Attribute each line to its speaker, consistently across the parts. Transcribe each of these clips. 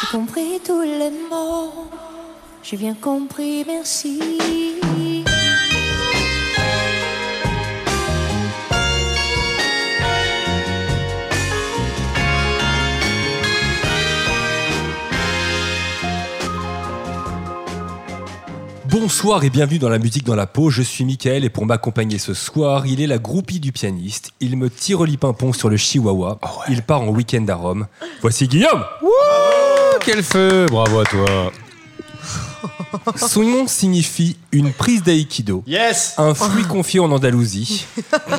Speaker 1: J'ai compris tous les mots. J'ai bien compris, merci.
Speaker 2: Bonsoir et bienvenue dans la musique dans la peau, je suis Mickaël et pour m'accompagner ce soir, il est la groupie du pianiste, il me tire pimpon sur le chihuahua,
Speaker 3: Ah
Speaker 2: il part en week-end à Rome. Voici Guillaume Oh,
Speaker 3: Quel feu Bravo à toi.
Speaker 2: Son nom signifie une prise d'aïkido,
Speaker 4: Yes
Speaker 2: un fruit confié en Andalousie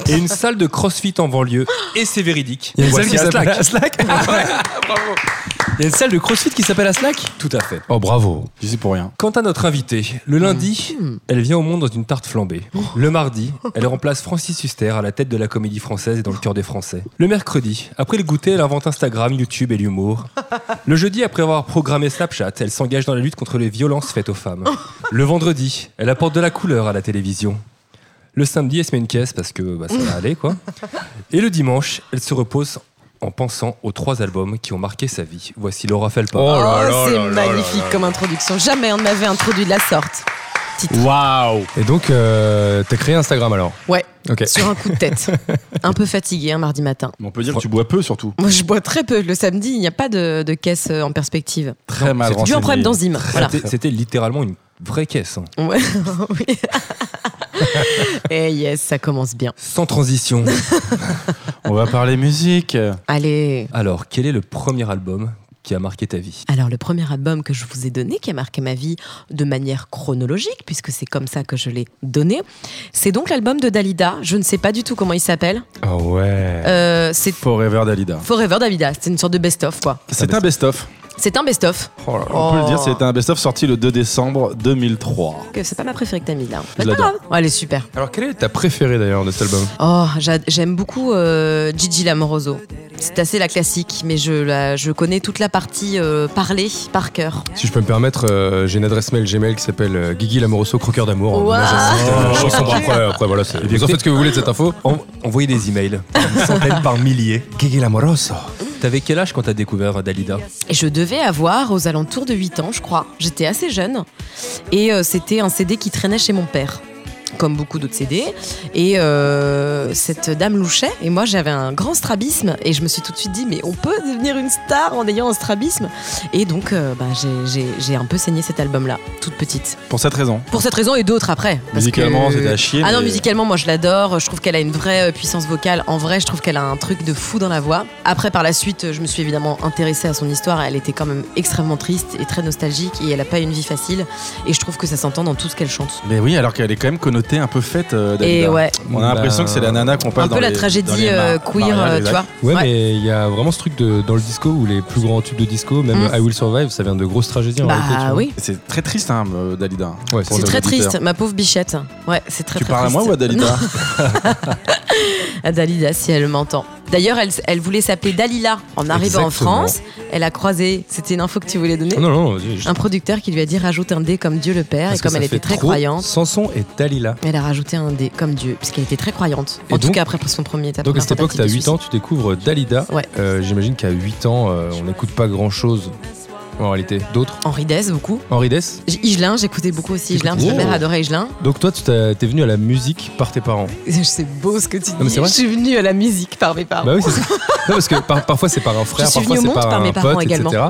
Speaker 2: et une salle de crossfit en banlieue, et c'est véridique.
Speaker 3: Il y a une salle
Speaker 2: Voici
Speaker 3: qui s'appelle
Speaker 2: Aslak.
Speaker 3: Aslak Il y a une salle de CrossFit qui s'appelle Aslak
Speaker 2: Tout à fait.
Speaker 3: Oh bravo.
Speaker 4: Je sais pour rien.
Speaker 2: Quant à notre invitée, le lundi, elle vient au monde dans une tarte flambée. Le mardi, elle remplace Francis Huster à la tête de la comédie française et dans le cœur des Français. Le mercredi, après le goûter, elle invente Instagram, YouTube et l'humour. Le jeudi, après avoir programmé Snapchat, elle s'engage dans la lutte contre les violences faites aux femmes. Le vendredi, elle apporte de la couleur à la télévision. Le samedi, elle se met une caisse parce que bah, ça va aller, quoi. Et le dimanche, elle se repose en pensant aux trois albums qui ont marqué sa vie. Voici Laura Felpa.
Speaker 3: là là
Speaker 5: Oh, c'est
Speaker 3: là là
Speaker 5: magnifique
Speaker 3: là là.
Speaker 5: comme introduction. Jamais on ne m'avait introduit de la sorte.
Speaker 4: Waouh
Speaker 3: Et donc, euh, t'as créé Instagram alors
Speaker 5: Ouais,
Speaker 3: Ok.
Speaker 5: sur un coup de tête. un peu fatigué un mardi matin.
Speaker 4: On peut dire que tu bois peu surtout.
Speaker 5: Moi, je bois très peu. Le samedi, il n'y a pas de, de caisse euh, en perspective.
Speaker 4: Très mal
Speaker 5: Dû à un problème d'enzyme. Voilà.
Speaker 2: C'était- C'était littéralement une vraie caisse. hein.
Speaker 5: Ouais, oui. Eh yes, ça commence bien.
Speaker 2: Sans transition.
Speaker 4: On va parler musique.
Speaker 5: Allez.
Speaker 2: Alors, quel est le premier album qui a marqué ta vie
Speaker 5: Alors, le premier album que je vous ai donné, qui a marqué ma vie de manière chronologique, puisque c'est comme ça que je l'ai donné, c'est donc l'album de Dalida. Je ne sais pas du tout comment il s'appelle.
Speaker 3: Ah ouais.
Speaker 5: Euh, c'est
Speaker 4: Forever Dalida.
Speaker 5: Forever Dalida. C'est une sorte de best-of, quoi.
Speaker 4: C'est un best-of. Oh
Speaker 5: C'est un best-of.
Speaker 4: On peut le dire, c'est un best-of sorti le 2 décembre 2003.
Speaker 5: Que c'est pas ma préférée que t'as mise là.
Speaker 4: Je
Speaker 5: C'est pas
Speaker 4: l'adore.
Speaker 5: grave. Oh, elle est super.
Speaker 3: Alors, quelle est ta préférée d'ailleurs de cet album
Speaker 5: Oh, j'a- j'aime beaucoup euh, Gigi Lamoroso. C'est assez la classique, mais je, la, je connais toute la partie euh, parlée par cœur.
Speaker 3: Si je peux me permettre, euh, j'ai une adresse mail Gmail qui s'appelle euh, Guigui Lamoroso Croqueur d'amour.
Speaker 5: Waouh.
Speaker 3: Moi, j'aime cette, euh,
Speaker 4: Oh.
Speaker 3: chanson. Bon, après, après, voilà, c'est- vous en faites ce que vous voulez de cette info.
Speaker 2: En- Envoyez des emails, par une centaine par milliers.
Speaker 3: Guigui Lamoroso.
Speaker 2: T'avais quel âge quand t'as découvert Dalida
Speaker 5: Et je devais avoir aux alentours de 8 ans, je crois. J'étais assez jeune. Et euh, c'était un CD qui traînait chez mon père. Comme beaucoup d'autres CD. Et euh, cette dame louchait. Et moi, j'avais un grand strabisme. Et je me suis tout de suite dit, mais on peut devenir une star en ayant un strabisme. Et donc, euh, bah, j'ai- j'ai j'ai un peu saigné cet album-là, toute petite.
Speaker 4: Pour cette raison.
Speaker 5: Pour cette raison et d'autres après. Parce
Speaker 4: Musicalement,
Speaker 5: que-
Speaker 4: c'était à chier.
Speaker 5: Ah non,
Speaker 4: mais-
Speaker 5: musicalement, moi je l'adore. Je trouve qu'elle a une vraie euh, puissance vocale. En vrai, je trouve qu'elle a un truc de fou dans la voix. Après, par la suite, euh, je me suis évidemment intéressée à son histoire. Elle était quand même extrêmement triste et très nostalgique. Et elle a pas une vie facile. Et je trouve que ça s'entend dans tout ce qu'elle chante.
Speaker 4: Mais oui, alors qu'elle est quand même connotée un peu faite, euh, Dalida.
Speaker 5: Et ouais,
Speaker 4: On a
Speaker 3: Bah,
Speaker 4: l'impression que c'est la nana qu'on passe
Speaker 5: un peu
Speaker 4: dans
Speaker 5: la
Speaker 4: les- dans
Speaker 5: tragédie
Speaker 4: les ma-
Speaker 5: euh, queer,
Speaker 4: mariages,
Speaker 5: euh, tu
Speaker 4: exact.
Speaker 5: vois.
Speaker 3: Ouais,
Speaker 5: Ouais.
Speaker 3: mais il y a vraiment ce truc de, dans le disco où les plus grands tubes de disco, même
Speaker 5: Mm.
Speaker 3: I Will Survive, ça vient de grosses tragédies en réalité. tu
Speaker 5: Bah
Speaker 3: vois.
Speaker 5: oui.
Speaker 4: C'est très triste, hein, euh, Dalida.
Speaker 3: Ouais, c'est
Speaker 5: C'est
Speaker 3: vrai.
Speaker 5: très
Speaker 4: auditeur.
Speaker 5: triste, ma pauvre bichette. Ouais, c'est très
Speaker 4: Tu
Speaker 5: très
Speaker 4: parles à moi ou
Speaker 5: triste.
Speaker 4: à Dalida
Speaker 5: à Dalida si elle m'entend. D'ailleurs, elle, elle voulait s'appeler Dalila en arrivant en
Speaker 3: Exactement.
Speaker 5: France. Elle a croisé, c'était une info que tu voulais donner,
Speaker 3: Ah Non, non, non, vas-y, je-
Speaker 5: un producteur qui lui a dit rajoute un dé comme Dieu le Père.
Speaker 3: parce
Speaker 5: et
Speaker 3: que
Speaker 5: Ah, comme
Speaker 3: ça
Speaker 5: elle était
Speaker 3: fait
Speaker 5: très
Speaker 3: trop
Speaker 5: croyante,
Speaker 3: Samson et Dalila.
Speaker 5: elle a rajouté un dé comme Dieu, parce qu'elle était très croyante.
Speaker 3: Et
Speaker 5: en tout
Speaker 3: donc-
Speaker 5: cas, après son premier étape.
Speaker 3: Donc à cette époque, t'as 8 ans, tu découvres Dalida.
Speaker 5: Ouais.
Speaker 3: Euh, J'imagine qu'à 8 ans, euh, on n'écoute pas grand chose en réalité. D'autres
Speaker 5: Henri Dess, beaucoup.
Speaker 3: Henri Dess
Speaker 5: J- Igelin, j'écoutais beaucoup aussi Igelin, parce que ma
Speaker 3: T'écoutes-
Speaker 5: mère
Speaker 3: Oh.
Speaker 5: adorait Igelin.
Speaker 3: Donc toi, tu t'as- t'es venu à la musique par tes parents.
Speaker 5: C'est beau ce que tu
Speaker 3: mais
Speaker 5: dis.
Speaker 3: c'est vrai.
Speaker 5: Je suis venue à la musique par mes parents.
Speaker 3: Bah oui, c'est ça. Non, parce que par- parfois c'est par un frère,
Speaker 5: Ah. suis
Speaker 3: parfois
Speaker 5: venue au
Speaker 3: c'est
Speaker 5: monde
Speaker 3: par,
Speaker 5: par
Speaker 3: un
Speaker 5: mes parents
Speaker 3: pote,
Speaker 5: également.
Speaker 3: etc.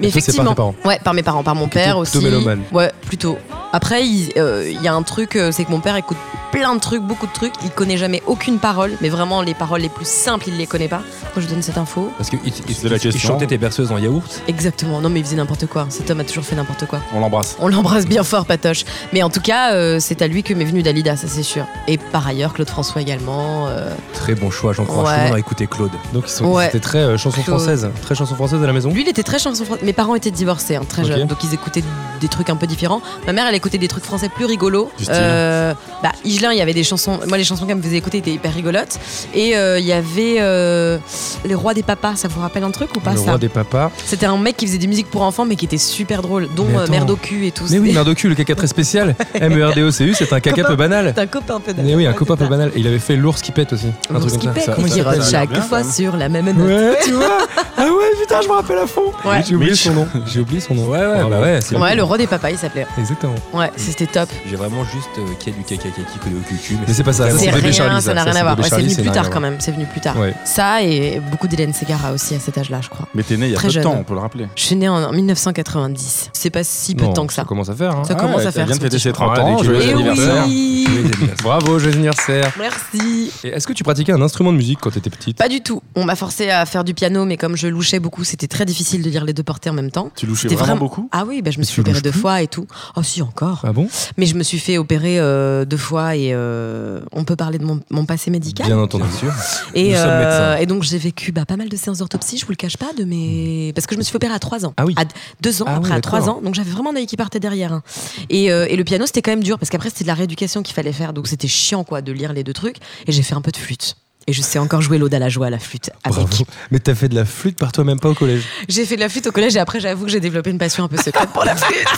Speaker 5: Mais
Speaker 3: Et toi, c'est par
Speaker 5: effectivement.
Speaker 3: tes parents.
Speaker 5: Ouais, par mes parents, par mon père aussi.
Speaker 3: plutôt mélomane.
Speaker 5: Ouais, plutôt. Après, il euh, il y a un truc, euh, c'est que mon père écoute plein de trucs, beaucoup de trucs. Il connaît jamais aucune parole, mais vraiment les paroles les plus simples, il les connaît pas. Moi, je vous donne cette info.
Speaker 2: Parce qu'il
Speaker 4: C'est la question.
Speaker 2: chantait tes berceuses en yaourt.
Speaker 5: Exactement. Non, mais il faisait n'importe quoi. Cet homme a toujours fait n'importe quoi.
Speaker 4: On l'embrasse.
Speaker 5: On l'embrasse bien fort, Patoche. Mais en tout cas, euh, c'est à lui que m'est venu Dalida, ça c'est sûr. Et par ailleurs, Claude François également. euh,
Speaker 2: Très bon choix, j'en crois.
Speaker 5: Ouais.
Speaker 2: Je suis à écouter Claude.
Speaker 3: Donc ils sont-
Speaker 5: Ouais.
Speaker 3: c'était très euh, chanson
Speaker 5: Claude.
Speaker 3: française, très chanson française à la maison.
Speaker 5: Lui, il était très chanson française. Mes parents étaient divorcés, hein, très
Speaker 3: Ok.
Speaker 5: jeunes, donc ils écoutaient des trucs un peu différents. Ma mère, elle écoutait des trucs français plus rigolos.
Speaker 4: Du style.
Speaker 5: Euh, bah, Igelin, Vigelin, il y avait des chansons. Moi, les chansons qu'elle me faisait écouter étaient hyper rigolotes. Et euh, il y avait euh, Les Rois des Papas. Ça vous rappelle un truc ou pas
Speaker 3: le
Speaker 5: ça
Speaker 3: roi des papas.
Speaker 5: C'était un mec qui faisait des musiques pour enfants, mais qui était super drôle, dont
Speaker 3: Mais
Speaker 5: euh,
Speaker 3: attends.
Speaker 5: Merde au cul et tout.
Speaker 3: Mais oui,
Speaker 5: C'était-
Speaker 3: merde au cul, le caca très spécial. E M-E-R-D-O-C-U, c'est un caca
Speaker 5: Copain.
Speaker 3: peu banal.
Speaker 5: C'était un copain un peu
Speaker 3: Mais oui, un
Speaker 5: Ouais,
Speaker 3: copain
Speaker 5: c'est
Speaker 3: peu
Speaker 5: ça.
Speaker 3: banal. Et il avait fait l'ours qui pète aussi. Un
Speaker 5: Ours
Speaker 3: truc
Speaker 5: qui
Speaker 3: comme ça.
Speaker 5: pète,
Speaker 3: ça.
Speaker 5: qui
Speaker 3: ça-
Speaker 5: rote
Speaker 4: ça-
Speaker 5: chaque
Speaker 4: bien,
Speaker 5: fois
Speaker 4: quand même.
Speaker 5: sur la même note.
Speaker 3: Ouais, tu vois Ah ouais, putain, je me rappelle à fond
Speaker 5: Ouais.
Speaker 3: J'ai oublié
Speaker 4: Mitch.
Speaker 3: son nom. J'ai oublié son nom. Oh
Speaker 2: Ouais, ouais,
Speaker 3: Bravo.
Speaker 2: bah ouais, c'est
Speaker 5: Ouais, le roi des papas, il s'appelait.
Speaker 3: Exactement.
Speaker 5: Ouais, c'était top.
Speaker 2: J'ai vraiment juste euh, qu'il y a du caca qui collé au cul
Speaker 3: Mais c'est pas ça,
Speaker 2: vraiment-
Speaker 5: C'est
Speaker 3: bébé
Speaker 5: rien,
Speaker 3: Charlie,
Speaker 5: ça
Speaker 3: ça.
Speaker 5: n'a
Speaker 3: Ça,
Speaker 5: rien
Speaker 3: c'est
Speaker 5: à voir.
Speaker 3: bébé
Speaker 5: Ouais, c'est
Speaker 3: Charlie,
Speaker 5: venu
Speaker 3: c'est
Speaker 5: plus
Speaker 3: rien à
Speaker 5: tard quand
Speaker 3: voir.
Speaker 5: même. C'est venu plus tard.
Speaker 3: Ouais.
Speaker 5: Ça et beaucoup d'Hélène Ségara aussi à cet âge-là, je crois.
Speaker 4: Mais t'es né il y a
Speaker 5: Très
Speaker 4: peu de
Speaker 5: jeune.
Speaker 4: temps, on peut le rappeler.
Speaker 5: Je suis née en 1990. C'est pas si peu de
Speaker 3: Non,
Speaker 5: temps que ça.
Speaker 3: commence à faire. hein.
Speaker 5: Ça commence à
Speaker 4: t'as
Speaker 5: faire
Speaker 4: bien
Speaker 5: son
Speaker 4: de fêter
Speaker 5: petit
Speaker 4: ses 30
Speaker 3: chemin.
Speaker 4: ans,
Speaker 3: Ah,
Speaker 4: joyeux
Speaker 5: Eh
Speaker 3: des
Speaker 4: anniversaire.
Speaker 5: oui
Speaker 3: Bravo, joyeux anniversaire.
Speaker 5: Merci.
Speaker 3: Et est-ce que tu pratiquais un instrument de musique quand t'étais petite
Speaker 5: Pas du tout. On m'a forcé à faire du piano, mais comme je louchais beaucoup, c'était très difficile de lire les deux portées en même temps.
Speaker 4: Tu louchais
Speaker 5: C'était
Speaker 4: vraiment
Speaker 5: vraiment-
Speaker 4: beaucoup
Speaker 5: Ah oui, bah, je me
Speaker 3: Mais
Speaker 5: suis
Speaker 3: tu
Speaker 5: opérée
Speaker 3: louches
Speaker 5: deux
Speaker 3: plus
Speaker 5: fois et tout. Oh si, encore.
Speaker 3: Ah bon
Speaker 5: Mais je me suis fait opérer euh, deux fois et euh, on peut parler de mon, mon passé médical.
Speaker 3: Bien entendu. sûr.
Speaker 5: et, euh,
Speaker 2: nous sommes médecins.
Speaker 5: et donc j'ai vécu bah, pas mal de séances d'orthopsie, je vous le cache pas, de mes... parce que je me suis fait opérer à 3 ans.
Speaker 3: Ah oui.
Speaker 5: À d- deux ans,
Speaker 3: Ah oui,
Speaker 5: après à 3
Speaker 3: d'accord.
Speaker 5: ans. Donc j'avais vraiment un œil qui partait derrière. hein. Et, euh, et le piano, c'était quand même dur parce qu'après, c'était de la rééducation qu'il fallait faire. Donc c'était chiant quoi de lire les deux trucs. Et j'ai fait un peu de flûte. Et je sais encore jouer l'ode à la joie à la flûte avec.
Speaker 3: Bravo. Mais t'as fait de la flûte par toi-même, pas au collège.
Speaker 5: J'ai fait de la flûte au collège et après, j'avoue que j'ai développé une passion un peu secrète pour la flûte.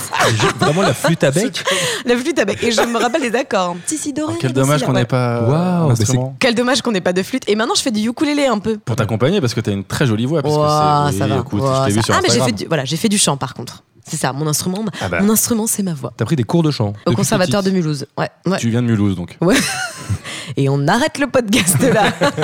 Speaker 2: Vraiment la flûte à bec
Speaker 5: la flûte avec. Et je me rappelle les accords. Si, si, doré.
Speaker 4: Oh, Quel dommage qu'on n'ait pas
Speaker 3: Waouh,
Speaker 4: Waouh,
Speaker 3: bah
Speaker 5: Quel dommage qu'on n'ait pas de flûte. Et maintenant, je fais du ukulélé un peu.
Speaker 4: Pour t'accompagner, parce que t'as une très jolie voix. Ah, parce que
Speaker 5: Ouah,
Speaker 4: c'est-
Speaker 5: ça
Speaker 4: oui,
Speaker 5: va.
Speaker 4: écoute,
Speaker 5: Ouah,
Speaker 4: je t'ai vu
Speaker 5: ça-
Speaker 4: sur
Speaker 5: ah, mais j'ai
Speaker 4: Instagram.
Speaker 5: fait, du, voilà, j'ai fait du chant par contre. C'est ça, mon instrument.
Speaker 4: Ah bah,
Speaker 5: Mon instrument, c'est ma voix.
Speaker 3: T'as pris des cours de chant.
Speaker 5: Au
Speaker 3: depuis
Speaker 5: conservatoire de
Speaker 3: petite.
Speaker 5: Mulhouse. Ouais, ouais.
Speaker 4: Tu viens de Mulhouse, donc.
Speaker 5: Et on arrête le podcast là.
Speaker 2: mais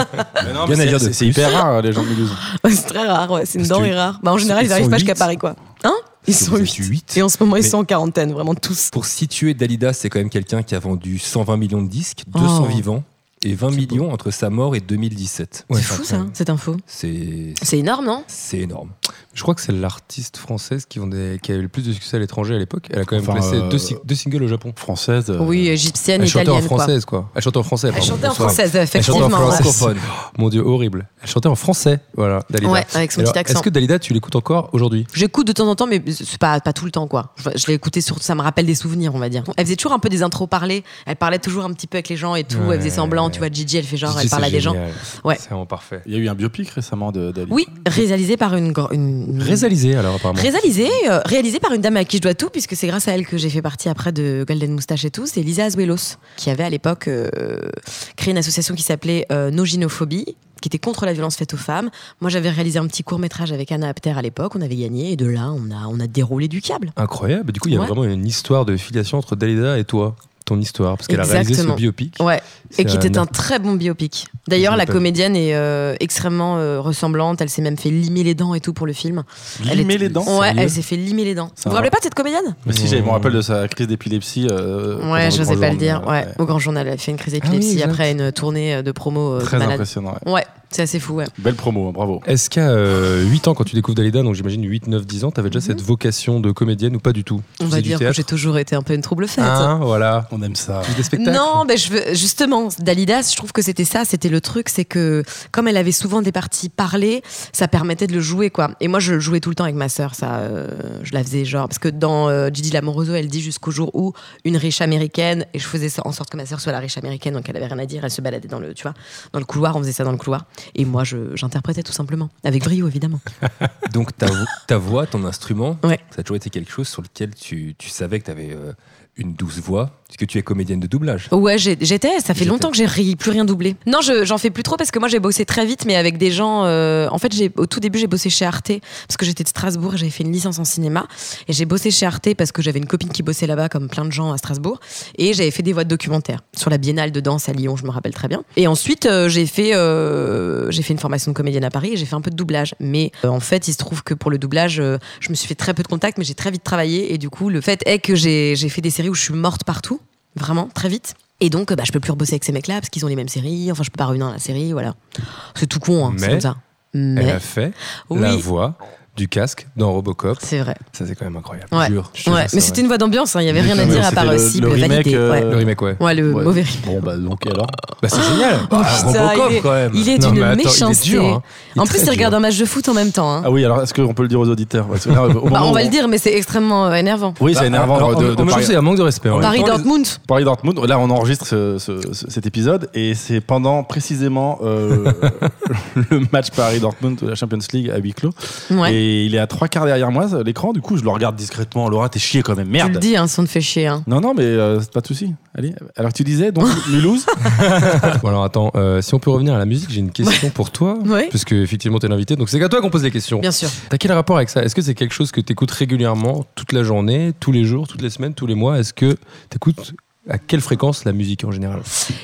Speaker 4: Bien à
Speaker 2: c'est-
Speaker 4: dire de
Speaker 2: c'est-
Speaker 4: C'est hyper rare, les gens de Mulhouse.
Speaker 5: Ouais, c'est très rare, ouais. c'est une
Speaker 2: Parce
Speaker 5: denrée
Speaker 2: que-
Speaker 5: rare. Bah, en général,
Speaker 2: ils
Speaker 5: ils n'arrivent
Speaker 2: sont
Speaker 5: pas jusqu'à
Speaker 2: huit.
Speaker 5: Paris quoi. Hein Ils
Speaker 2: Parce que
Speaker 5: sont
Speaker 2: vous êtes
Speaker 5: 8.
Speaker 2: huit.
Speaker 5: Et en ce moment, ils
Speaker 2: Mais-
Speaker 5: sont en quarantaine, vraiment tous.
Speaker 2: Pour situer Dalida, c'est quand même quelqu'un qui a vendu 120 millions de disques, 200
Speaker 5: Oh.
Speaker 2: vivants et 20
Speaker 5: C'est
Speaker 2: millions entre sa mort et 2017.
Speaker 3: Ouais,
Speaker 5: c'est fou ça,
Speaker 3: incroyable.
Speaker 5: hein, cette info.
Speaker 2: C'est
Speaker 5: C'est énorme, non
Speaker 2: c'est énorme.
Speaker 3: Je crois que c'est l'artiste française qui, vendait- qui a eu le plus de succès à l'étranger à l'époque. Elle a quand même
Speaker 4: Enfin,
Speaker 3: placé
Speaker 4: euh,
Speaker 3: deux, si- deux singles au Japon.
Speaker 4: Française. euh,
Speaker 5: Oui, égyptienne,
Speaker 3: Elle chantait en
Speaker 5: italienne quoi.
Speaker 3: française, quoi. Elle chantait en français.
Speaker 5: Elle
Speaker 3: pardon.
Speaker 5: chantait en
Speaker 3: Bonsoir.
Speaker 5: française,
Speaker 3: chantait en
Speaker 5: effectivement. ouais.
Speaker 3: français.
Speaker 2: Francophone.
Speaker 3: Mon dieu, horrible. Elle chantait en français, voilà, Dalida.
Speaker 5: Ouais, avec son
Speaker 3: Alors,
Speaker 5: petit accent.
Speaker 3: Est-ce que Dalida, tu l'écoutes encore aujourd'hui
Speaker 5: J'écoute de temps en temps, mais c'est pas, pas tout le temps, quoi. Je, je l'ai écouté sur, ça me rappelle des souvenirs, on va dire. Elle faisait toujours un peu des intros parlées. Elle parlait toujours un petit peu avec les gens et tout.
Speaker 3: Ouais.
Speaker 5: elle faisait semblant, tu vois. Gigi, elle fait genre, elle parle à des gens. Ouais.
Speaker 3: C'est vraiment parfait.
Speaker 4: Il y a eu un biopic récemment de d'Ali.
Speaker 5: Oui, réalisé par une, gr- une...
Speaker 3: Résalisée, alors, apparemment.
Speaker 5: Réalisé, euh, réalisé par une dame à qui je dois tout, puisque c'est grâce à elle que j'ai fait partie après de Golden Moustache et tout, c'est Lisa Azuelos, qui avait à l'époque euh, créé une association qui s'appelait euh, Noginophobie, qui était contre la violence faite aux femmes. Moi, j'avais réalisé un petit court métrage avec Anna Apter à l'époque, on avait gagné, et de là, on a, on a déroulé du câble.
Speaker 3: Incroyable. Du coup, il y a
Speaker 5: Ouais.
Speaker 3: vraiment une histoire de filiation entre Dalida et toi. Ton histoire, parce qu'elle a réalisé ce
Speaker 5: Exactement.
Speaker 3: biopic.
Speaker 5: Ouais,
Speaker 3: C'est
Speaker 5: et qui était
Speaker 3: un-
Speaker 5: un très bon biopic. D'ailleurs,
Speaker 3: Je
Speaker 5: la
Speaker 3: l'appelle.
Speaker 5: comédienne est euh, extrêmement euh, ressemblante, elle s'est même fait limer les dents et tout pour le film. Elle
Speaker 4: Limer
Speaker 5: était-
Speaker 4: les dents.
Speaker 5: Ouais,
Speaker 4: sérieux
Speaker 5: elle s'est fait limer les dents.
Speaker 4: Ça
Speaker 5: Vous vous
Speaker 4: va.
Speaker 5: rappelez pas de cette comédienne
Speaker 4: Mais si, j'avais mon rappel de sa crise d'épilepsie. euh, pendant
Speaker 5: Ouais,
Speaker 4: le
Speaker 5: je
Speaker 4: grand
Speaker 5: n'osais pas le
Speaker 4: journal,
Speaker 5: dire.
Speaker 4: euh,
Speaker 5: Ouais, Au grand journal, elle a fait une crise d'épilepsie
Speaker 3: exact.
Speaker 5: après une tournée euh, de promo euh, de
Speaker 4: Très
Speaker 5: malade.
Speaker 4: impressionnant. ouais.
Speaker 5: Ouais, c'est assez fou, ouais.
Speaker 4: Belle promo, hein, bravo.
Speaker 3: Est-ce qu'à euh, 8 ans, quand tu découvres Dalida, donc j'imagine 8, 9, 10 ans, t'avais déjà cette vocation de comédienne ou pas du tout Tu
Speaker 5: Mhm. On va
Speaker 3: faisais du
Speaker 5: dire que
Speaker 3: théâtre
Speaker 5: j'ai toujours été un peu une trouble faite.
Speaker 3: Hein, voilà.
Speaker 4: On aime ça.
Speaker 3: Tu fais des spectacles
Speaker 5: Non, mais je veux, justement, Dalida, je trouve que c'était ça, c'était le truc, c'est que comme elle avait souvent des parties parlées, ça permettait de le jouer, quoi. Et moi, je le jouais tout le temps avec ma sœur, ça, euh, je la faisais genre, parce que dans euh, Gigi Lamoroso, elle dit jusqu'au jour où une riche américaine, et je faisais ça en sorte que ma sœur soit la riche américaine, donc elle avait rien à dire, elle se baladait dans le, tu vois, dans le couloir, on faisait ça dans le couloir, et moi, je- j'interprétais tout simplement, avec brio, évidemment.
Speaker 2: Donc ta, vo- ta voix, ton instrument,
Speaker 5: Ouais.
Speaker 2: ça a toujours été quelque chose sur lequel tu, tu savais que tu avais une douce voix, puisque tu es comédienne de doublage.
Speaker 5: Ouais, j'ai- j'étais. Ça fait
Speaker 2: J'étais.
Speaker 5: longtemps que j'ai ri- plus rien doublé. Non, je- j'en fais plus trop parce que moi j'ai bossé très vite, mais avec des gens. euh, en fait, j'ai au tout début j'ai bossé chez Arte parce que j'étais de Strasbourg et j'avais fait une licence en cinéma et j'ai bossé chez Arte parce que j'avais une copine qui bossait là-bas comme plein de gens à Strasbourg et j'avais fait des voix de documentaires sur la Biennale de danse à Lyon, je me rappelle très bien. Et ensuite euh, j'ai fait euh, j'ai fait une formation de comédienne à Paris et j'ai fait un peu de doublage. Mais euh, en fait, il se trouve que pour le doublage, euh, je me suis fait très peu de contacts, mais j'ai très vite travaillé et du coup le fait est que j'ai j'ai fait des séries où je suis morte partout vraiment très vite. Et donc, euh, bah, je peux plus rebosser avec ces mecs-là parce qu'ils ont les mêmes séries. Enfin, je peux pas revenir à la série, voilà. C'est tout con, hein, c'est
Speaker 3: Mais-
Speaker 5: comme ça.
Speaker 3: Elle
Speaker 5: Mais
Speaker 3: a fait
Speaker 5: oui,
Speaker 3: la voix du casque dans Robocop.
Speaker 5: C'est vrai.
Speaker 3: Ça, c'est quand même incroyable.
Speaker 5: Ouais.
Speaker 3: Jure. je te
Speaker 5: Ouais.
Speaker 3: jure, c'est
Speaker 5: Mais
Speaker 3: vrai.
Speaker 5: c'était une voix d'ambiance, hein. il n'y avait rien à
Speaker 4: Ouais,
Speaker 5: dire à
Speaker 4: c'était
Speaker 5: part
Speaker 4: le-
Speaker 5: euh, cible
Speaker 4: le remake,
Speaker 5: validée.
Speaker 4: euh,
Speaker 5: ouais.
Speaker 3: Le remake, ouais.
Speaker 5: Ouais, le
Speaker 4: Ouais.
Speaker 5: mauvais
Speaker 4: Bon, bah donc alors
Speaker 3: Bah, c'est génial.
Speaker 5: Oh,
Speaker 3: Ah,
Speaker 5: putain,
Speaker 3: Robocop,
Speaker 5: il est-
Speaker 3: quand même.
Speaker 5: il est
Speaker 3: Non,
Speaker 5: d'une
Speaker 3: mais attends, il est
Speaker 5: méchanceté.
Speaker 3: dur, hein. Il est
Speaker 5: En
Speaker 3: très
Speaker 5: plus, il
Speaker 3: dur.
Speaker 5: regarde un match de foot en même temps. hein.
Speaker 4: Ah oui, alors est-ce qu'on peut le dire aux auditeurs Parce que là, au
Speaker 5: Bah,
Speaker 4: moment
Speaker 5: on va
Speaker 4: où-
Speaker 5: le dire, mais c'est extrêmement euh, énervant.
Speaker 4: Oui, c'est énervant
Speaker 3: Alors, en-
Speaker 4: de, de
Speaker 3: en même temps,
Speaker 4: parler,
Speaker 3: c'est un manque de respect. hein. ouais.
Speaker 5: Paris
Speaker 2: temps, les-
Speaker 5: Dortmund.
Speaker 4: parler Dortmund. Là, on enregistre ce- ce- ce- cet épisode et c'est pendant précisément euh, le match Paris-Dortmund de la Champions League à huis clos.
Speaker 5: Ouais.
Speaker 4: Et il est à trois quarts derrière moi, l'écran. Du coup, je le regarde discrètement. Laura, t'es chier quand même,
Speaker 5: Tu le
Speaker 4: merde.
Speaker 5: dis, hein, ça ne fait chier. hein.
Speaker 4: Non, non, mais euh, c'est pas de souci. Allez. Alors, tu disais donc Mulhouse.
Speaker 3: Bon, alors attends, euh, si on peut revenir à la musique, j'ai une question pour toi.
Speaker 5: Ouais.
Speaker 3: Parce que effectivement, t'es l'invité, donc c'est à toi qu'on pose les questions.
Speaker 5: Bien sûr.
Speaker 3: T'as quel rapport avec ça Est-ce que c'est quelque chose que t'écoutes régulièrement, toute la journée, tous les jours, toutes les semaines, tous les mois Est-ce que t'écoutes à quelle fréquence la musique en général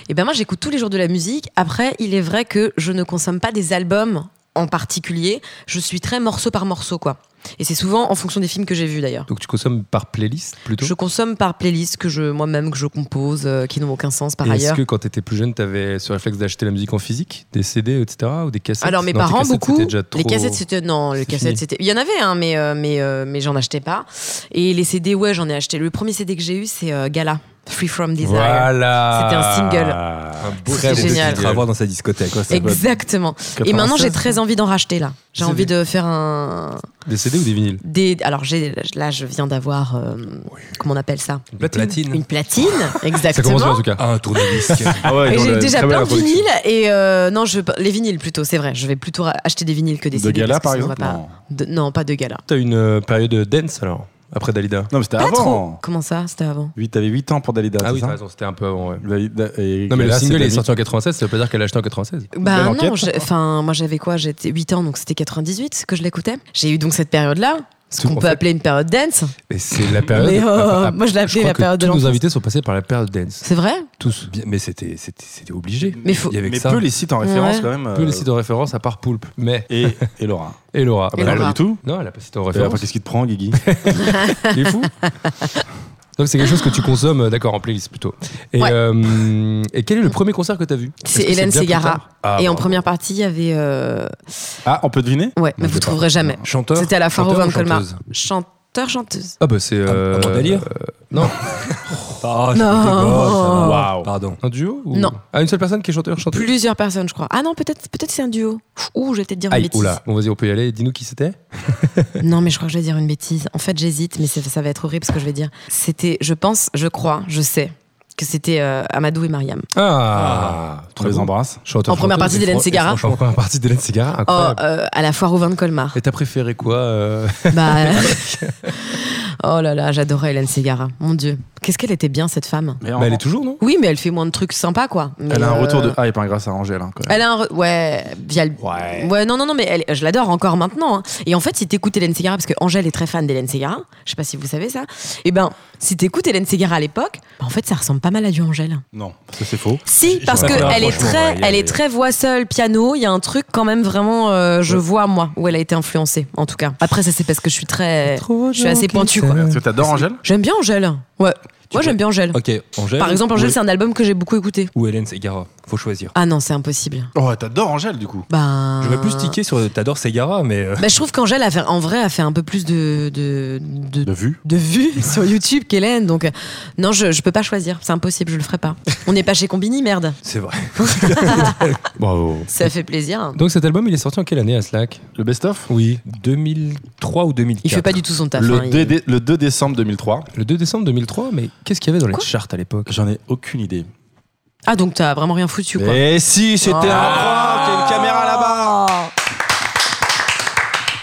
Speaker 5: Et ben moi, j'écoute tous les jours de la musique. Après, il est vrai que je ne consomme pas des albums en particulier. Je suis très morceau par morceau, quoi. Et c'est souvent en fonction des films que j'ai vus, d'ailleurs.
Speaker 3: Donc tu consommes par playlist plutôt
Speaker 5: Je consomme par playlist que je moi-même que je compose, euh, qui n'ont aucun sens par
Speaker 3: Et Est-ce
Speaker 5: ailleurs.
Speaker 3: que quand t'étais plus jeune, t'avais ce réflexe d'acheter la musique en physique, des CD, etc. ou des cassettes
Speaker 5: Alors mes
Speaker 3: Non, tes
Speaker 5: parents
Speaker 3: cassettes,
Speaker 5: beaucoup.
Speaker 3: c'était déjà
Speaker 5: Les
Speaker 3: trop-
Speaker 5: cassettes c'était non, les
Speaker 3: C'est
Speaker 5: cassettes
Speaker 3: fini.
Speaker 5: c'était. Il y en avait hein, mais euh, mais euh, mais j'en achetais pas. Et les CD ouais j'en ai acheté. Le premier CD que j'ai eu c'est euh, Gala, Free from Desire.
Speaker 3: Voilà.
Speaker 5: C'était un single.
Speaker 2: Un beau
Speaker 5: C'était
Speaker 2: rêve de
Speaker 5: génial.
Speaker 2: titre à avoir dans sa discothèque.
Speaker 4: Quoi, ça doit être
Speaker 5: Exactement. Et
Speaker 4: 96,
Speaker 5: maintenant j'ai très envie d'en racheter là. J'ai
Speaker 3: C'est
Speaker 5: envie
Speaker 3: bien.
Speaker 5: de faire un
Speaker 3: Des CD ou des vinyles
Speaker 5: des. Alors j'ai là je viens d'avoir euh, comment on appelle ça
Speaker 2: Une platine.
Speaker 5: Une platine
Speaker 3: Ça commence bien en
Speaker 5: exactement.
Speaker 3: tout cas.
Speaker 2: Ah, un tourne-disque.
Speaker 4: Ah ouais,
Speaker 5: Et
Speaker 4: ils ont
Speaker 5: j'ai
Speaker 4: la-
Speaker 5: déjà
Speaker 4: très belle
Speaker 5: plein de
Speaker 4: reproduction.
Speaker 5: vinyles et euh, non je les vinyles plutôt c'est vrai je vais plutôt ra- acheter des vinyles que des
Speaker 4: De
Speaker 5: CD
Speaker 4: gala, par
Speaker 5: parce que sinon, on va
Speaker 4: exemple.
Speaker 5: pas-
Speaker 4: Non.
Speaker 5: de- non pas de gala
Speaker 3: T'as une euh, période dance alors après Dalida.
Speaker 4: Non, mais c'était
Speaker 5: Pas
Speaker 4: avant.
Speaker 5: trop. Comment ça, c'était avant
Speaker 4: Oui, T'avais 8 ans pour Dalida. c'est ça
Speaker 3: Ah raison, c'était un peu avant. ouais.
Speaker 4: Dalida et
Speaker 3: Non mais
Speaker 4: Gala,
Speaker 3: le single
Speaker 4: c'est
Speaker 3: est
Speaker 4: Dani.
Speaker 3: sorti en 96, ça veut pas dire qu'elle l'a acheté en 96.
Speaker 5: Bah
Speaker 4: Belle
Speaker 5: non,
Speaker 4: enquête.
Speaker 5: j'ai- enfin moi j'avais quoi J'étais 8 ans donc c'était 98 que je l'écoutais. J'ai eu donc cette période là. Ce
Speaker 3: Tout-
Speaker 5: qu'on
Speaker 3: en
Speaker 5: peut
Speaker 3: fait-
Speaker 5: appeler une période dance.
Speaker 3: Et c'est la période.
Speaker 5: Mais, euh,
Speaker 3: Ah, ah,
Speaker 5: moi, je l'ai appelée
Speaker 3: crois
Speaker 5: la
Speaker 3: que
Speaker 5: période de
Speaker 3: Tous nos
Speaker 5: l'enfance.
Speaker 3: invités sont passés par la période dance.
Speaker 5: C'est vrai
Speaker 3: Tous.
Speaker 2: Bien, Mais c'était c'était- c'était obligé.
Speaker 5: Mais faut-
Speaker 2: Il y avait que
Speaker 4: Mais
Speaker 2: ça.
Speaker 4: peu les sites en référence
Speaker 5: Ouais.
Speaker 4: quand même.
Speaker 3: Peu
Speaker 4: euh,
Speaker 3: les sites de référence à part Poulpe. Mais
Speaker 4: Et, et Laura.
Speaker 3: et Laura.
Speaker 5: Et
Speaker 3: Ah bah,
Speaker 5: Laura.
Speaker 4: Pas du tout.
Speaker 3: Non, elle a pas cité en
Speaker 4: Et après,
Speaker 3: référence.
Speaker 4: qu'est-ce qui te prend, Guigui
Speaker 3: Il est fou. Donc c'est quelque chose que tu consommes, euh, d'accord, en playlist plutôt. Et,
Speaker 5: Ouais.
Speaker 3: euh, et quel est le premier concert que t'as vu Est-ce
Speaker 5: C'est
Speaker 3: que
Speaker 5: Hélène
Speaker 3: bien plus
Speaker 5: Ségara.
Speaker 3: tard Ah,
Speaker 5: Et en
Speaker 3: bon.
Speaker 5: première partie, il y avait. euh,
Speaker 4: Ah, on peut deviner
Speaker 5: Ouais, mais
Speaker 3: je
Speaker 5: vous
Speaker 3: sais
Speaker 5: trouverez jamais.
Speaker 2: Chanteur.
Speaker 5: C'était à la foire au
Speaker 2: chanteur ou
Speaker 5: Vin Colmar.
Speaker 2: chanteuse
Speaker 5: Chanteur, chanteuse.
Speaker 3: Ah bah c'est euh,
Speaker 2: Amanda Lear
Speaker 3: euh, non,
Speaker 2: Ah,
Speaker 5: Non.
Speaker 2: c'était bon, ça va.
Speaker 4: Waouh.
Speaker 2: Pardon.
Speaker 3: un duo ou...
Speaker 5: Non.
Speaker 3: Ah une seule personne qui est chanteur chanteuse.
Speaker 5: Plusieurs personnes, je crois. Ah non, peut-être peut c'est un duo. Ouh, je vais peut-être dire une
Speaker 3: Aïe,
Speaker 5: bêtise.
Speaker 3: oula. Bon vas-y, on peut y aller. Dis-nous qui c'était.
Speaker 5: Non, mais je crois que je vais dire une bêtise. En fait, j'hésite, mais ça, ça va être horrible ce que je vais dire. C'était, je pense, je crois, je sais que c'était euh, Amadou et Mariam.
Speaker 3: Ah,
Speaker 4: On les embrasse.
Speaker 3: Chanteur,
Speaker 5: En première
Speaker 3: chanteuse,
Speaker 5: partie
Speaker 3: et
Speaker 5: d'Hélène
Speaker 3: fran-
Speaker 5: Ségara.
Speaker 3: et franchement, En première partie d'Hélène Ségara,
Speaker 5: Oh,
Speaker 3: incroyable.
Speaker 5: euh, à la foire au vin de Colmar.
Speaker 3: Et t'as préféré quoi euh,
Speaker 5: Bah. oh là là, j'adorais Hélène Ségara. Mon Dieu. Qu'est-ce qu'elle était bien, cette femme.
Speaker 4: Mais
Speaker 3: bah, Elle est toujours, non
Speaker 5: Oui, mais elle fait moins de trucs sympas, quoi. Mais,
Speaker 4: Elle a un
Speaker 5: euh,
Speaker 4: retour de hype hein, grâce à Angèle. hein, quand même.
Speaker 5: Elle a un. re- Ouais, via le-
Speaker 4: Ouais.
Speaker 5: Ouais, non, non, non, mais elle- je l'adore encore maintenant. hein. Et en fait, si t'écoutes Hélène Ségara, parce que Angèle est très fan d'Hélène Ségara, je sais pas si vous savez ça, et ben, si t'écoutes Hélène Ségara à l'époque, bah, en fait, ça ressemble pas mal à du Angèle.
Speaker 4: Non, ça c'est faux.
Speaker 5: Si, parce
Speaker 2: Ouais,
Speaker 5: que
Speaker 2: ouais,
Speaker 5: elle est
Speaker 2: franchement,
Speaker 5: très,
Speaker 2: ouais, y a-
Speaker 5: elle
Speaker 2: y a-
Speaker 5: est très voix seule, piano. Il y a un truc quand même vraiment, euh, je vois moi où elle a été influencée, en tout cas. Après ça, c'est parce que je suis très, je suis assez pointu quoi.
Speaker 4: Est-ce que t'adores Angèle
Speaker 5: J'aime bien Angèle. Ouais, moi
Speaker 2: peux-
Speaker 5: j'aime bien Angèle.
Speaker 2: Ok, Angèle.
Speaker 5: Par exemple, Angèle, c'est un album que j'ai beaucoup écouté.
Speaker 2: Ou Hélène Ségara. Faut choisir.
Speaker 5: Ah non, c'est impossible.
Speaker 4: Oh, t'adores Angèle du coup.
Speaker 5: Ben.
Speaker 2: Je vais plus tiquer sur T'adores Ségara, mais. euh,
Speaker 5: Bah, je trouve qu'Angèle a fait, en vrai, a fait un peu plus de de de,
Speaker 4: De vue.
Speaker 5: de vues sur YouTube qu'Hélène. Donc euh, non, je, je peux pas choisir. C'est impossible. Je le ferai pas. On n'est pas chez Combini, merde.
Speaker 2: C'est vrai.
Speaker 4: Bravo.
Speaker 5: Ça fait plaisir. hein.
Speaker 3: Donc cet album, il est sorti en quelle année à Slack
Speaker 4: Le best-of
Speaker 3: Oui.
Speaker 2: 2003 ou 2004.
Speaker 5: Il fait pas du tout son taf. hein,
Speaker 4: le,
Speaker 5: il-
Speaker 4: 2 dé- le 2 décembre 2003.
Speaker 3: Le 2 décembre 2003, mais qu'est-ce qu'il y avait dans les
Speaker 5: Quoi
Speaker 3: charts à l'époque
Speaker 4: J'en ai aucune idée.
Speaker 5: Ah donc t'as vraiment rien foutu quoi.
Speaker 4: Eh si, c'était
Speaker 5: Ah.
Speaker 4: un prank, il y a une caméra là-bas.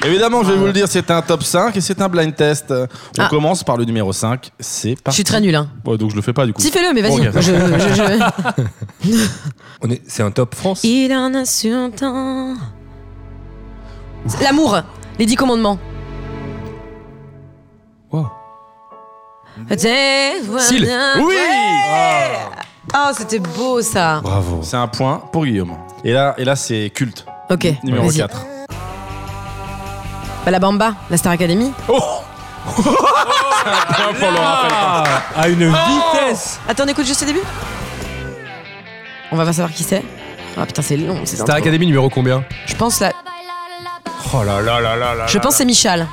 Speaker 4: Évidemment, je vais vous le dire, c'était un top 5 et c'est un blind test. On
Speaker 5: Ah.
Speaker 4: commence par le numéro 5, c'est
Speaker 5: Je
Speaker 4: parti.
Speaker 5: suis très nul. Hein.
Speaker 4: Ouais, donc je le fais pas du coup.
Speaker 5: Si, fais-le, mais vas-y.
Speaker 4: Bon, ok.
Speaker 5: Je- je- je-
Speaker 2: On est- C'est un top France.
Speaker 5: Il en a su un temps. L'amour, les dix commandements.
Speaker 3: Wow.
Speaker 5: Cile.
Speaker 3: Cile.
Speaker 4: Oui
Speaker 5: Oh, c'était beau ça.
Speaker 3: Bravo.
Speaker 4: C'est un point pour Guillaume. Et là, et là c'est culte.
Speaker 5: Ok,
Speaker 4: Numéro
Speaker 5: vas-y.
Speaker 4: 4.
Speaker 5: Bah, la Bamba, la Star Academy.
Speaker 4: Oh,
Speaker 2: Ah, à une vitesse
Speaker 5: Attends, on écoute juste le début On va pas savoir qui c'est. Ah putain, c'est long, c'est
Speaker 3: Star
Speaker 5: intro.
Speaker 3: Academy numéro combien
Speaker 5: Je pense là.
Speaker 3: Oh là là là là là.
Speaker 5: Je pense que c'est Michal.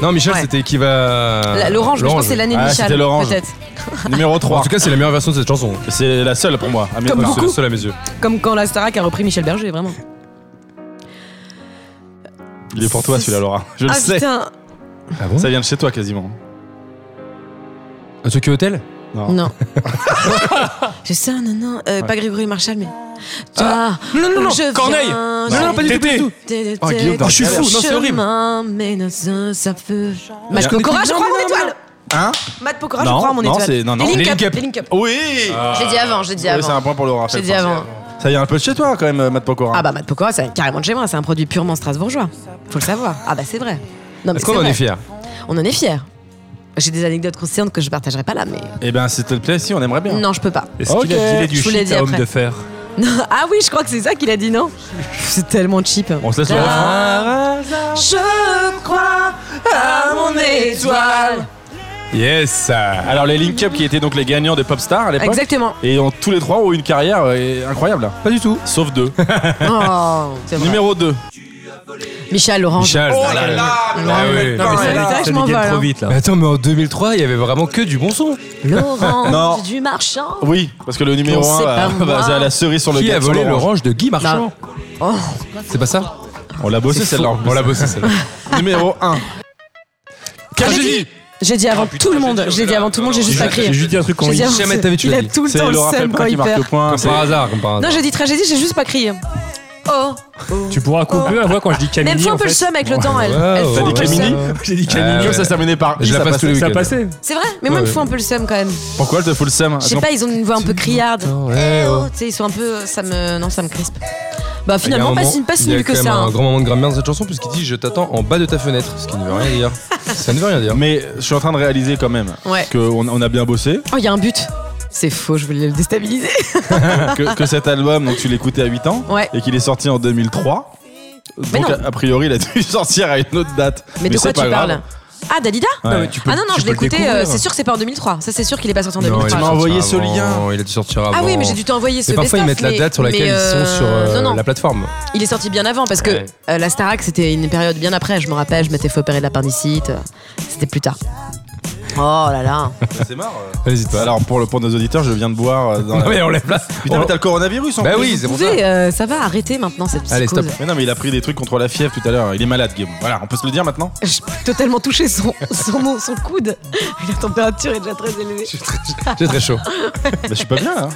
Speaker 3: Non, Michel,
Speaker 5: Ouais.
Speaker 3: c'était qui va.
Speaker 5: La- L'orange, mais je pense que c'est l'année de
Speaker 4: Ah,
Speaker 5: Michal.
Speaker 4: c'était l'orange.
Speaker 5: Peut-être.
Speaker 4: Numéro 3.
Speaker 3: En tout cas, c'est la meilleure version de cette chanson.
Speaker 4: c'est la seule pour moi. à mes
Speaker 5: Comme
Speaker 4: yeux.
Speaker 5: beaucoup.
Speaker 3: C'est la seule à mes yeux.
Speaker 5: Comme quand la Starac a repris Michel Berger, vraiment.
Speaker 4: Il est pour toi celui-là, Laura. Je le
Speaker 5: ah
Speaker 4: sais.
Speaker 5: putain
Speaker 3: Ah bon
Speaker 4: Ça vient de chez toi quasiment.
Speaker 3: Un truc hôtel
Speaker 4: Ah.
Speaker 5: Non. C'est ça, non, non. Euh, Pas Grégory Marshall, mais. Toi,
Speaker 2: Non, non, non,
Speaker 5: je viens,
Speaker 2: Corneille Non,
Speaker 5: je-
Speaker 2: non, pas du tout, pas du tout.
Speaker 5: Tété,
Speaker 3: Oh, Guillaume Dordache.
Speaker 5: je suis fou,
Speaker 3: non, c'est horrible.
Speaker 5: Chemin, mais non, ça, ça peut. Matt
Speaker 4: Je
Speaker 5: Pokora, je crois à mon étoile.
Speaker 4: Hein
Speaker 5: Matt Pokora, je
Speaker 4: Non,
Speaker 5: crois à mon
Speaker 4: non,
Speaker 5: étoile.
Speaker 4: c'est- non, non,
Speaker 5: Les
Speaker 4: les
Speaker 5: Link
Speaker 4: Link
Speaker 5: Up.
Speaker 4: Up.
Speaker 5: les Link Up.
Speaker 4: Oui
Speaker 5: J'ai dit avant, j'ai dit
Speaker 4: Oui, C'est un
Speaker 5: avant.
Speaker 4: point pour Laura.
Speaker 5: J'ai
Speaker 4: je
Speaker 5: dit
Speaker 4: pense.
Speaker 5: avant.
Speaker 4: Ça vient un peu de chez toi quand même, euh, Matt Pokora.
Speaker 5: Ah bah Matt Pokora, c'est carrément de chez moi, c'est un produit purement strasbourgeois. Faut le savoir. Ah bah c'est vrai. Non, mais
Speaker 3: Est-ce qu'on
Speaker 5: c'est
Speaker 3: en
Speaker 5: vrai.
Speaker 3: est fiers
Speaker 5: On en est fiers. J'ai des anecdotes croustillantes que je partagerai pas là, mais
Speaker 4: Eh ben, s'il te plaît, si, on aimerait bien.
Speaker 5: non, je peux pas.
Speaker 2: Est-ce qu'il
Speaker 4: Ok.
Speaker 2: a dealé du
Speaker 5: Je vous l'ai
Speaker 2: shit
Speaker 5: dit
Speaker 2: à homme
Speaker 5: après.
Speaker 2: de fer
Speaker 5: Non, Ah oui, je crois que c'est ça qu'il a dit, non C'est tellement cheap.
Speaker 4: On se laisse le refrain.
Speaker 5: Je crois à mon étoile.
Speaker 3: Yes
Speaker 4: Alors, les Link Up qui étaient donc les gagnants des Popstars à l'époque.
Speaker 5: Exactement.
Speaker 4: Et ont, tous les trois ont eu une carrière euh, incroyable. Pas du tout. Sauf deux.
Speaker 5: Oh, c'est vrai.
Speaker 4: Numéro 2.
Speaker 5: Michel Orange.
Speaker 3: Michel
Speaker 4: Oh là là
Speaker 3: Ah oui.
Speaker 2: Non, mais ça,
Speaker 5: Ouais, là,
Speaker 2: ça
Speaker 5: je m'en
Speaker 2: dégaine
Speaker 5: vais, hein.
Speaker 2: trop
Speaker 5: là.
Speaker 2: vite là.
Speaker 3: Mais attends, mais en 2003, il y avait vraiment que du bon son.
Speaker 4: Non.
Speaker 5: L'orange du marchand.
Speaker 4: Oui, parce que le numéro
Speaker 5: Non,
Speaker 4: 1,
Speaker 5: c'est pas moi.
Speaker 4: c'est à la cerise sur le
Speaker 3: Qui a
Speaker 4: gâteau,
Speaker 3: volé
Speaker 4: l'orange.
Speaker 3: l'orange de Guy Marchand
Speaker 5: Bah, Oh,
Speaker 3: C'est pas ça
Speaker 4: On l'a bossé
Speaker 3: C'est
Speaker 4: Oh, celle-là.
Speaker 3: faux. On l'a bossé celle-là.
Speaker 4: numéro 1. Tragédie
Speaker 5: j'ai dit avant tout le monde. J'ai dit avant tout le monde, j'ai juste pas crié.
Speaker 2: J'ai juste dit un truc qu'on
Speaker 5: J'ai dit
Speaker 2: dit.
Speaker 5: avant-
Speaker 3: jamais t'avais tué
Speaker 5: Il a
Speaker 3: la vie.
Speaker 5: tout le
Speaker 4: C'est
Speaker 5: temps le
Speaker 4: Laura
Speaker 5: seum
Speaker 4: Felprin
Speaker 5: quand
Speaker 4: qui
Speaker 5: il
Speaker 4: marque le
Speaker 5: perd.
Speaker 4: point.
Speaker 3: Comme par
Speaker 4: C'est-
Speaker 3: hasard, comme par
Speaker 5: Non,
Speaker 3: hasard.
Speaker 5: j'ai dit tragédie, j'ai juste pas crié. Oh, oh.
Speaker 2: Tu pourras couper la voix quand je dis Camini.
Speaker 5: Mais elle me fout un
Speaker 2: en
Speaker 5: peu le
Speaker 2: fait.
Speaker 5: seum avec le temps, elle.
Speaker 3: Ouais,
Speaker 5: Elle me
Speaker 3: ouais,
Speaker 5: fout
Speaker 4: T'as dit
Speaker 5: un peu le
Speaker 4: Camini
Speaker 5: seum. Euh,
Speaker 4: J'ai dit
Speaker 3: Ah
Speaker 4: Camini,
Speaker 3: ouais.
Speaker 4: comme ça se terminait par.
Speaker 3: Je
Speaker 4: I,
Speaker 3: la
Speaker 4: ça
Speaker 3: passe tous les
Speaker 4: passait.
Speaker 2: Ça a
Speaker 3: week-ends.
Speaker 2: passé.
Speaker 5: C'est vrai, mais moi, il me faut un peu le seum quand même.
Speaker 4: Pourquoi elle te fout le seum
Speaker 5: Je sais pas, ils ont une voix un peu criarde. Eh oh, tu sais, ils sont un peu. Ça me. Non, ça me crispe. Bah, finalement, pas si, pas si
Speaker 3: il y a
Speaker 5: nul
Speaker 3: quand
Speaker 5: que
Speaker 3: même
Speaker 5: ça.
Speaker 3: un
Speaker 5: hein.
Speaker 3: grand moment de grammaire dans cette chanson puisqu'il dit je t'attends en bas de ta fenêtre, ce qui ne veut rien dire. ça ne veut rien dire.
Speaker 4: Mais je suis en train de réaliser quand même
Speaker 5: Ouais.
Speaker 4: qu'on on a bien bossé,
Speaker 5: Oh, il y a un but. C'est faux, je voulais le déstabiliser.
Speaker 4: que, que cet album, donc tu l'écoutais à 8 ans,
Speaker 5: Ouais.
Speaker 4: et qu'il est sorti en 2003.
Speaker 5: Mais
Speaker 4: donc
Speaker 5: non.
Speaker 4: a, a priori, il a dû sortir à une autre date.
Speaker 5: Mais de quoi
Speaker 4: c'est
Speaker 5: tu
Speaker 4: pas grave.
Speaker 5: parles Ah, Dalida
Speaker 4: Ouais.
Speaker 2: mais tu peux-
Speaker 5: Ah non, non,
Speaker 2: tu
Speaker 5: je
Speaker 2: peux le
Speaker 5: l'écoutais, euh,
Speaker 2: découvrir.
Speaker 5: c'est sûr que c'est pas en 2003. Ça, c'est sûr qu'il est pas sorti en
Speaker 3: Non, il
Speaker 5: 2003.
Speaker 3: a dû
Speaker 4: m'as
Speaker 3: sortir
Speaker 4: envoyé ce
Speaker 3: avant,
Speaker 4: lien.
Speaker 3: Il a dû sortir avant.
Speaker 5: ah oui, mais j'ai dû t'envoyer ce
Speaker 3: Et parfois ils
Speaker 5: best-of,
Speaker 3: mettent la
Speaker 5: mais-
Speaker 3: date sur laquelle
Speaker 5: mais,
Speaker 3: ils sont
Speaker 5: euh,
Speaker 3: sur euh,
Speaker 5: non, non,
Speaker 3: la plateforme.
Speaker 5: il est sorti bien avant parce que
Speaker 3: Ouais.
Speaker 5: euh, la Starac c'était une période bien après. Je me rappelle, je m'étais fait opérer de l'appendicite. euh, C'était plus tard. Oh là là.
Speaker 4: C'est marrant.
Speaker 3: N'hésite pas.
Speaker 4: Bah, Alors pour, le, pour nos auditeurs, je viens de boire. euh, Dans
Speaker 3: Non, Ah, mais
Speaker 4: la...
Speaker 3: on lève là.
Speaker 4: Putain, mais t'as le coronavirus en
Speaker 3: Bah
Speaker 4: plus.
Speaker 3: oui, c'est pour
Speaker 5: Vous
Speaker 3: ça.
Speaker 5: pouvez, euh, ça va arrêter maintenant cette psychose.
Speaker 3: Allez, stop.
Speaker 4: Mais non, mais il a pris des trucs contre la fièvre tout à l'heure. Il est malade, Guillaume. Voilà, on peut se le dire maintenant.
Speaker 5: J'ai totalement touché son, son, son coude. La température est déjà très élevée.
Speaker 3: J'ai très chaud.
Speaker 4: Bah, je suis pas bien là.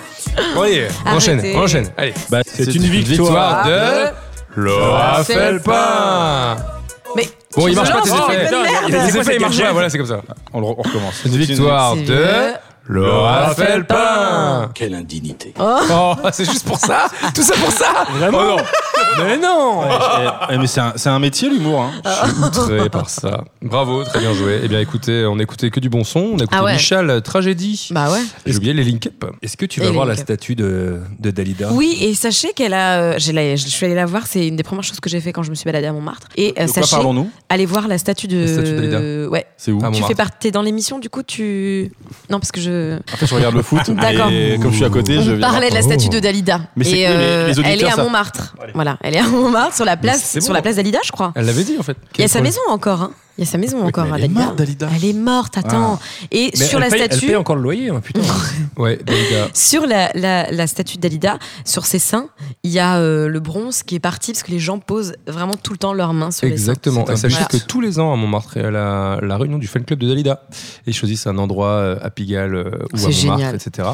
Speaker 3: Voyez, on
Speaker 5: Arrêtez.
Speaker 3: enchaîne, on enchaîne. Allez.
Speaker 4: Bah,
Speaker 2: C'est une victoire.
Speaker 3: Victoire de Laura
Speaker 5: Felpin.
Speaker 3: Felpin.
Speaker 5: Mais
Speaker 3: Bon, il marche pas
Speaker 5: Non,
Speaker 3: tes
Speaker 5: c'est
Speaker 3: effets.
Speaker 5: une bonne
Speaker 2: Il y a
Speaker 5: merde.
Speaker 2: des effets,
Speaker 3: effets,
Speaker 2: il marche pas.
Speaker 3: voilà, c'est comme ça.
Speaker 4: On, le re- on recommence.
Speaker 3: Une victoire
Speaker 5: C'est
Speaker 3: de
Speaker 5: vieux.
Speaker 3: Laura Felpin.
Speaker 6: Quelle indignité.
Speaker 3: Oh, c'est juste pour ça Tout ça pour ça Vraiment Mais non
Speaker 4: Eh, eh, mais c'est un, c'est un métier l'humour. Hein.
Speaker 5: Ah,
Speaker 3: Je suis outré par ça. Bravo, très bien joué. Eh bien, écoutez, on écoutait que du bon son. On écoutait
Speaker 5: Ah ouais.
Speaker 3: Michal, Tragédie.
Speaker 5: Bah ouais.
Speaker 3: J'ai oublié les Link Up.
Speaker 2: Est-ce que tu
Speaker 5: Et
Speaker 2: vas
Speaker 5: les
Speaker 2: voir la
Speaker 5: Link Up.
Speaker 2: statue de, de
Speaker 3: Ah.
Speaker 2: Dalida
Speaker 5: Oui, et sachez qu'elle a. euh, j'ai la- je suis allée la voir, c'est une des premières choses que j'ai fait quand je me suis baladée à Montmartre. Et euh,
Speaker 4: De quoi
Speaker 5: sachez,
Speaker 4: parlons-nous
Speaker 5: allez voir la statue de.
Speaker 3: La statue de Dalida.
Speaker 5: Ouais.
Speaker 4: C'est où
Speaker 3: Ah,
Speaker 5: Tu
Speaker 3: Montmartre.
Speaker 5: fais partie. T'es dans l'émission, du coup, tu. Non, parce que je. Ah,
Speaker 4: En fait, je regarde le foot.
Speaker 5: D'accord.
Speaker 4: Et comme je suis à côté, je
Speaker 5: On
Speaker 4: viens
Speaker 5: parlait de la
Speaker 4: voir.
Speaker 5: statue de Dalida.
Speaker 4: Mais c'est-
Speaker 5: et euh,
Speaker 4: oui, mais les auditeurs
Speaker 5: elle est à
Speaker 4: savent.
Speaker 5: Montmartre. Voilà, elle est à Montmartre sur la place,
Speaker 3: c'est
Speaker 5: sur
Speaker 3: bon.
Speaker 5: la place Dalida, je crois.
Speaker 3: Elle l'avait dit, en fait.
Speaker 5: Il y a sa maison encore. hein. Il y a sa maison encore.
Speaker 4: mais elle
Speaker 5: hein,
Speaker 4: est
Speaker 5: Dalida.
Speaker 4: morte, Dalida.
Speaker 5: Elle est morte, attends. Et
Speaker 2: Mais
Speaker 5: sur
Speaker 2: elle
Speaker 5: la
Speaker 2: paye- Elle
Speaker 5: statue.
Speaker 2: paye encore le loyer, hein, putain.
Speaker 3: Ouais, Dalida.
Speaker 5: Sur la, la- la statue de Dalida, sur ses seins, il y a euh, le bronze qui est parti parce que les gens posent vraiment tout le temps leurs mains sur les seins.
Speaker 3: Exactement.
Speaker 2: C'est
Speaker 3: Et
Speaker 2: un
Speaker 3: sachez
Speaker 5: but.
Speaker 3: que tous les ans à Montmartre, il y a la, la réunion du fan club de Dalida. Et ils choisissent un endroit euh, à Pigalle euh, ou à
Speaker 5: C'est
Speaker 3: Montmartre,
Speaker 5: génial.
Speaker 3: etc.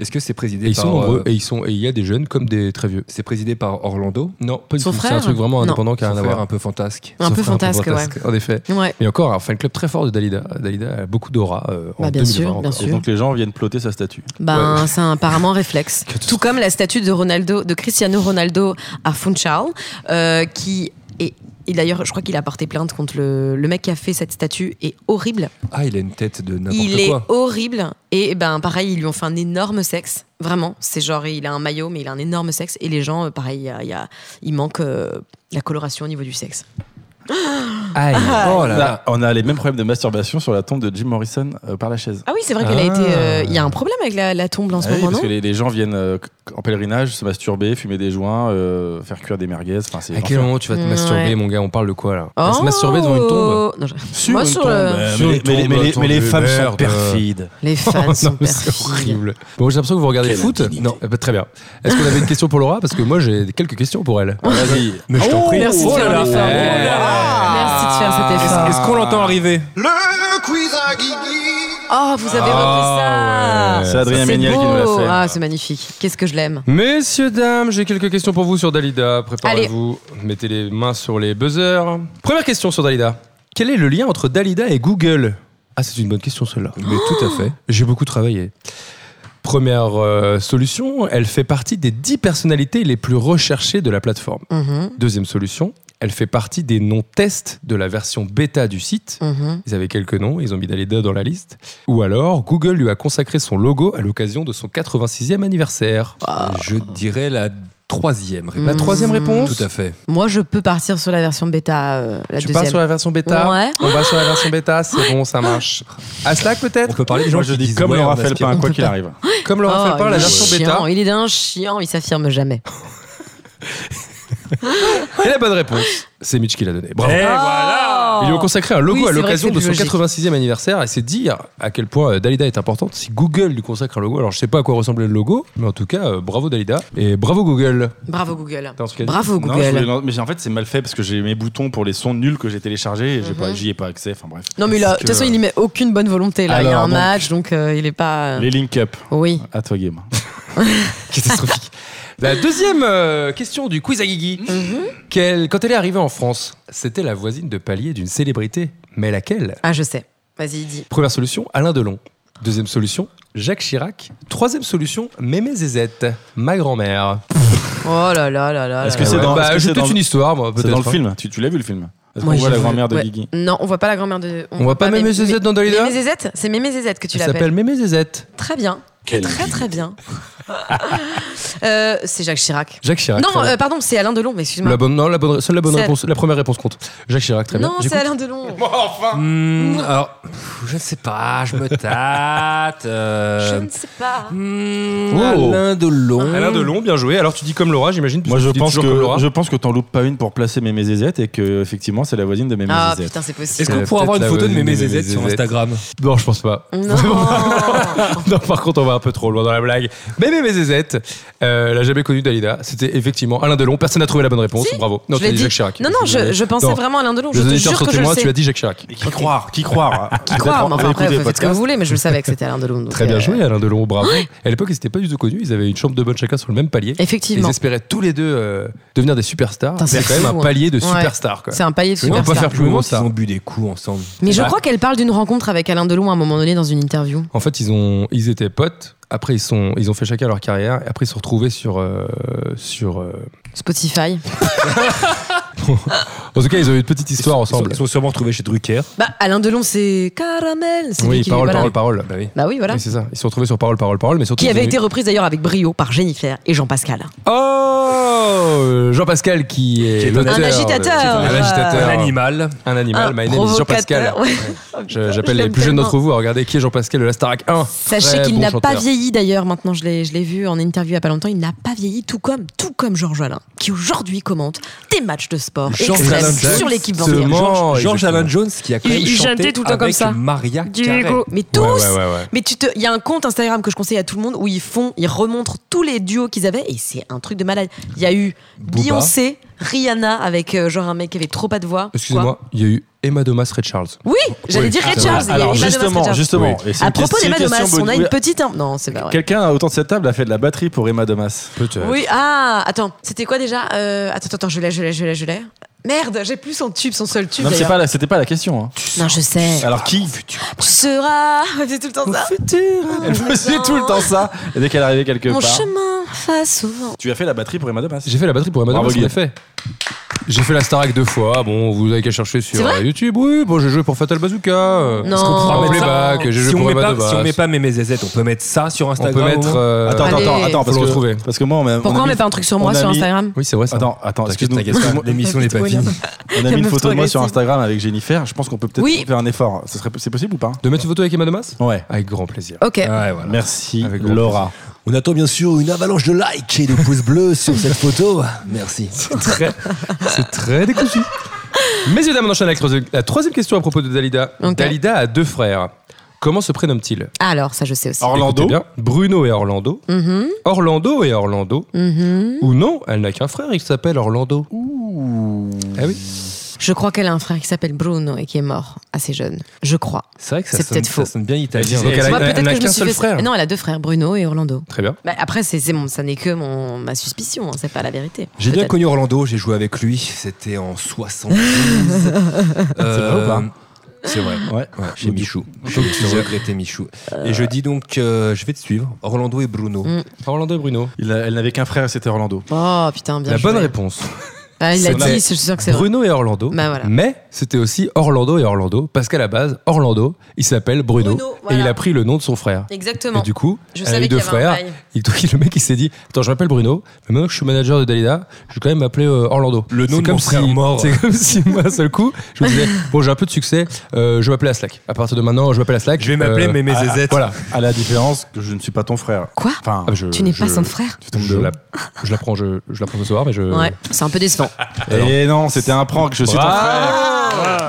Speaker 2: Est-ce que c'est
Speaker 3: Et
Speaker 2: présidé
Speaker 3: ils sont
Speaker 2: par
Speaker 3: nombreux.
Speaker 2: euh,
Speaker 3: Et ils sont. Et il y a des jeunes comme des très vieux.
Speaker 2: C'est présidé par Orlando
Speaker 3: Non, pas du
Speaker 5: Son
Speaker 3: tout. C'est
Speaker 5: frère
Speaker 3: un truc vraiment
Speaker 5: Non.
Speaker 3: indépendant qui a
Speaker 2: Son
Speaker 3: rien à
Speaker 2: frère
Speaker 3: voir.
Speaker 2: un peu fantasque.
Speaker 5: Un
Speaker 3: Son
Speaker 5: peu
Speaker 3: frère
Speaker 5: fantasque, ouais.
Speaker 3: En effet.
Speaker 5: Ouais.
Speaker 3: Et encore un fan club très fort de Dalida. Dalida a beaucoup d'aura euh, en
Speaker 5: Bah, bien
Speaker 3: 2020.
Speaker 5: sûr,
Speaker 3: encore.
Speaker 5: bien sûr.
Speaker 4: Et donc les gens viennent plotter sa statue.
Speaker 5: Ben, c'est un- apparemment un réflexe. Tout comme la statue de Ronaldo, de Cristiano Ronaldo à Funchal, euh, qui est. Et d'ailleurs, je crois qu'il a porté plainte contre le, le mec qui a fait cette statue. Est horrible.
Speaker 2: Ah, il a une tête de n'importe
Speaker 5: Il est
Speaker 2: quoi.
Speaker 5: horrible. Et ben, pareil, ils lui ont fait un énorme sexe. Vraiment. C'est genre, il a un maillot, mais il a un énorme sexe. Et les gens, euh, pareil, il, y a- il y a- il manque euh, la coloration au niveau du sexe.
Speaker 3: Aïe.
Speaker 5: Ah.
Speaker 3: Oh là là.
Speaker 4: Là, on a les mêmes problèmes de masturbation sur la tombe de Jim Morrison euh, par la chaise.
Speaker 5: Ah oui, c'est vrai qu'elle a
Speaker 3: Ah.
Speaker 5: été. euh, Il y a un problème avec la, la tombe là, en ce
Speaker 4: Ah oui,
Speaker 5: moment,
Speaker 4: parce
Speaker 5: non
Speaker 4: que les, les gens viennent euh, en pèlerinage se masturber, fumer des joints, euh, faire cuire des merguez. Enfin, c'est
Speaker 3: À quel
Speaker 4: l'enfer.
Speaker 3: moment tu vas te
Speaker 5: Ouais.
Speaker 3: masturber, mon gars On parle de quoi là On va
Speaker 5: Oh
Speaker 3: Se masturber devant une tombe
Speaker 5: Non, je-
Speaker 4: Sur
Speaker 5: Moi,
Speaker 4: une
Speaker 5: sur
Speaker 4: tombe,
Speaker 5: le-
Speaker 4: euh,
Speaker 3: Sur
Speaker 4: mais-
Speaker 3: une
Speaker 4: mais les-
Speaker 3: tombe,
Speaker 4: mais les-
Speaker 3: attends,
Speaker 4: mais les
Speaker 3: je
Speaker 4: femmes sont
Speaker 3: merde.
Speaker 4: perfides.
Speaker 5: Les fans sont
Speaker 3: Oh, mais c'est
Speaker 5: perfides.
Speaker 3: horrible. Bon, j'ai l'impression que vous regardez le
Speaker 4: Quelle
Speaker 3: foot.
Speaker 4: indignité.
Speaker 3: Non, Eh ben, très bien. Est-ce qu'on avait une question pour Laura Parce que moi, j'ai quelques questions pour elle.
Speaker 4: Vas-y.
Speaker 2: Mais je t'en prie.
Speaker 5: Merci de
Speaker 2: Oh
Speaker 5: faire
Speaker 2: là là.
Speaker 5: l'effort.
Speaker 2: Eh.
Speaker 5: Merci de faire cet effort.
Speaker 2: Est-ce qu'on l'entend arriver
Speaker 6: Le quiz à Guigui.
Speaker 5: Oh, vous avez
Speaker 3: Ah,
Speaker 5: repris ça
Speaker 4: C'est Adrien Méniel qui nous l'a
Speaker 5: beau.
Speaker 4: fait.
Speaker 5: Ah, c'est magnifique. Qu'est-ce que je l'aime.
Speaker 3: Messieurs, dames, j'ai quelques questions pour vous sur Dalida. Préparez-vous, mettez les mains sur les buzzers. Première question sur Dalida. Quel est le lien entre Dalida et Google Ah, c'est une bonne question celle-là. Mais tout à fait. J'ai beaucoup travaillé. Première euh, solution, elle fait partie des 10 personnalités les plus recherchées de la plateforme.
Speaker 5: Mhm,
Speaker 3: Deuxième solution, elle fait partie des noms tests de la version bêta du site.
Speaker 5: mhm.
Speaker 3: Ils avaient quelques noms, ils ont mis Dalida dans la liste. Ou alors, Google lui a consacré son logo à l'occasion de son 86e anniversaire.
Speaker 5: Oh
Speaker 2: Je dirais la troisième réponse.
Speaker 3: La troisième réponse
Speaker 2: Mmh, Tout à fait.
Speaker 5: Moi, je peux partir sur la version bêta, euh, la
Speaker 3: Tu
Speaker 5: deuxième.
Speaker 3: pars sur la version bêta
Speaker 5: Ouais.
Speaker 3: On va sur la version bêta, c'est bon, ça marche. Hashtag
Speaker 2: On
Speaker 3: peut-être
Speaker 2: peut parler des gens
Speaker 4: Moi, je
Speaker 2: qui
Speaker 4: dis
Speaker 2: disent
Speaker 4: comme
Speaker 2: ouais,
Speaker 4: Laura
Speaker 2: on aspire-
Speaker 4: Felpin,
Speaker 5: on
Speaker 4: quoi
Speaker 5: peut
Speaker 4: qu'il
Speaker 5: pas.
Speaker 4: arrive.
Speaker 3: Comme Laurent
Speaker 5: Oh,
Speaker 3: fait pas, la
Speaker 5: il est
Speaker 3: version
Speaker 5: chiant,
Speaker 3: bêta.
Speaker 5: Il est d'un chiant, il s'affirme jamais.
Speaker 3: Et la bonne réponse, c'est Mitch qui l'a donnée. Bravo.
Speaker 2: Eh,
Speaker 5: Oh.
Speaker 3: Ils lui ont consacré un logo
Speaker 5: Oui,
Speaker 3: à
Speaker 5: c'est vrai
Speaker 3: l'occasion
Speaker 5: que
Speaker 3: de
Speaker 5: c'est
Speaker 3: son
Speaker 5: logique.
Speaker 3: 86e anniversaire et c'est dire à quel point euh, Dalida est importante si Google lui consacre un logo. Alors je sais pas à quoi ressemblait le logo, mais en tout cas, euh, bravo Dalida et bravo Google.
Speaker 5: Bravo Google.
Speaker 3: T'as un truc à dire
Speaker 5: Bravo
Speaker 4: Non, je voulais-
Speaker 5: Google.
Speaker 4: non, mais j'ai- en fait, c'est mal fait parce que j'ai mes boutons pour les sons nuls que j'ai téléchargés et j'ai pas- j'y ai pas accès. Enfin bref.
Speaker 5: Mhm. Non, mais là, de toute façon, il n'y met aucune bonne volonté. Là. il y a
Speaker 4: Alors,
Speaker 5: un
Speaker 4: donc,
Speaker 5: match, donc euh, il est pas.
Speaker 4: Les link up.
Speaker 5: Oui.
Speaker 4: À toi, Guillaume.
Speaker 3: Catastrophique. La deuxième euh, question du quiz à Guigui.
Speaker 5: Mhm.
Speaker 3: Quelle- quand elle est arrivée en France, c'était la voisine de palier d'une célébrité. Mais laquelle
Speaker 5: Ah, je sais. Vas-y, dis.
Speaker 3: Première solution, Alain Delon. Deuxième solution, Jacques Chirac. Troisième solution, Mémé Zézette, ma grand-mère.
Speaker 5: Oh là là là là.
Speaker 4: Est-ce
Speaker 5: là
Speaker 4: que
Speaker 5: là.
Speaker 4: c'est
Speaker 3: Ouais,
Speaker 4: dans-
Speaker 3: bah,
Speaker 4: est-ce que
Speaker 3: j'ai
Speaker 4: c'est
Speaker 3: toute
Speaker 4: dans-
Speaker 3: une histoire, moi,
Speaker 4: C'est
Speaker 3: peut-être.
Speaker 4: dans le
Speaker 3: hein.
Speaker 4: film. Tu, tu l'as vu le film Est-ce
Speaker 5: Moi,
Speaker 4: qu'on voit
Speaker 5: j'ai
Speaker 4: la
Speaker 5: vu-
Speaker 4: grand-mère de
Speaker 5: ouais.
Speaker 4: Guigui
Speaker 5: Non, on voit pas la grand-mère de.
Speaker 3: On voit pas
Speaker 5: mes
Speaker 3: Mémé Zézette dans Dalida
Speaker 5: Mémé Zézette C'est Mémé Zézette que tu
Speaker 3: Elle
Speaker 5: l'appelles.
Speaker 3: s'appelle Mémé Zézette.
Speaker 5: Très bien.
Speaker 4: Quelle
Speaker 5: très très bien. Euh, c'est Jacques Chirac.
Speaker 3: Jacques Chirac. très
Speaker 5: Non,
Speaker 3: bien.
Speaker 5: euh, pardon, c'est Alain Delon, mais excuse-moi.
Speaker 3: la bonne, non, la bonne, seule la bonne
Speaker 5: C'est-
Speaker 3: réponse, la première réponse compte. Jacques Chirac, très bien.
Speaker 5: Non, c'est
Speaker 3: J'écoute.
Speaker 5: Alain Delon.
Speaker 2: Hmm, alors, pff, je ne sais pas, je me tâte.
Speaker 5: Je
Speaker 2: euh,
Speaker 5: ne sais pas.
Speaker 2: hmm,
Speaker 4: Oh.
Speaker 2: Alain Delon.
Speaker 3: Alain Delon, bien joué. Alors tu dis comme Laura, j'imagine.
Speaker 4: Moi,
Speaker 3: puisque
Speaker 4: je
Speaker 3: tu dis
Speaker 4: pense,
Speaker 3: toujours comme Laura.
Speaker 4: que, je pense que t'en loupes pas une pour placer mes Zézettes et que, effectivement, c'est la voisine de mes
Speaker 5: Ah
Speaker 4: Zézettes.
Speaker 5: putain, c'est
Speaker 2: Est-ce
Speaker 5: possible.
Speaker 2: qu'on
Speaker 3: Euh,
Speaker 2: pourrait avoir une
Speaker 3: peut-être la
Speaker 2: photo de
Speaker 3: voisine
Speaker 2: mes
Speaker 3: de Mémé
Speaker 2: zézettes sur
Speaker 3: Zézette.
Speaker 2: Instagram
Speaker 3: Non, je pense pas.
Speaker 5: Non.
Speaker 3: Non, par contre, on va un peu trop loin dans la blague. Mais Mémé Zézette, euh, l'a jamais connue Dalida. C'était effectivement Alain Delon. Personne n'a trouvé la bonne réponse.
Speaker 5: Si,
Speaker 3: Bravo. Non,
Speaker 5: Je
Speaker 3: tu
Speaker 5: l'ai
Speaker 3: as dit
Speaker 5: dit.
Speaker 3: Jacques Chirac.
Speaker 5: Non, non, je, je pensais
Speaker 3: Non.
Speaker 5: vraiment à Alain Delon. Je
Speaker 3: Les
Speaker 5: te
Speaker 3: auditeurs
Speaker 5: jure
Speaker 3: sont
Speaker 5: que je le
Speaker 3: témoins,
Speaker 5: sais.
Speaker 3: tu as dit Jacques Chirac.
Speaker 4: Mais Qui croire Qui croire hein
Speaker 5: Qui croire, mais enfin,
Speaker 4: Peut-être-
Speaker 5: après,
Speaker 4: écoutez
Speaker 5: vous
Speaker 4: le
Speaker 5: faites ce que vous
Speaker 4: podcast.
Speaker 5: voulez, mais je le savais que c'était Alain Delon. donc,
Speaker 3: Très bien
Speaker 5: euh,
Speaker 3: joué, Alain Delon, bravo. À l'époque, ils n'étaient pas du tout connus. Ils avaient une chambre de bonne chacun sur le même palier. Ils
Speaker 5: Effectivement.
Speaker 3: espéraient tous les deux euh, devenir des superstars.
Speaker 5: Putain,
Speaker 3: C'est
Speaker 5: c'est
Speaker 3: quand même
Speaker 5: fou,
Speaker 3: un
Speaker 5: hein.
Speaker 3: palier de
Speaker 5: Ouais.
Speaker 3: superstars. quoi.
Speaker 5: C'est un palier de
Speaker 3: Oui, on peut
Speaker 5: superstar.
Speaker 3: faire plus
Speaker 2: Le moment
Speaker 3: gros,
Speaker 2: qu'ils
Speaker 3: ça.
Speaker 2: ont bu des coups ensemble.
Speaker 5: Mais je
Speaker 3: Bah.
Speaker 5: crois qu'elle parle d'une rencontre avec Alain Delon à un moment donné dans une interview.
Speaker 3: En fait, ils, ont, ils étaient potes. Après, ils, sont, ils ont fait chacun leur carrière. Et après, ils se sont retrouvés sur. euh, sur euh,
Speaker 5: Spotify.
Speaker 3: En tout cas, ils ont eu une petite histoire
Speaker 2: Ils sont-
Speaker 3: ensemble.
Speaker 2: Ils sont sûrement retrouvés chez Drucker.
Speaker 5: Bah, Alain Delon, c'est Caramel. c'est lui
Speaker 3: Oui,
Speaker 5: qui-
Speaker 3: parole,
Speaker 5: voilà.
Speaker 3: parole, parole,
Speaker 2: Bah oui.
Speaker 5: Bah oui, voilà.
Speaker 3: Oui, c'est ça. Ils se sont retrouvés sur parole, parole, parole. Mais surtout,
Speaker 5: Qui
Speaker 3: ils
Speaker 5: avait
Speaker 3: ont eu-
Speaker 5: été reprise d'ailleurs avec brio par Jennifer et Jean-Pascal.
Speaker 3: Oh euh, Jean-Pascal qui est,
Speaker 2: Qui est un
Speaker 3: l'auteur de-
Speaker 5: agitateur.
Speaker 3: Un
Speaker 5: Euh,
Speaker 3: agitateur.
Speaker 2: Un animal.
Speaker 3: Un animal. My name is Jean-Pascal.
Speaker 5: provocateur, ouais.
Speaker 3: Je- J'appelle
Speaker 5: Je
Speaker 3: les
Speaker 5: l'aime
Speaker 3: plus jeunes
Speaker 5: tellement.
Speaker 3: d'entre vous à regarder qui est Jean-Pascal de la Starac 1.
Speaker 5: Sachez
Speaker 3: Très
Speaker 5: qu'il
Speaker 3: bon
Speaker 5: n'a
Speaker 3: chanteur.
Speaker 5: pas vieilli d'ailleurs maintenant, je l'ai je l'ai vu en interview il n'y a pas longtemps, il n'a pas vieilli tout comme tout comme Georges Alain, qui aujourd'hui commente des matchs de sport
Speaker 2: Georges
Speaker 5: extrêmes
Speaker 2: Alain Jones.
Speaker 5: sur l'équipe
Speaker 3: Absolument.
Speaker 5: d'Anvers.
Speaker 3: Exactement.
Speaker 2: Georges Alain Jones qui a quand
Speaker 5: Oh, Il-
Speaker 2: même
Speaker 5: il
Speaker 2: chanté
Speaker 5: chantait tout le temps
Speaker 2: avec
Speaker 5: comme ça.
Speaker 2: Maria Carey.
Speaker 5: Mais tous
Speaker 3: Ouais, ouais, ouais, ouais.
Speaker 5: Mais tu te, il y a un compte Instagram que je conseille à tout le monde où ils font, ils remontrent tous les duos qu'ils avaient et c'est un truc de malade. Il y a eu
Speaker 2: Booba.
Speaker 5: Beyoncé, Rihanna avec euh, genre un mec qui avait trop pas de voix. Quoi
Speaker 3: Excusez-moi, il y a eu Emma Domas Red Charles.
Speaker 5: Oui, j'allais
Speaker 3: Oui,
Speaker 5: dire Ray
Speaker 3: c'est
Speaker 5: Charles. il y a
Speaker 4: Alors,
Speaker 5: Emma Domas, Ray
Speaker 4: justement,
Speaker 5: Charles.
Speaker 4: justement.
Speaker 3: Oui.
Speaker 4: et c'est
Speaker 5: À
Speaker 4: une
Speaker 5: propos
Speaker 4: question-
Speaker 5: d'Emma
Speaker 4: c'est une
Speaker 5: Domas,
Speaker 4: question
Speaker 5: on a
Speaker 4: bonne-
Speaker 5: une petite. im- Non, c'est pas vrai.
Speaker 4: Quelqu'un autour de cette table a fait de la batterie pour Emma Domas.
Speaker 3: Peut-être.
Speaker 5: Oui, ah, attends, c'était quoi déjà Euh, Attends, attends, je l'ai, je l'ai, je l'ai, je l'ai. Merde, j'ai plus son tube, son seul tube.
Speaker 4: Non, mais c'est
Speaker 5: d'ailleurs.
Speaker 4: pas la- c'était pas la question. hein.
Speaker 5: Non, je sais.
Speaker 4: Alors qui
Speaker 5: Tu seras. C'est tout le temps ça.
Speaker 4: Elle faisait tout le temps ça. Et dès qu'elle arrivait quelque
Speaker 5: Mon
Speaker 4: part.
Speaker 5: chemin face au vent.
Speaker 4: Tu as fait la batterie pour Emma Domas.
Speaker 3: J'ai fait la batterie pour Emma
Speaker 4: Bravo,
Speaker 3: Domas, en
Speaker 4: Guy.
Speaker 3: effet. J'ai fait la Starac deux fois. Ah Bon, vous avez qu'à chercher sur
Speaker 5: C'est vrai
Speaker 3: euh, YouTube. Oui, bon, j'ai joué pour Fatal Bazooka. euh,
Speaker 5: Non. Ah,
Speaker 3: Est-ce qu'on pourra
Speaker 2: mettre
Speaker 5: ça
Speaker 3: playback, j'ai joué
Speaker 2: Si on,
Speaker 3: pour
Speaker 2: met
Speaker 3: Abba
Speaker 2: pas,
Speaker 3: de
Speaker 2: si on
Speaker 3: Basse.
Speaker 2: met pas mes mézettes, on peut mettre ça sur
Speaker 3: On
Speaker 2: Instagram.
Speaker 3: peut
Speaker 2: au
Speaker 3: mettre.
Speaker 2: moins
Speaker 3: euh,
Speaker 4: Attends, attends,
Speaker 5: Allez.
Speaker 4: attends, attends,
Speaker 3: Faut
Speaker 4: parce
Speaker 3: le
Speaker 4: que-
Speaker 3: retrouver.
Speaker 4: Parce que moi, on m'a-
Speaker 5: Pourquoi on
Speaker 4: a
Speaker 5: met
Speaker 4: mis-
Speaker 5: pas un truc sur
Speaker 4: on
Speaker 5: moi
Speaker 4: a
Speaker 5: sur
Speaker 4: mis-
Speaker 5: Instagram
Speaker 3: Oui, c'est vrai. Ça.
Speaker 4: Attends, attends,
Speaker 2: T'inquiète,
Speaker 4: excuse-nous.
Speaker 2: t'inquiète pas, l'émission n'est pas
Speaker 5: T'es trop
Speaker 2: finie.
Speaker 4: On a
Speaker 5: La
Speaker 4: mis une
Speaker 5: meuf
Speaker 4: photo de moi sur
Speaker 5: progressive.
Speaker 4: Instagram avec Jennifer. Je pense qu'on peut peut-être
Speaker 5: Oui.
Speaker 4: faire un effort. Ce serait- C'est possible ou pas
Speaker 3: De mettre une photo avec Emma Demas
Speaker 4: Ouais.
Speaker 3: Avec grand plaisir.
Speaker 5: Ok.
Speaker 2: Ouais, voilà.
Speaker 4: Merci,
Speaker 3: Avec grand
Speaker 4: Laura.
Speaker 2: On attend bien sûr une avalanche de likes et de pouces bleus sur cette photo. Merci.
Speaker 3: Très, c'est très décousu. Messieurs, dames, on enchaîne avec la troisième- la troisième question à propos de Dalida.
Speaker 5: Ok.
Speaker 3: Dalida a deux frères. Comment se prénomme-t-il
Speaker 5: Ah, Alors, ça, je sais aussi.
Speaker 4: Orlando.
Speaker 3: Écoutez
Speaker 4: Mm-hmm.
Speaker 3: bien, Bruno et Orlando.
Speaker 5: Mhm,
Speaker 3: Orlando et Orlando.
Speaker 5: mhm.
Speaker 3: Ou non, elle n'a qu'un frère, il s'appelle Orlando. Ah oui.
Speaker 5: Je crois qu'elle a un frère qui s'appelle Bruno et qui est mort assez jeune. Je crois.
Speaker 2: C'est vrai que ça,
Speaker 5: C'est
Speaker 2: sonne,
Speaker 5: peut-être
Speaker 2: ça
Speaker 5: faux.
Speaker 2: sonne bien italien.
Speaker 3: Donc elle a-
Speaker 5: Moi,
Speaker 3: elle
Speaker 5: peut-être
Speaker 3: n'a
Speaker 5: que je me
Speaker 3: qu'un
Speaker 5: suis
Speaker 3: seul
Speaker 5: fait-
Speaker 3: frère.
Speaker 5: Non, elle a deux frères, Bruno et Orlando.
Speaker 3: Très bien.
Speaker 5: Bah, après, c'est, c'est mon- ça n'est que mon, ma suspicion, hein, c'est pas la vérité.
Speaker 2: J'ai bien
Speaker 5: Peut-être.
Speaker 2: connu Orlando, j'ai joué avec lui, c'était en 72.
Speaker 4: vrai ou pas
Speaker 2: C'est vrai.
Speaker 4: Ouais.
Speaker 2: Ouais, chez Michou. Je vais regretter Michou. Et je dis donc, euh, je vais te suivre, Orlando et Bruno.
Speaker 5: Mm.
Speaker 3: Orlando et Bruno.
Speaker 4: Il a- elle n'avait qu'un frère et c'était Orlando.
Speaker 5: Oh putain, bien
Speaker 3: la
Speaker 5: joué.
Speaker 3: bonne réponse.
Speaker 5: Ah, il
Speaker 3: C'est
Speaker 5: l'a
Speaker 3: vrai.
Speaker 5: dit, je suis sûr que c'est vrai.
Speaker 3: Bruno et Orlando.
Speaker 5: Bah, voilà.
Speaker 3: Mais c'était aussi Orlando et Orlando, parce qu'à la base, Orlando, il s'appelle Bruno,
Speaker 5: Bruno,
Speaker 3: et
Speaker 5: voilà.
Speaker 3: il a pris le nom de son frère.
Speaker 5: Exactement.
Speaker 3: Et du coup,
Speaker 5: Je
Speaker 3: elle a
Speaker 5: savais
Speaker 3: eu deux
Speaker 5: qu'il y avait un
Speaker 3: frères.
Speaker 5: bail.
Speaker 3: Et donc, le mec, il s'est dit Attends, je m'appelle Bruno, mais maintenant que je suis manager de Dalida, je vais quand même m'appeler euh, Orlando.
Speaker 2: Le nom
Speaker 3: C'est
Speaker 2: de
Speaker 3: comme
Speaker 2: mon frère mort.
Speaker 3: C'est comme si, moi, d'un seul coup, je me disais Bon, j'ai un peu de succès, euh, je vais m'appeler Aslak. À partir de maintenant, je m'appelle Aslak.
Speaker 2: Je vais m'appeler
Speaker 3: Euh,
Speaker 2: mes mes
Speaker 3: ah,
Speaker 2: zézettes.
Speaker 3: Voilà.
Speaker 4: À la différence que je ne suis pas ton frère.
Speaker 5: Quoi
Speaker 4: Enfin,
Speaker 3: Ah, je-
Speaker 5: Tu n'es pas
Speaker 3: je-
Speaker 5: son frère
Speaker 4: tu tombes
Speaker 3: Je
Speaker 4: de haut.
Speaker 3: la, je la prends, je, je la prends ce soir, mais je.
Speaker 5: Ouais, c'est un peu décevant.
Speaker 4: Eh non, c'était un prank. Je suis ton frère.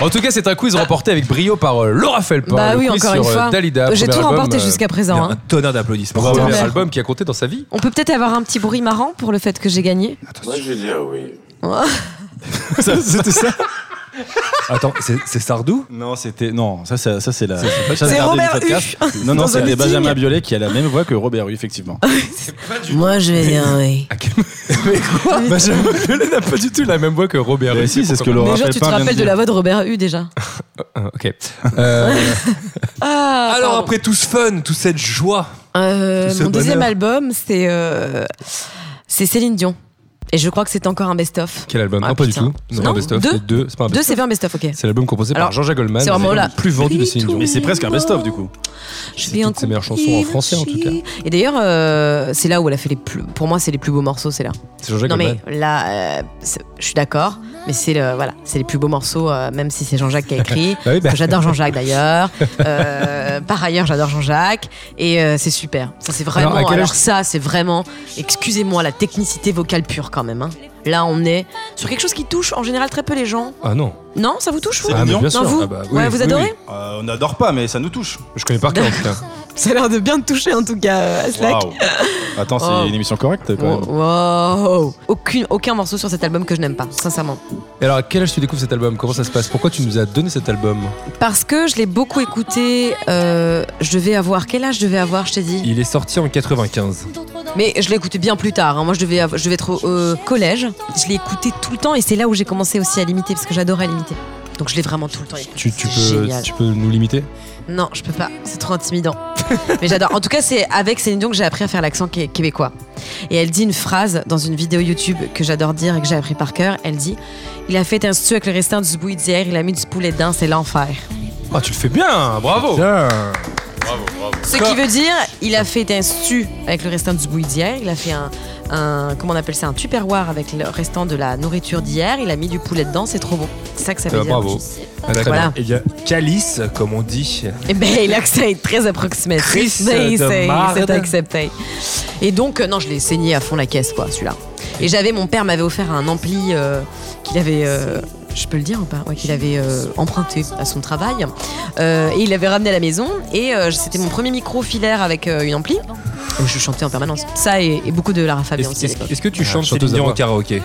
Speaker 3: En tout cas, c'est un quiz remporté avec brio par euh, Laura Felpin.
Speaker 5: bah
Speaker 3: le
Speaker 5: oui,
Speaker 3: quiz
Speaker 5: encore
Speaker 3: sur,
Speaker 5: une
Speaker 3: euh,
Speaker 5: fois.
Speaker 3: Dalida,
Speaker 5: J'ai
Speaker 3: premier
Speaker 5: tout
Speaker 3: album,
Speaker 5: remporté
Speaker 3: euh,
Speaker 5: jusqu'à
Speaker 2: Il y
Speaker 5: présent.
Speaker 2: a Un
Speaker 5: hein.
Speaker 2: tonnerre d'applaudissements.
Speaker 3: Bravo, Premier
Speaker 5: Tonnerre.
Speaker 3: album qui a compté dans sa vie.
Speaker 5: On peut peut-être avoir un petit bruit marrant pour le fait que j'ai gagné.
Speaker 7: Moi, je vais dire oui.
Speaker 3: C'était ça
Speaker 2: Attends, c'est c'est Sardou
Speaker 4: Non, c'était non. Ça, ça, ça, c'est la. ça,
Speaker 5: C'est
Speaker 4: la
Speaker 5: Robert
Speaker 4: regardez le podcast. Non, non,
Speaker 5: Dans un
Speaker 4: c'était
Speaker 5: meeting. Ah,
Speaker 4: Benjamin Biolay qui a la même voix que Robert Hue, effectivement.
Speaker 5: Moi, je vais dire oui. Bah,
Speaker 3: Benjamin Biolay n'a pas du tout la même voix que Robert.
Speaker 4: Mais si, c'est ce que Laura
Speaker 5: Mais genre,
Speaker 4: Felpin
Speaker 5: tu te
Speaker 4: vient
Speaker 5: rappelles de
Speaker 4: dire.
Speaker 5: la voix de Robert Hu déjà
Speaker 3: Ah, ok. Euh,
Speaker 5: Ah,
Speaker 2: Alors
Speaker 5: pardon.
Speaker 2: après tout ce fun, toute cette joie,
Speaker 5: Euh,
Speaker 2: Tout ce
Speaker 5: mon deuxième
Speaker 2: bonheur.
Speaker 5: album, c'est euh, c'est Céline Dion. Et je crois que c'est encore un best-of.
Speaker 3: quel album
Speaker 5: Ah,
Speaker 3: Non, pas du
Speaker 5: putain.
Speaker 3: tout. C'est
Speaker 5: Non.
Speaker 3: pas un best-of.
Speaker 5: Deux.
Speaker 3: c'est Deux. C'est pas un
Speaker 5: Deux,
Speaker 3: best-of.
Speaker 5: c'est bien un best-of, ok.
Speaker 3: C'est l'album composé par
Speaker 5: Alors,
Speaker 3: Jean-Jacques Goldman.
Speaker 5: c'est vraiment
Speaker 3: l'album
Speaker 5: là.
Speaker 3: le plus vendu de Céline Dion.
Speaker 4: Mais c'est presque un best-of du coup.
Speaker 5: Je
Speaker 3: C'est toutes ses meilleures chansons en français, en tout cas.
Speaker 5: Et d'ailleurs, euh, c'est là où elle a fait les plus. Pour moi, c'est les plus beaux morceaux, c'est là.
Speaker 3: C'est Jean-Jacques
Speaker 5: non
Speaker 3: Goldman.
Speaker 5: mais là, euh, c'est- je suis d'accord, mais c'est le voilà, c'est les plus beaux morceaux, euh, même si c'est Jean-Jacques qui a écrit.
Speaker 3: Bah oui, bah.
Speaker 5: Parce que J'adore Jean-Jacques d'ailleurs. Euh, par ailleurs, j'adore Jean-Jacques et euh, c'est super. Ça c'est vraiment.
Speaker 3: Alors, à
Speaker 5: Alors,
Speaker 3: quel âge-
Speaker 5: ça c'est vraiment. Excusez-moi la technicité vocale pure quand même. hein. Là on est sur quelque chose qui touche en général très peu les gens.
Speaker 3: Ah non.
Speaker 5: Non, ça vous touche vous
Speaker 4: Ah, mais bien
Speaker 5: Non
Speaker 3: sûr.
Speaker 5: vous
Speaker 3: Ah bah oui,
Speaker 5: Ouais, vous
Speaker 3: oui,
Speaker 5: adorez
Speaker 3: oui.
Speaker 4: Euh, on n'adore pas, mais ça nous touche.
Speaker 3: Je connais par cœur, en tout cas.
Speaker 5: Ça a l'air de bien te toucher en tout cas, euh, Aslak.
Speaker 4: Waouh. Attends, c'est
Speaker 5: Oh.
Speaker 4: une émission correcte quand même.
Speaker 5: Wow. Aucune, aucun morceau sur cet album que je n'aime pas, sincèrement.
Speaker 3: Et alors, à quel âge tu découvres cet album Comment ça se passe Pourquoi tu nous as donné cet album
Speaker 5: Parce que je l'ai beaucoup écouté. euh, je devais avoir. Quel âge je devais avoir, je t'ai dit
Speaker 2: il est sorti en 95.
Speaker 5: Mais je l'ai écouté bien plus tard. hein. Moi, je devais, avoir- je devais être au au collège. Je l'ai écouté tout le temps et c'est là où j'ai commencé aussi à l'imiter parce que j'adorais l'imiter. Donc je l'ai vraiment tout le temps écouté.
Speaker 3: tu, tu
Speaker 5: C'est
Speaker 3: peux,
Speaker 5: génial.
Speaker 3: tu peux nous limiter
Speaker 5: Non, je peux pas. C'est trop intimidant. Mais j'adore. En tout cas, c'est avec Céline Dion que j'ai appris à faire l'accent qué- québécois. Et elle dit une phrase dans une vidéo YouTube que j'adore dire et que j'ai appris par cœur. Elle dit Il a fait un stew avec le restant du bouilli d'hier, il a mis du poulet dedans, c'est l'enfer.
Speaker 3: Ah, tu le fais bien
Speaker 2: Oh.
Speaker 3: Bravo
Speaker 5: Ce qui veut dire, il a fait un stew avec le restant du bouilli d'hier, il a fait un, un- comment on appelle ça, un tupperware avec le restant de la nourriture d'hier, il a mis du poulet dedans, c'est trop bon. C'est ça que ça veut
Speaker 3: Ah,
Speaker 5: dire.
Speaker 3: Bravo. Ah, d'accord.
Speaker 5: Voilà.
Speaker 2: Eh bien, calice, comme on dit.
Speaker 5: Eh ben, là que ça est très approximatif, Ben,
Speaker 2: Chris
Speaker 5: mais
Speaker 2: de
Speaker 5: c'est
Speaker 2: marde.
Speaker 5: c'est accepté. Et donc, euh, non, je l'ai saigné à fond la caisse, quoi, celui-là. Et j'avais, mon père m'avait offert un ampli euh, qu'il avait, euh, je peux le dire ou pas, Ouais, qu'il avait euh, emprunté à son travail. Euh, et il l'avait ramené à la maison. Et euh, c'était mon premier micro filaire avec euh, une ampli. Et je chantais en permanence. Ça et, et beaucoup de Lara Fabian
Speaker 2: Est-ce
Speaker 5: aussi à
Speaker 2: est-ce-
Speaker 5: l'époque.
Speaker 2: est-ce que tu chantes
Speaker 3: chanteuse à
Speaker 2: Céline Dion en
Speaker 3: voix.
Speaker 2: karaoké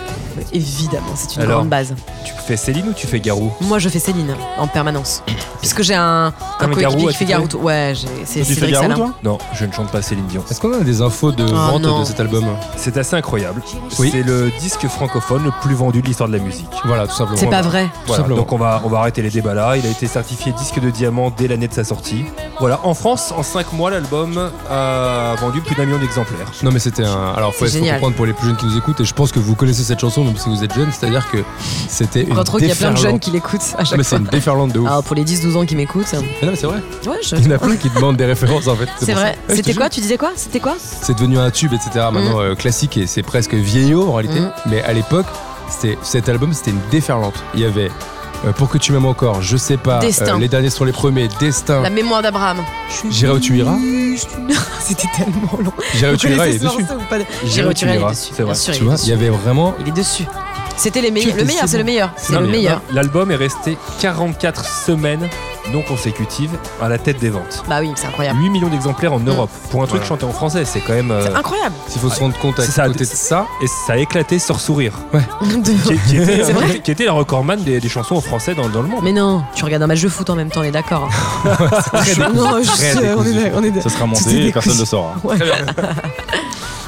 Speaker 5: Évidemment, c'est une
Speaker 2: Alors
Speaker 5: grande base.
Speaker 2: Tu fais Céline ou tu fais Garou
Speaker 5: Moi, je fais Céline en permanence. Puisque j'ai un,
Speaker 2: T'as un
Speaker 5: un coéquipier
Speaker 2: Garou à
Speaker 5: qui fait
Speaker 2: tuer
Speaker 5: Garou. Ouais, j'ai- c'est hein.
Speaker 4: Tu fais
Speaker 5: Cédric
Speaker 4: Garou
Speaker 5: Salin.
Speaker 4: toi
Speaker 2: Non, je ne chante pas Céline Dion.
Speaker 3: Est-ce qu'on a des infos de vente
Speaker 5: Oh, non.
Speaker 3: de cet album
Speaker 2: C'est assez incroyable.
Speaker 3: Oui.
Speaker 2: C'est le disque francophone le plus vendu de l'histoire de la musique.
Speaker 3: Voilà, tout simplement.
Speaker 5: C'est pas
Speaker 2: bah.
Speaker 5: vrai.
Speaker 2: Voilà,
Speaker 3: simplement.
Speaker 2: donc on va, on va arrêter les débats là. Il a été certifié disque de diamant dès l'année de sa sortie. Voilà, en France, en 5 mois, l'album a vendu plus d'un million d'exemplaires.
Speaker 3: Non mais c'était un. Alors faut,
Speaker 5: C'est
Speaker 3: faut
Speaker 5: génial.
Speaker 3: comprendre pour les plus jeunes qui nous écoutent et je pense que vous connaissez cette chanson même si vous êtes jeunes, c'est-à-dire que c'était une
Speaker 5: Quand trop qu'il y a plein de jeunes
Speaker 3: déferlante.
Speaker 5: qui l'écoutent à
Speaker 3: Non,
Speaker 5: chaque
Speaker 3: mais c'est
Speaker 5: fois.
Speaker 3: une déferlante de ouf.
Speaker 5: Ah, pour les 10-12 ans qui m'écoutent, euh,
Speaker 3: Mais non mais c'est vrai.
Speaker 5: ouais, je-
Speaker 3: Il y en a plein qui demandent des références en fait. pour
Speaker 5: c'est
Speaker 3: ça. Ah,
Speaker 5: vrai.
Speaker 3: Ouais, je te
Speaker 5: C'était
Speaker 3: jure.
Speaker 5: quoi Tu disais quoi C'était quoi
Speaker 3: C'est devenu un tube etc. Maintenant euh, classique et c'est presque vieillot en réalité.
Speaker 5: Mm.
Speaker 3: Mais à l'époque c'était cet album c'était une déferlante. Il y avait euh, pour que tu m'aimes encore, je sais pas. euh,
Speaker 5: Destin.
Speaker 3: les derniers sont les premiers. Destin.
Speaker 5: La mémoire d'Abraham.
Speaker 3: Ah. J'irai où tu iras.
Speaker 5: C'était tellement long.
Speaker 3: J'irai où
Speaker 5: Vous
Speaker 3: tu iras. Il est
Speaker 5: connaissez ce
Speaker 3: dessus.
Speaker 5: morceau ou pas
Speaker 3: J'irai où tu
Speaker 5: J'irai où tu
Speaker 3: iras,
Speaker 5: iras, il est dessus.
Speaker 2: c'est vrai.
Speaker 5: Bien sûr,
Speaker 3: Tu
Speaker 5: il est
Speaker 3: vois, il y
Speaker 5: dessus.
Speaker 3: avait vraiment.
Speaker 5: Il est dessus. C'était les meilleurs.
Speaker 2: Tu
Speaker 5: Le
Speaker 2: étais
Speaker 5: meilleur,
Speaker 2: si
Speaker 5: c'est le
Speaker 2: bon.
Speaker 5: meilleur. C'est
Speaker 3: Non,
Speaker 5: le
Speaker 3: mais-
Speaker 5: meilleur.
Speaker 2: L'album est resté 44 semaines non consécutives à la tête des ventes.
Speaker 5: Bah oui, c'est incroyable.
Speaker 2: 8 millions d'exemplaires en Europe. Pour un truc
Speaker 3: Voilà.
Speaker 2: chanté en français, c'est quand même. euh,
Speaker 5: Hmm. C'est incroyable.
Speaker 3: S'il faut se rendre compte à
Speaker 2: C'est ça,
Speaker 3: côté de
Speaker 2: c'est-
Speaker 3: ça.
Speaker 2: et ça a éclaté sur Sourire,
Speaker 5: De-
Speaker 2: qui, qui était, euh,
Speaker 5: C'est vrai
Speaker 2: qui était le recordman des, des chansons en français dans, dans le monde.
Speaker 5: Mais non, tu regardes un match de foot en même temps, on est d'accord. hein. non, je
Speaker 3: Très
Speaker 5: sais, on est d'accord, on est
Speaker 4: Ça sera
Speaker 5: d'accord. Tout est
Speaker 4: monté et personne ne
Speaker 5: décousu.
Speaker 4: le saura.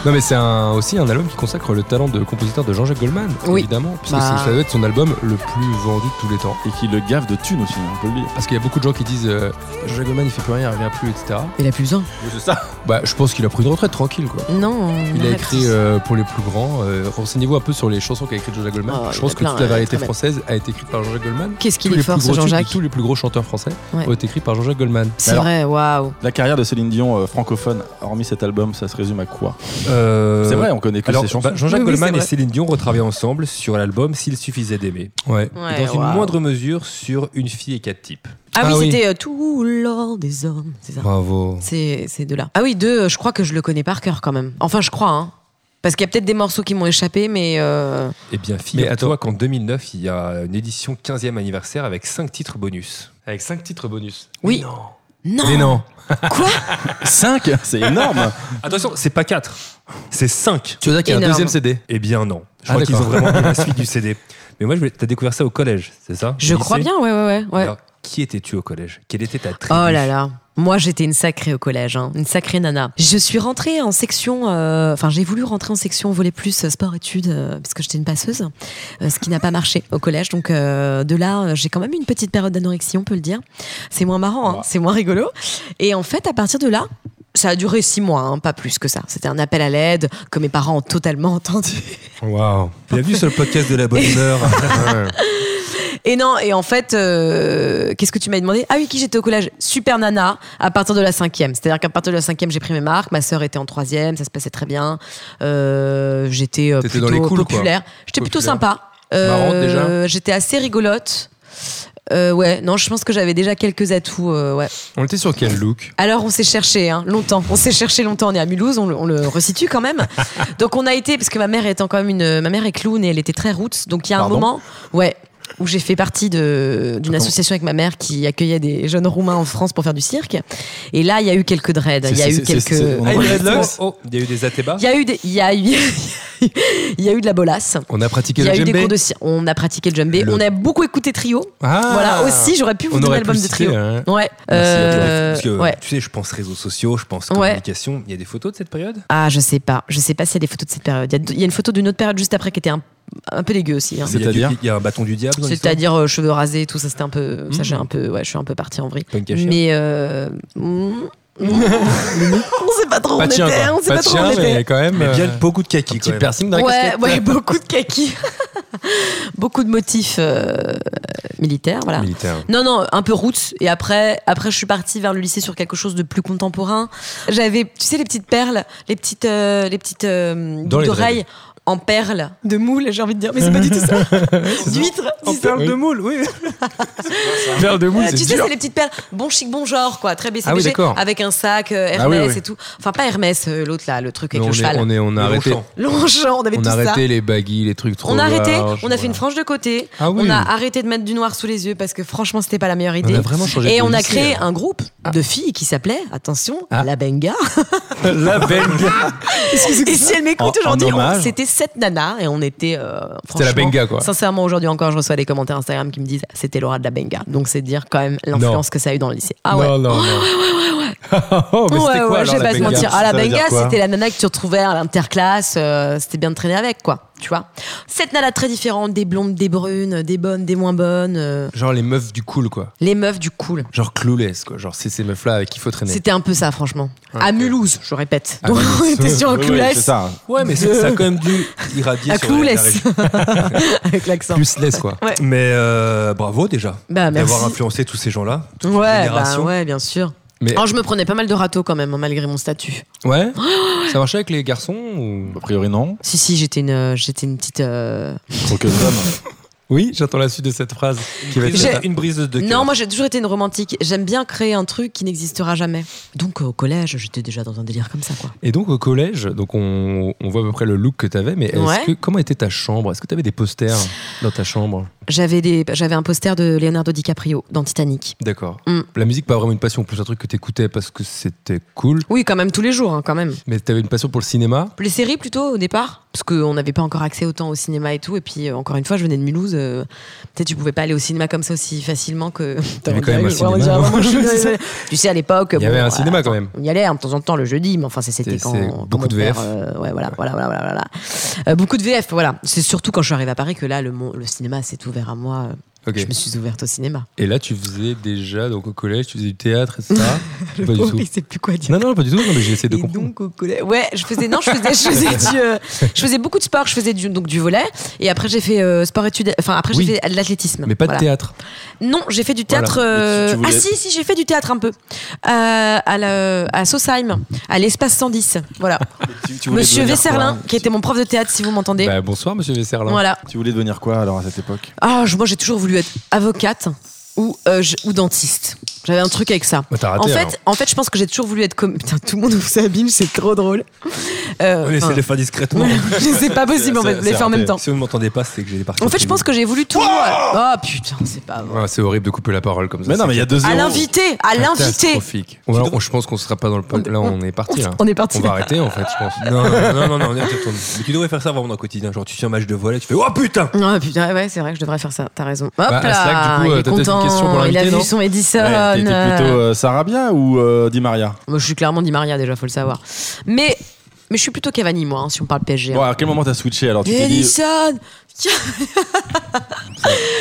Speaker 3: Non mais c'est un- aussi un album qui consacre le talent de compositeur de Jean-Jacques Goldman,
Speaker 5: Oui.
Speaker 3: évidemment, puisque
Speaker 5: Bah.
Speaker 3: c'est- ça doit être son album le plus vendu de tous les temps.
Speaker 4: Et qui le gave de thunes aussi, hein, on peut le dire.
Speaker 3: Parce qu'il y a beaucoup de gens qui disent euh, Jean-Jacques Goldman il fait plus rien, il revient plus, etc.
Speaker 5: Il a plus besoin.
Speaker 3: Bah je pense qu'il a pris une retraite tranquille quoi.
Speaker 5: Non.
Speaker 3: Il a
Speaker 5: arrête.
Speaker 3: écrit euh, pour les plus grands. euh, Renseignez-vous un peu sur les chansons qu'a écrites Jean-Jacques Goldman.
Speaker 5: Oh, il y
Speaker 3: je
Speaker 5: en
Speaker 3: pense
Speaker 5: a
Speaker 3: que
Speaker 5: plein,
Speaker 3: toute la
Speaker 5: il y en a
Speaker 3: variété
Speaker 5: très
Speaker 3: française a été écrite par Jean-Jacques Goldman.
Speaker 5: Qu'est-ce
Speaker 3: Tous
Speaker 5: qu'il
Speaker 3: les
Speaker 5: est fort,
Speaker 3: plus
Speaker 5: ce
Speaker 3: gros tubes de
Speaker 5: Jean-Jacques.
Speaker 3: Tous les plus gros chanteurs français
Speaker 5: Ouais.
Speaker 3: ont été écrits par Jean-Jacques Goldman.
Speaker 5: C'est
Speaker 4: Alors-
Speaker 5: vrai, waouh.
Speaker 4: La carrière de Céline Dion euh, francophone, hormis cet album, ça se résume à quoi
Speaker 2: Euh,
Speaker 4: C'est vrai, on connaît que
Speaker 2: Alors,
Speaker 4: ses chansons.
Speaker 2: bah, Jean-Jacques
Speaker 5: Oui, oui, c'est
Speaker 2: Goldman et
Speaker 5: vrai.
Speaker 2: Céline Dion retravaillent ensemble sur l'album S'il suffisait d'aimer.
Speaker 3: Ouais.
Speaker 5: Ouais,
Speaker 2: et dans une
Speaker 5: waouh.
Speaker 2: moindre mesure sur Une fille et quatre types.
Speaker 5: Ah,
Speaker 3: Ah
Speaker 5: oui,
Speaker 3: oui.
Speaker 5: c'était euh, tout l'or des hommes, c'est ça.
Speaker 3: Bravo.
Speaker 5: C'est c'est de là. Ah oui, deux, euh, je crois que je le connais par cœur quand même. Enfin, je crois, hein. Parce qu'il y a peut-être des morceaux qui m'ont échappé, mais. euh,
Speaker 2: Eh bien,
Speaker 3: attends.
Speaker 2: figure-toi qu'en 2009, il y a une édition 15e anniversaire avec 5 titres bonus.
Speaker 3: Avec 5 titres bonus.
Speaker 5: Oui.
Speaker 3: Mais non.
Speaker 5: Non
Speaker 3: Mais non.
Speaker 4: 5 bah, C'est énorme
Speaker 2: Attention, c'est pas 4, c'est 5.
Speaker 3: Tu veux dire qu'il y a un
Speaker 5: Énorme.
Speaker 3: deuxième CD
Speaker 2: Eh bien, non. Je
Speaker 3: Ah,
Speaker 2: crois qu'ils ont
Speaker 3: d'accord.
Speaker 2: vraiment pris la suite du CD. Mais moi, je voulais... t'as découvert ça au collège, c'est ça
Speaker 5: Je
Speaker 2: Au
Speaker 5: crois
Speaker 2: lycée
Speaker 5: bien, ouais, ouais, ouais. ouais.
Speaker 2: Alors, qui étais-tu au collège Quelle était ta tribu
Speaker 5: Oh là là. Moi, j'étais une sacrée au collège, hein, une sacrée nana. Je suis rentrée en section, euh, enfin, j'ai voulu rentrer en section volet plus euh, sport-études euh, parce que j'étais une passeuse, euh, ce qui n'a pas marché au collège. Donc euh, de là, euh, j'ai quand même eu une petite période d'anorexie, on peut le dire. C'est moins marrant, hein, c'est moins rigolo. Et en fait, à partir de là, ça a duré six mois, hein, pas plus que ça. C'était un appel à l'aide que mes parents ont totalement entendu.
Speaker 3: Waouh.
Speaker 2: Bienvenue sur le podcast de la bonne humeur.
Speaker 5: Et non, et en fait, euh, qu'est-ce que tu m'as demandé Ah oui, qui j'étais au collège Super Nana, à partir de la cinquième. C'est-à-dire qu'à partir de la cinquième, j'ai pris mes marques. Ma sœur était en troisième, ça se passait très bien. Euh, j'étais euh,
Speaker 3: T'étais
Speaker 5: plutôt
Speaker 3: dans les cools, quoi.
Speaker 5: populaire. J'étais plutôt
Speaker 3: Populaire.
Speaker 5: sympa. Euh,
Speaker 3: Marrante, déjà
Speaker 5: J'étais assez rigolote. Euh, ouais, non, je pense que j'avais déjà quelques atouts. euh, ouais.
Speaker 3: On était sur
Speaker 5: Mmh.
Speaker 3: quel look
Speaker 5: Alors, on s'est cherché hein, longtemps. On s'est cherché longtemps. On est à Mulhouse, on le, on le resitue quand même. donc, on a été, parce que ma mère étant quand même une. Ma mère est clown et elle était très roots. Donc, il y a
Speaker 4: Pardon
Speaker 5: un moment. Ouais. Où j'ai fait partie de- d'une association avec ma mère qui accueillait des jeunes roumains en France pour faire du cirque. Et là, il y a eu quelques dreads. Il y a
Speaker 4: C'est-
Speaker 5: eu
Speaker 4: c'est-
Speaker 5: quelques.
Speaker 4: c'est- c'est- on
Speaker 2: Ah,
Speaker 4: en
Speaker 2: il y a eu
Speaker 4: parle.
Speaker 2: des Redlocks Oh, il y a eu des Athéba
Speaker 5: Il y a eu des- il y a eu. Il y a eu de la bolasse.
Speaker 3: On a pratiqué
Speaker 5: Il y
Speaker 3: le
Speaker 5: a eu des
Speaker 3: djembé
Speaker 5: cours de cirque. On a pratiqué le djembé.
Speaker 3: Le-
Speaker 5: On a beaucoup écouté Trio.
Speaker 3: Ah.
Speaker 5: Voilà, aussi, j'aurais pu vous
Speaker 3: On
Speaker 5: donner
Speaker 3: aurait pu
Speaker 5: l'album
Speaker 3: le
Speaker 5: de
Speaker 3: citer,
Speaker 5: Trio.
Speaker 3: hein.
Speaker 5: Ouais.
Speaker 2: Merci à toi,
Speaker 5: Euh,
Speaker 2: parce que,
Speaker 5: ouais.
Speaker 2: Tu sais, je pense réseaux sociaux, je pense
Speaker 5: Ouais.
Speaker 2: communication. Il y a des photos de cette période
Speaker 5: Ah, je sais pas. Je sais pas s'il y a des photos de cette période. Il y a d- Il y, a une photo d'une autre période juste après qui était un, un peu dégueu aussi. hein.
Speaker 2: Il y a du-
Speaker 4: C'est-à-dire
Speaker 2: Il y a un bâton du diable dans l'histoire
Speaker 5: C'est-à-dire euh, cheveux rasés et tout ça, c'était un peu. Ça,
Speaker 3: Mmh.
Speaker 2: Mhm.
Speaker 5: j'ai un peu. Ouais, je suis un peu partie en vrille.
Speaker 2: Pas une cachère.
Speaker 5: Mais. euh, mm, mm, on sait pas trop où
Speaker 3: Pas
Speaker 5: on
Speaker 3: de chien,
Speaker 5: était.
Speaker 3: quoi.
Speaker 5: On sait
Speaker 3: Pas
Speaker 5: pas,
Speaker 3: de
Speaker 5: trop où
Speaker 3: chien,
Speaker 5: on
Speaker 3: mais
Speaker 5: était.
Speaker 3: quand même.
Speaker 2: Mais bien
Speaker 3: euh,
Speaker 2: beaucoup de
Speaker 3: un
Speaker 2: kaki
Speaker 3: petit
Speaker 2: quand même.
Speaker 3: piercing dans la
Speaker 5: Ouais,
Speaker 3: casquette.
Speaker 5: ouais, beaucoup de kaki. beaucoup de motifs euh, militaires, voilà.
Speaker 3: Militaire.
Speaker 5: Non, non, un peu roots. Et après, après, je suis partie vers le lycée sur quelque chose de plus contemporain. J'avais, tu sais, les petites perles, les petites, euh, les petites euh,
Speaker 3: Dans
Speaker 5: boucles
Speaker 3: les
Speaker 5: d'oreilles en perles de moule. J'ai envie de dire, mais c'est pas du tout ça. D'huîtres. dis-
Speaker 3: perles de
Speaker 2: moule, oui.
Speaker 3: Perle de moule,
Speaker 5: euh,
Speaker 3: c'est
Speaker 5: tu sais,
Speaker 3: dur.
Speaker 5: c'est les petites perles, bon chic, bon genre, quoi, très BCBG,
Speaker 3: Ah oui, d'accord.
Speaker 5: avec un sac euh, Hermès
Speaker 3: Ah oui, oui.
Speaker 5: et tout. Enfin, pas Hermès, euh, l'autre là, le truc
Speaker 3: Mais
Speaker 5: avec
Speaker 3: on,
Speaker 5: le
Speaker 3: est,
Speaker 5: cheval.
Speaker 3: on, est, on a
Speaker 2: Le
Speaker 3: arrêté,
Speaker 2: Longchamp.
Speaker 5: Long genre, on avait
Speaker 3: on
Speaker 5: tout
Speaker 3: a
Speaker 5: ça.
Speaker 3: arrêté les baguilles, les trucs trop
Speaker 5: On a arrêté, on a
Speaker 3: larges,
Speaker 5: fait
Speaker 3: voilà.
Speaker 5: une frange de côté.
Speaker 3: Ah oui.
Speaker 5: On a arrêté de mettre du noir sous les yeux parce que franchement, c'était pas la meilleure
Speaker 3: On
Speaker 5: idée.
Speaker 3: a vraiment changé
Speaker 5: Et
Speaker 3: de
Speaker 5: on a
Speaker 3: lycée,
Speaker 5: créé
Speaker 3: hein.
Speaker 5: un groupe de filles qui s'appelait, attention,
Speaker 3: Ah.
Speaker 5: la Benga.
Speaker 3: La benga.
Speaker 5: Et si elle m'écoute
Speaker 4: En- en
Speaker 5: aujourd'hui, on-
Speaker 4: hommage.
Speaker 5: c'était sept nanas et on était. euh,
Speaker 3: C'était la
Speaker 5: franchement,
Speaker 3: Benga, quoi.
Speaker 5: Sincèrement, aujourd'hui encore, je reçois des commentaires Instagram qui me disent c'était Laura de la Benga. Donc c'est dire quand même l'influence que ça a eu dans le lycée. Ah ouais.
Speaker 3: Non, non, non. Oh, mais
Speaker 5: ouais,
Speaker 3: c'était quoi
Speaker 5: ouais,
Speaker 3: alors,
Speaker 5: je vais
Speaker 3: la
Speaker 5: pas te
Speaker 3: Bengale
Speaker 5: mentir. Ah,
Speaker 4: Ça
Speaker 5: la
Speaker 4: veut dire
Speaker 5: Bengale,
Speaker 4: quoi
Speaker 5: c'était la nana que tu retrouvais à l'interclasse. euh, c'était bien de traîner avec, quoi. Tu vois Cette nana très différente, des blondes, des brunes, des bonnes, des moins bonnes. euh,
Speaker 3: Genre les meufs du cool, quoi.
Speaker 5: les meufs du cool.
Speaker 3: Genre clouless, quoi. Genre c'est ces meufs-là avec qui il faut traîner.
Speaker 5: C'était un peu ça, franchement. À Mulhouse, je répète.
Speaker 3: À
Speaker 5: Donc, on
Speaker 3: Mulhouse.
Speaker 5: était sur un
Speaker 4: Oui, oui,
Speaker 5: clouless.
Speaker 4: c'est ça.
Speaker 2: Ouais, mais ça, ça a quand même dû irradier
Speaker 5: À
Speaker 2: sur la- la
Speaker 5: clouless.
Speaker 2: région.
Speaker 5: Avec l'accent.
Speaker 3: Plus less, quoi.
Speaker 2: Mais euh, bravo déjà
Speaker 5: Bah, merci.
Speaker 2: d'avoir influencé tous ces gens-là. toute une
Speaker 5: Ouais, bah,
Speaker 2: génération.
Speaker 5: ouais, bien sûr.
Speaker 3: Mais-
Speaker 5: Oh, je me prenais pas mal de râteaux quand même, hein, malgré mon statut.
Speaker 3: Ouais Ça marchait avec les garçons ou...
Speaker 4: A priori, non.
Speaker 5: Si, si, j'étais une, euh, j'étais une petite. euh,
Speaker 4: Trop que d'hommes.
Speaker 3: Oui, j'attends la suite de cette phrase qui va être
Speaker 5: J'ai-
Speaker 2: Une briseuse de cœur.
Speaker 5: Non, moi j'ai toujours été une romantique. J'aime bien créer un truc qui n'existera jamais. Donc euh, au collège, j'étais déjà dans un délire comme ça, quoi.
Speaker 3: Et donc au collège, donc on, on voit à peu près le look que t'avais, mais est-ce
Speaker 5: Ouais.
Speaker 3: que, comment était ta chambre Est-ce que t'avais des posters dans ta chambre
Speaker 5: J'avais des, j'avais un poster de Leonardo DiCaprio dans Titanic.
Speaker 3: D'accord.
Speaker 5: Mm.
Speaker 3: La musique, pas vraiment une passion, plus un truc que t'écoutais parce que c'était cool,
Speaker 5: Oui, quand même tous les jours, hein, quand même.
Speaker 3: mais t'avais une passion pour le cinéma
Speaker 5: Les séries plutôt au départ, parce qu'on n'avait pas encore accès autant au cinéma et tout. Et puis euh, encore une fois, je venais de Mulhouse. euh, Peut-être tu pouvais pas aller au cinéma comme ça aussi facilement que.
Speaker 3: T'avais quand même un
Speaker 5: Ouais, on
Speaker 3: cinéma.
Speaker 5: dirait vraiment que je- tu sais à l'époque.
Speaker 3: Il y
Speaker 5: bon,
Speaker 3: avait un
Speaker 5: voilà,
Speaker 3: cinéma quand même.
Speaker 5: On y allait hein, de temps en temps le jeudi, mais enfin ça, c'était
Speaker 3: C'est-
Speaker 5: quand.
Speaker 3: c'est
Speaker 5: quand
Speaker 3: beaucoup
Speaker 5: mon
Speaker 3: de
Speaker 5: père,
Speaker 3: VF.
Speaker 5: euh, ouais, voilà, voilà, voilà, voilà, voilà. Euh, beaucoup de VF, voilà. C'est surtout quand je suis arrivée à Paris que là, le, mon- le cinéma s'est ouvert à moi. euh,
Speaker 3: Ok.
Speaker 5: Je me suis ouverte au cinéma.
Speaker 3: Et là, tu faisais déjà, donc au collège, tu faisais du théâtre et ça Pas du
Speaker 5: Oh,
Speaker 3: tout.
Speaker 5: il sait plus quoi dire.
Speaker 3: Non, non, pas du tout, non, mais j'ai essayé de
Speaker 5: Et
Speaker 3: comprendre.
Speaker 5: donc au collège, ouais, je faisais non, je faisais, je faisais du, euh, je faisais beaucoup de sport, je faisais du, donc du volet, et après j'ai fait euh, sport études, enfin après
Speaker 3: Oui.
Speaker 5: j'ai fait de l'athlétisme.
Speaker 3: Mais pas
Speaker 5: Voilà.
Speaker 3: de théâtre.
Speaker 5: Non, j'ai fait du théâtre.
Speaker 4: Voilà.
Speaker 5: euh,
Speaker 4: Et tu- tu
Speaker 5: Ah
Speaker 4: voulais-
Speaker 5: si si, j'ai fait du théâtre un peu Euh, à la, à Sausheim, à l'espace 110. Voilà.
Speaker 4: Tu- tu voulais
Speaker 5: Monsieur
Speaker 4: devenir
Speaker 5: Vesserlin,
Speaker 4: quoi
Speaker 5: qui était mon prof de théâtre, si vous m'entendez.
Speaker 3: Bah, bonsoir, monsieur Vesserlin.
Speaker 5: voilà.
Speaker 4: Tu voulais devenir quoi alors à cette époque
Speaker 5: Ah, je- moi j'ai toujours voulu être avocate ou euh, je- ou dentiste. J'avais un truc avec ça.
Speaker 3: Bah, t'as raté.
Speaker 5: En
Speaker 3: alors.
Speaker 5: fait, en fait, je pense que j'ai toujours voulu être comme. Putain, tout le monde ouvre sa bille, c'est trop drôle. Euh,
Speaker 2: On essaie
Speaker 5: enfin,
Speaker 2: de le faire discrètement.
Speaker 5: c'est pas possible en fait, de les faire en même temps.
Speaker 2: Si vous ne m'entendez pas, c'est que j'ai des parties.
Speaker 5: En fait, je pense que j'ai voulu toujours. Oh putain, c'est pas vrai.
Speaker 3: Ouais, Ah, c'est horrible de couper la parole comme ça.
Speaker 4: Mais non, mais il y a deux
Speaker 5: À
Speaker 4: zéros.
Speaker 5: l'invité, à l'invité.
Speaker 3: Catastrophique. Ouais, on- je pense qu'on sera pas dans le. pod- Là, on est parti. là.
Speaker 5: On est parti.
Speaker 3: On va arrêter, en fait, je pense.
Speaker 2: Non, non, non, non, non, on est retourné. Mais tu devrais faire ça vraiment dans le quotidien. Genre, tu tiens un match de volet, tu fais Oh putain
Speaker 5: Ah putain, ouais, c'est vrai que je devrais faire ça, t'as raison. Hop
Speaker 3: Bah,
Speaker 5: là,
Speaker 3: c'est vrai que du coup,
Speaker 5: il
Speaker 3: euh,
Speaker 5: est
Speaker 3: t'as peut-être une
Speaker 5: content,
Speaker 3: question pour
Speaker 5: il a
Speaker 3: l'invité,
Speaker 5: vu
Speaker 3: non
Speaker 5: son Edison.
Speaker 4: Ouais, T'étais
Speaker 5: euh.
Speaker 4: plutôt euh, Sarabia ou euh, Di Maria
Speaker 5: Moi, je suis clairement Di Maria déjà, faut le savoir. Mais, mais je suis plutôt Cavani, moi, hein, si on parle PSG.
Speaker 4: Bon,
Speaker 5: hein.
Speaker 4: à quel moment t'as switché alors Tu t'es dit.
Speaker 5: Edison Tiens.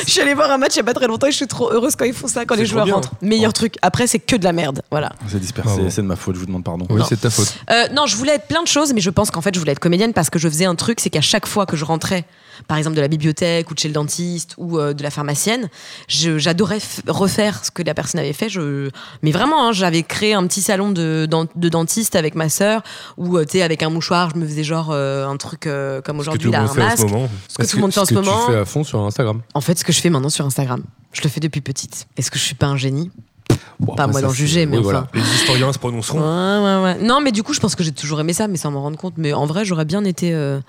Speaker 5: Je suis allée voir un match il y a pas très longtemps et je suis trop heureuse quand ils font ça, quand les
Speaker 2: trop
Speaker 5: joueurs
Speaker 2: bien.
Speaker 5: rentrent. Meilleur truc. Après, c'est que de la merde. Voilà.
Speaker 4: C'est
Speaker 3: Ah bon.
Speaker 4: dispersé, c'est de ma faute, je vous demande pardon.
Speaker 3: Oui, c'est de ta faute.
Speaker 5: Euh, non, je voulais être plein de choses, mais je pense qu'en fait, je voulais être comédienne parce que je faisais un truc, c'est qu'à chaque fois que je rentrais, par exemple de la bibliothèque ou de chez le dentiste ou euh, de la pharmacienne, je- j'adorais f- refaire ce que la personne avait fait. Je... Mais vraiment, hein, j'avais créé un petit salon de, dent- de dentiste avec ma sœur où, euh, tu sais, avec un mouchoir, je me faisais genre euh, un truc euh, comme
Speaker 2: Ce que tout
Speaker 5: aujourd'hui,
Speaker 2: le
Speaker 5: là,
Speaker 2: monde
Speaker 5: un
Speaker 2: fait en ce
Speaker 5: masque.
Speaker 2: moment.
Speaker 5: Ce que tout le monde fait en ce moment.
Speaker 3: tu fais à fond sur Instagram.
Speaker 5: En fait, ce que je fais maintenant sur Instagram, je le fais depuis petite. Est-ce que je suis pas un génie Pas bah, moi d'en juger, mais
Speaker 3: Bah, oui,
Speaker 5: enfin.
Speaker 3: voilà.
Speaker 2: Les historiens se prononceront.
Speaker 5: Ouais, ouais, ouais. Non, mais du coup, je pense que j'ai toujours aimé ça, mais sans m'en rendre compte. Mais en vrai, j'aurais bien été euh,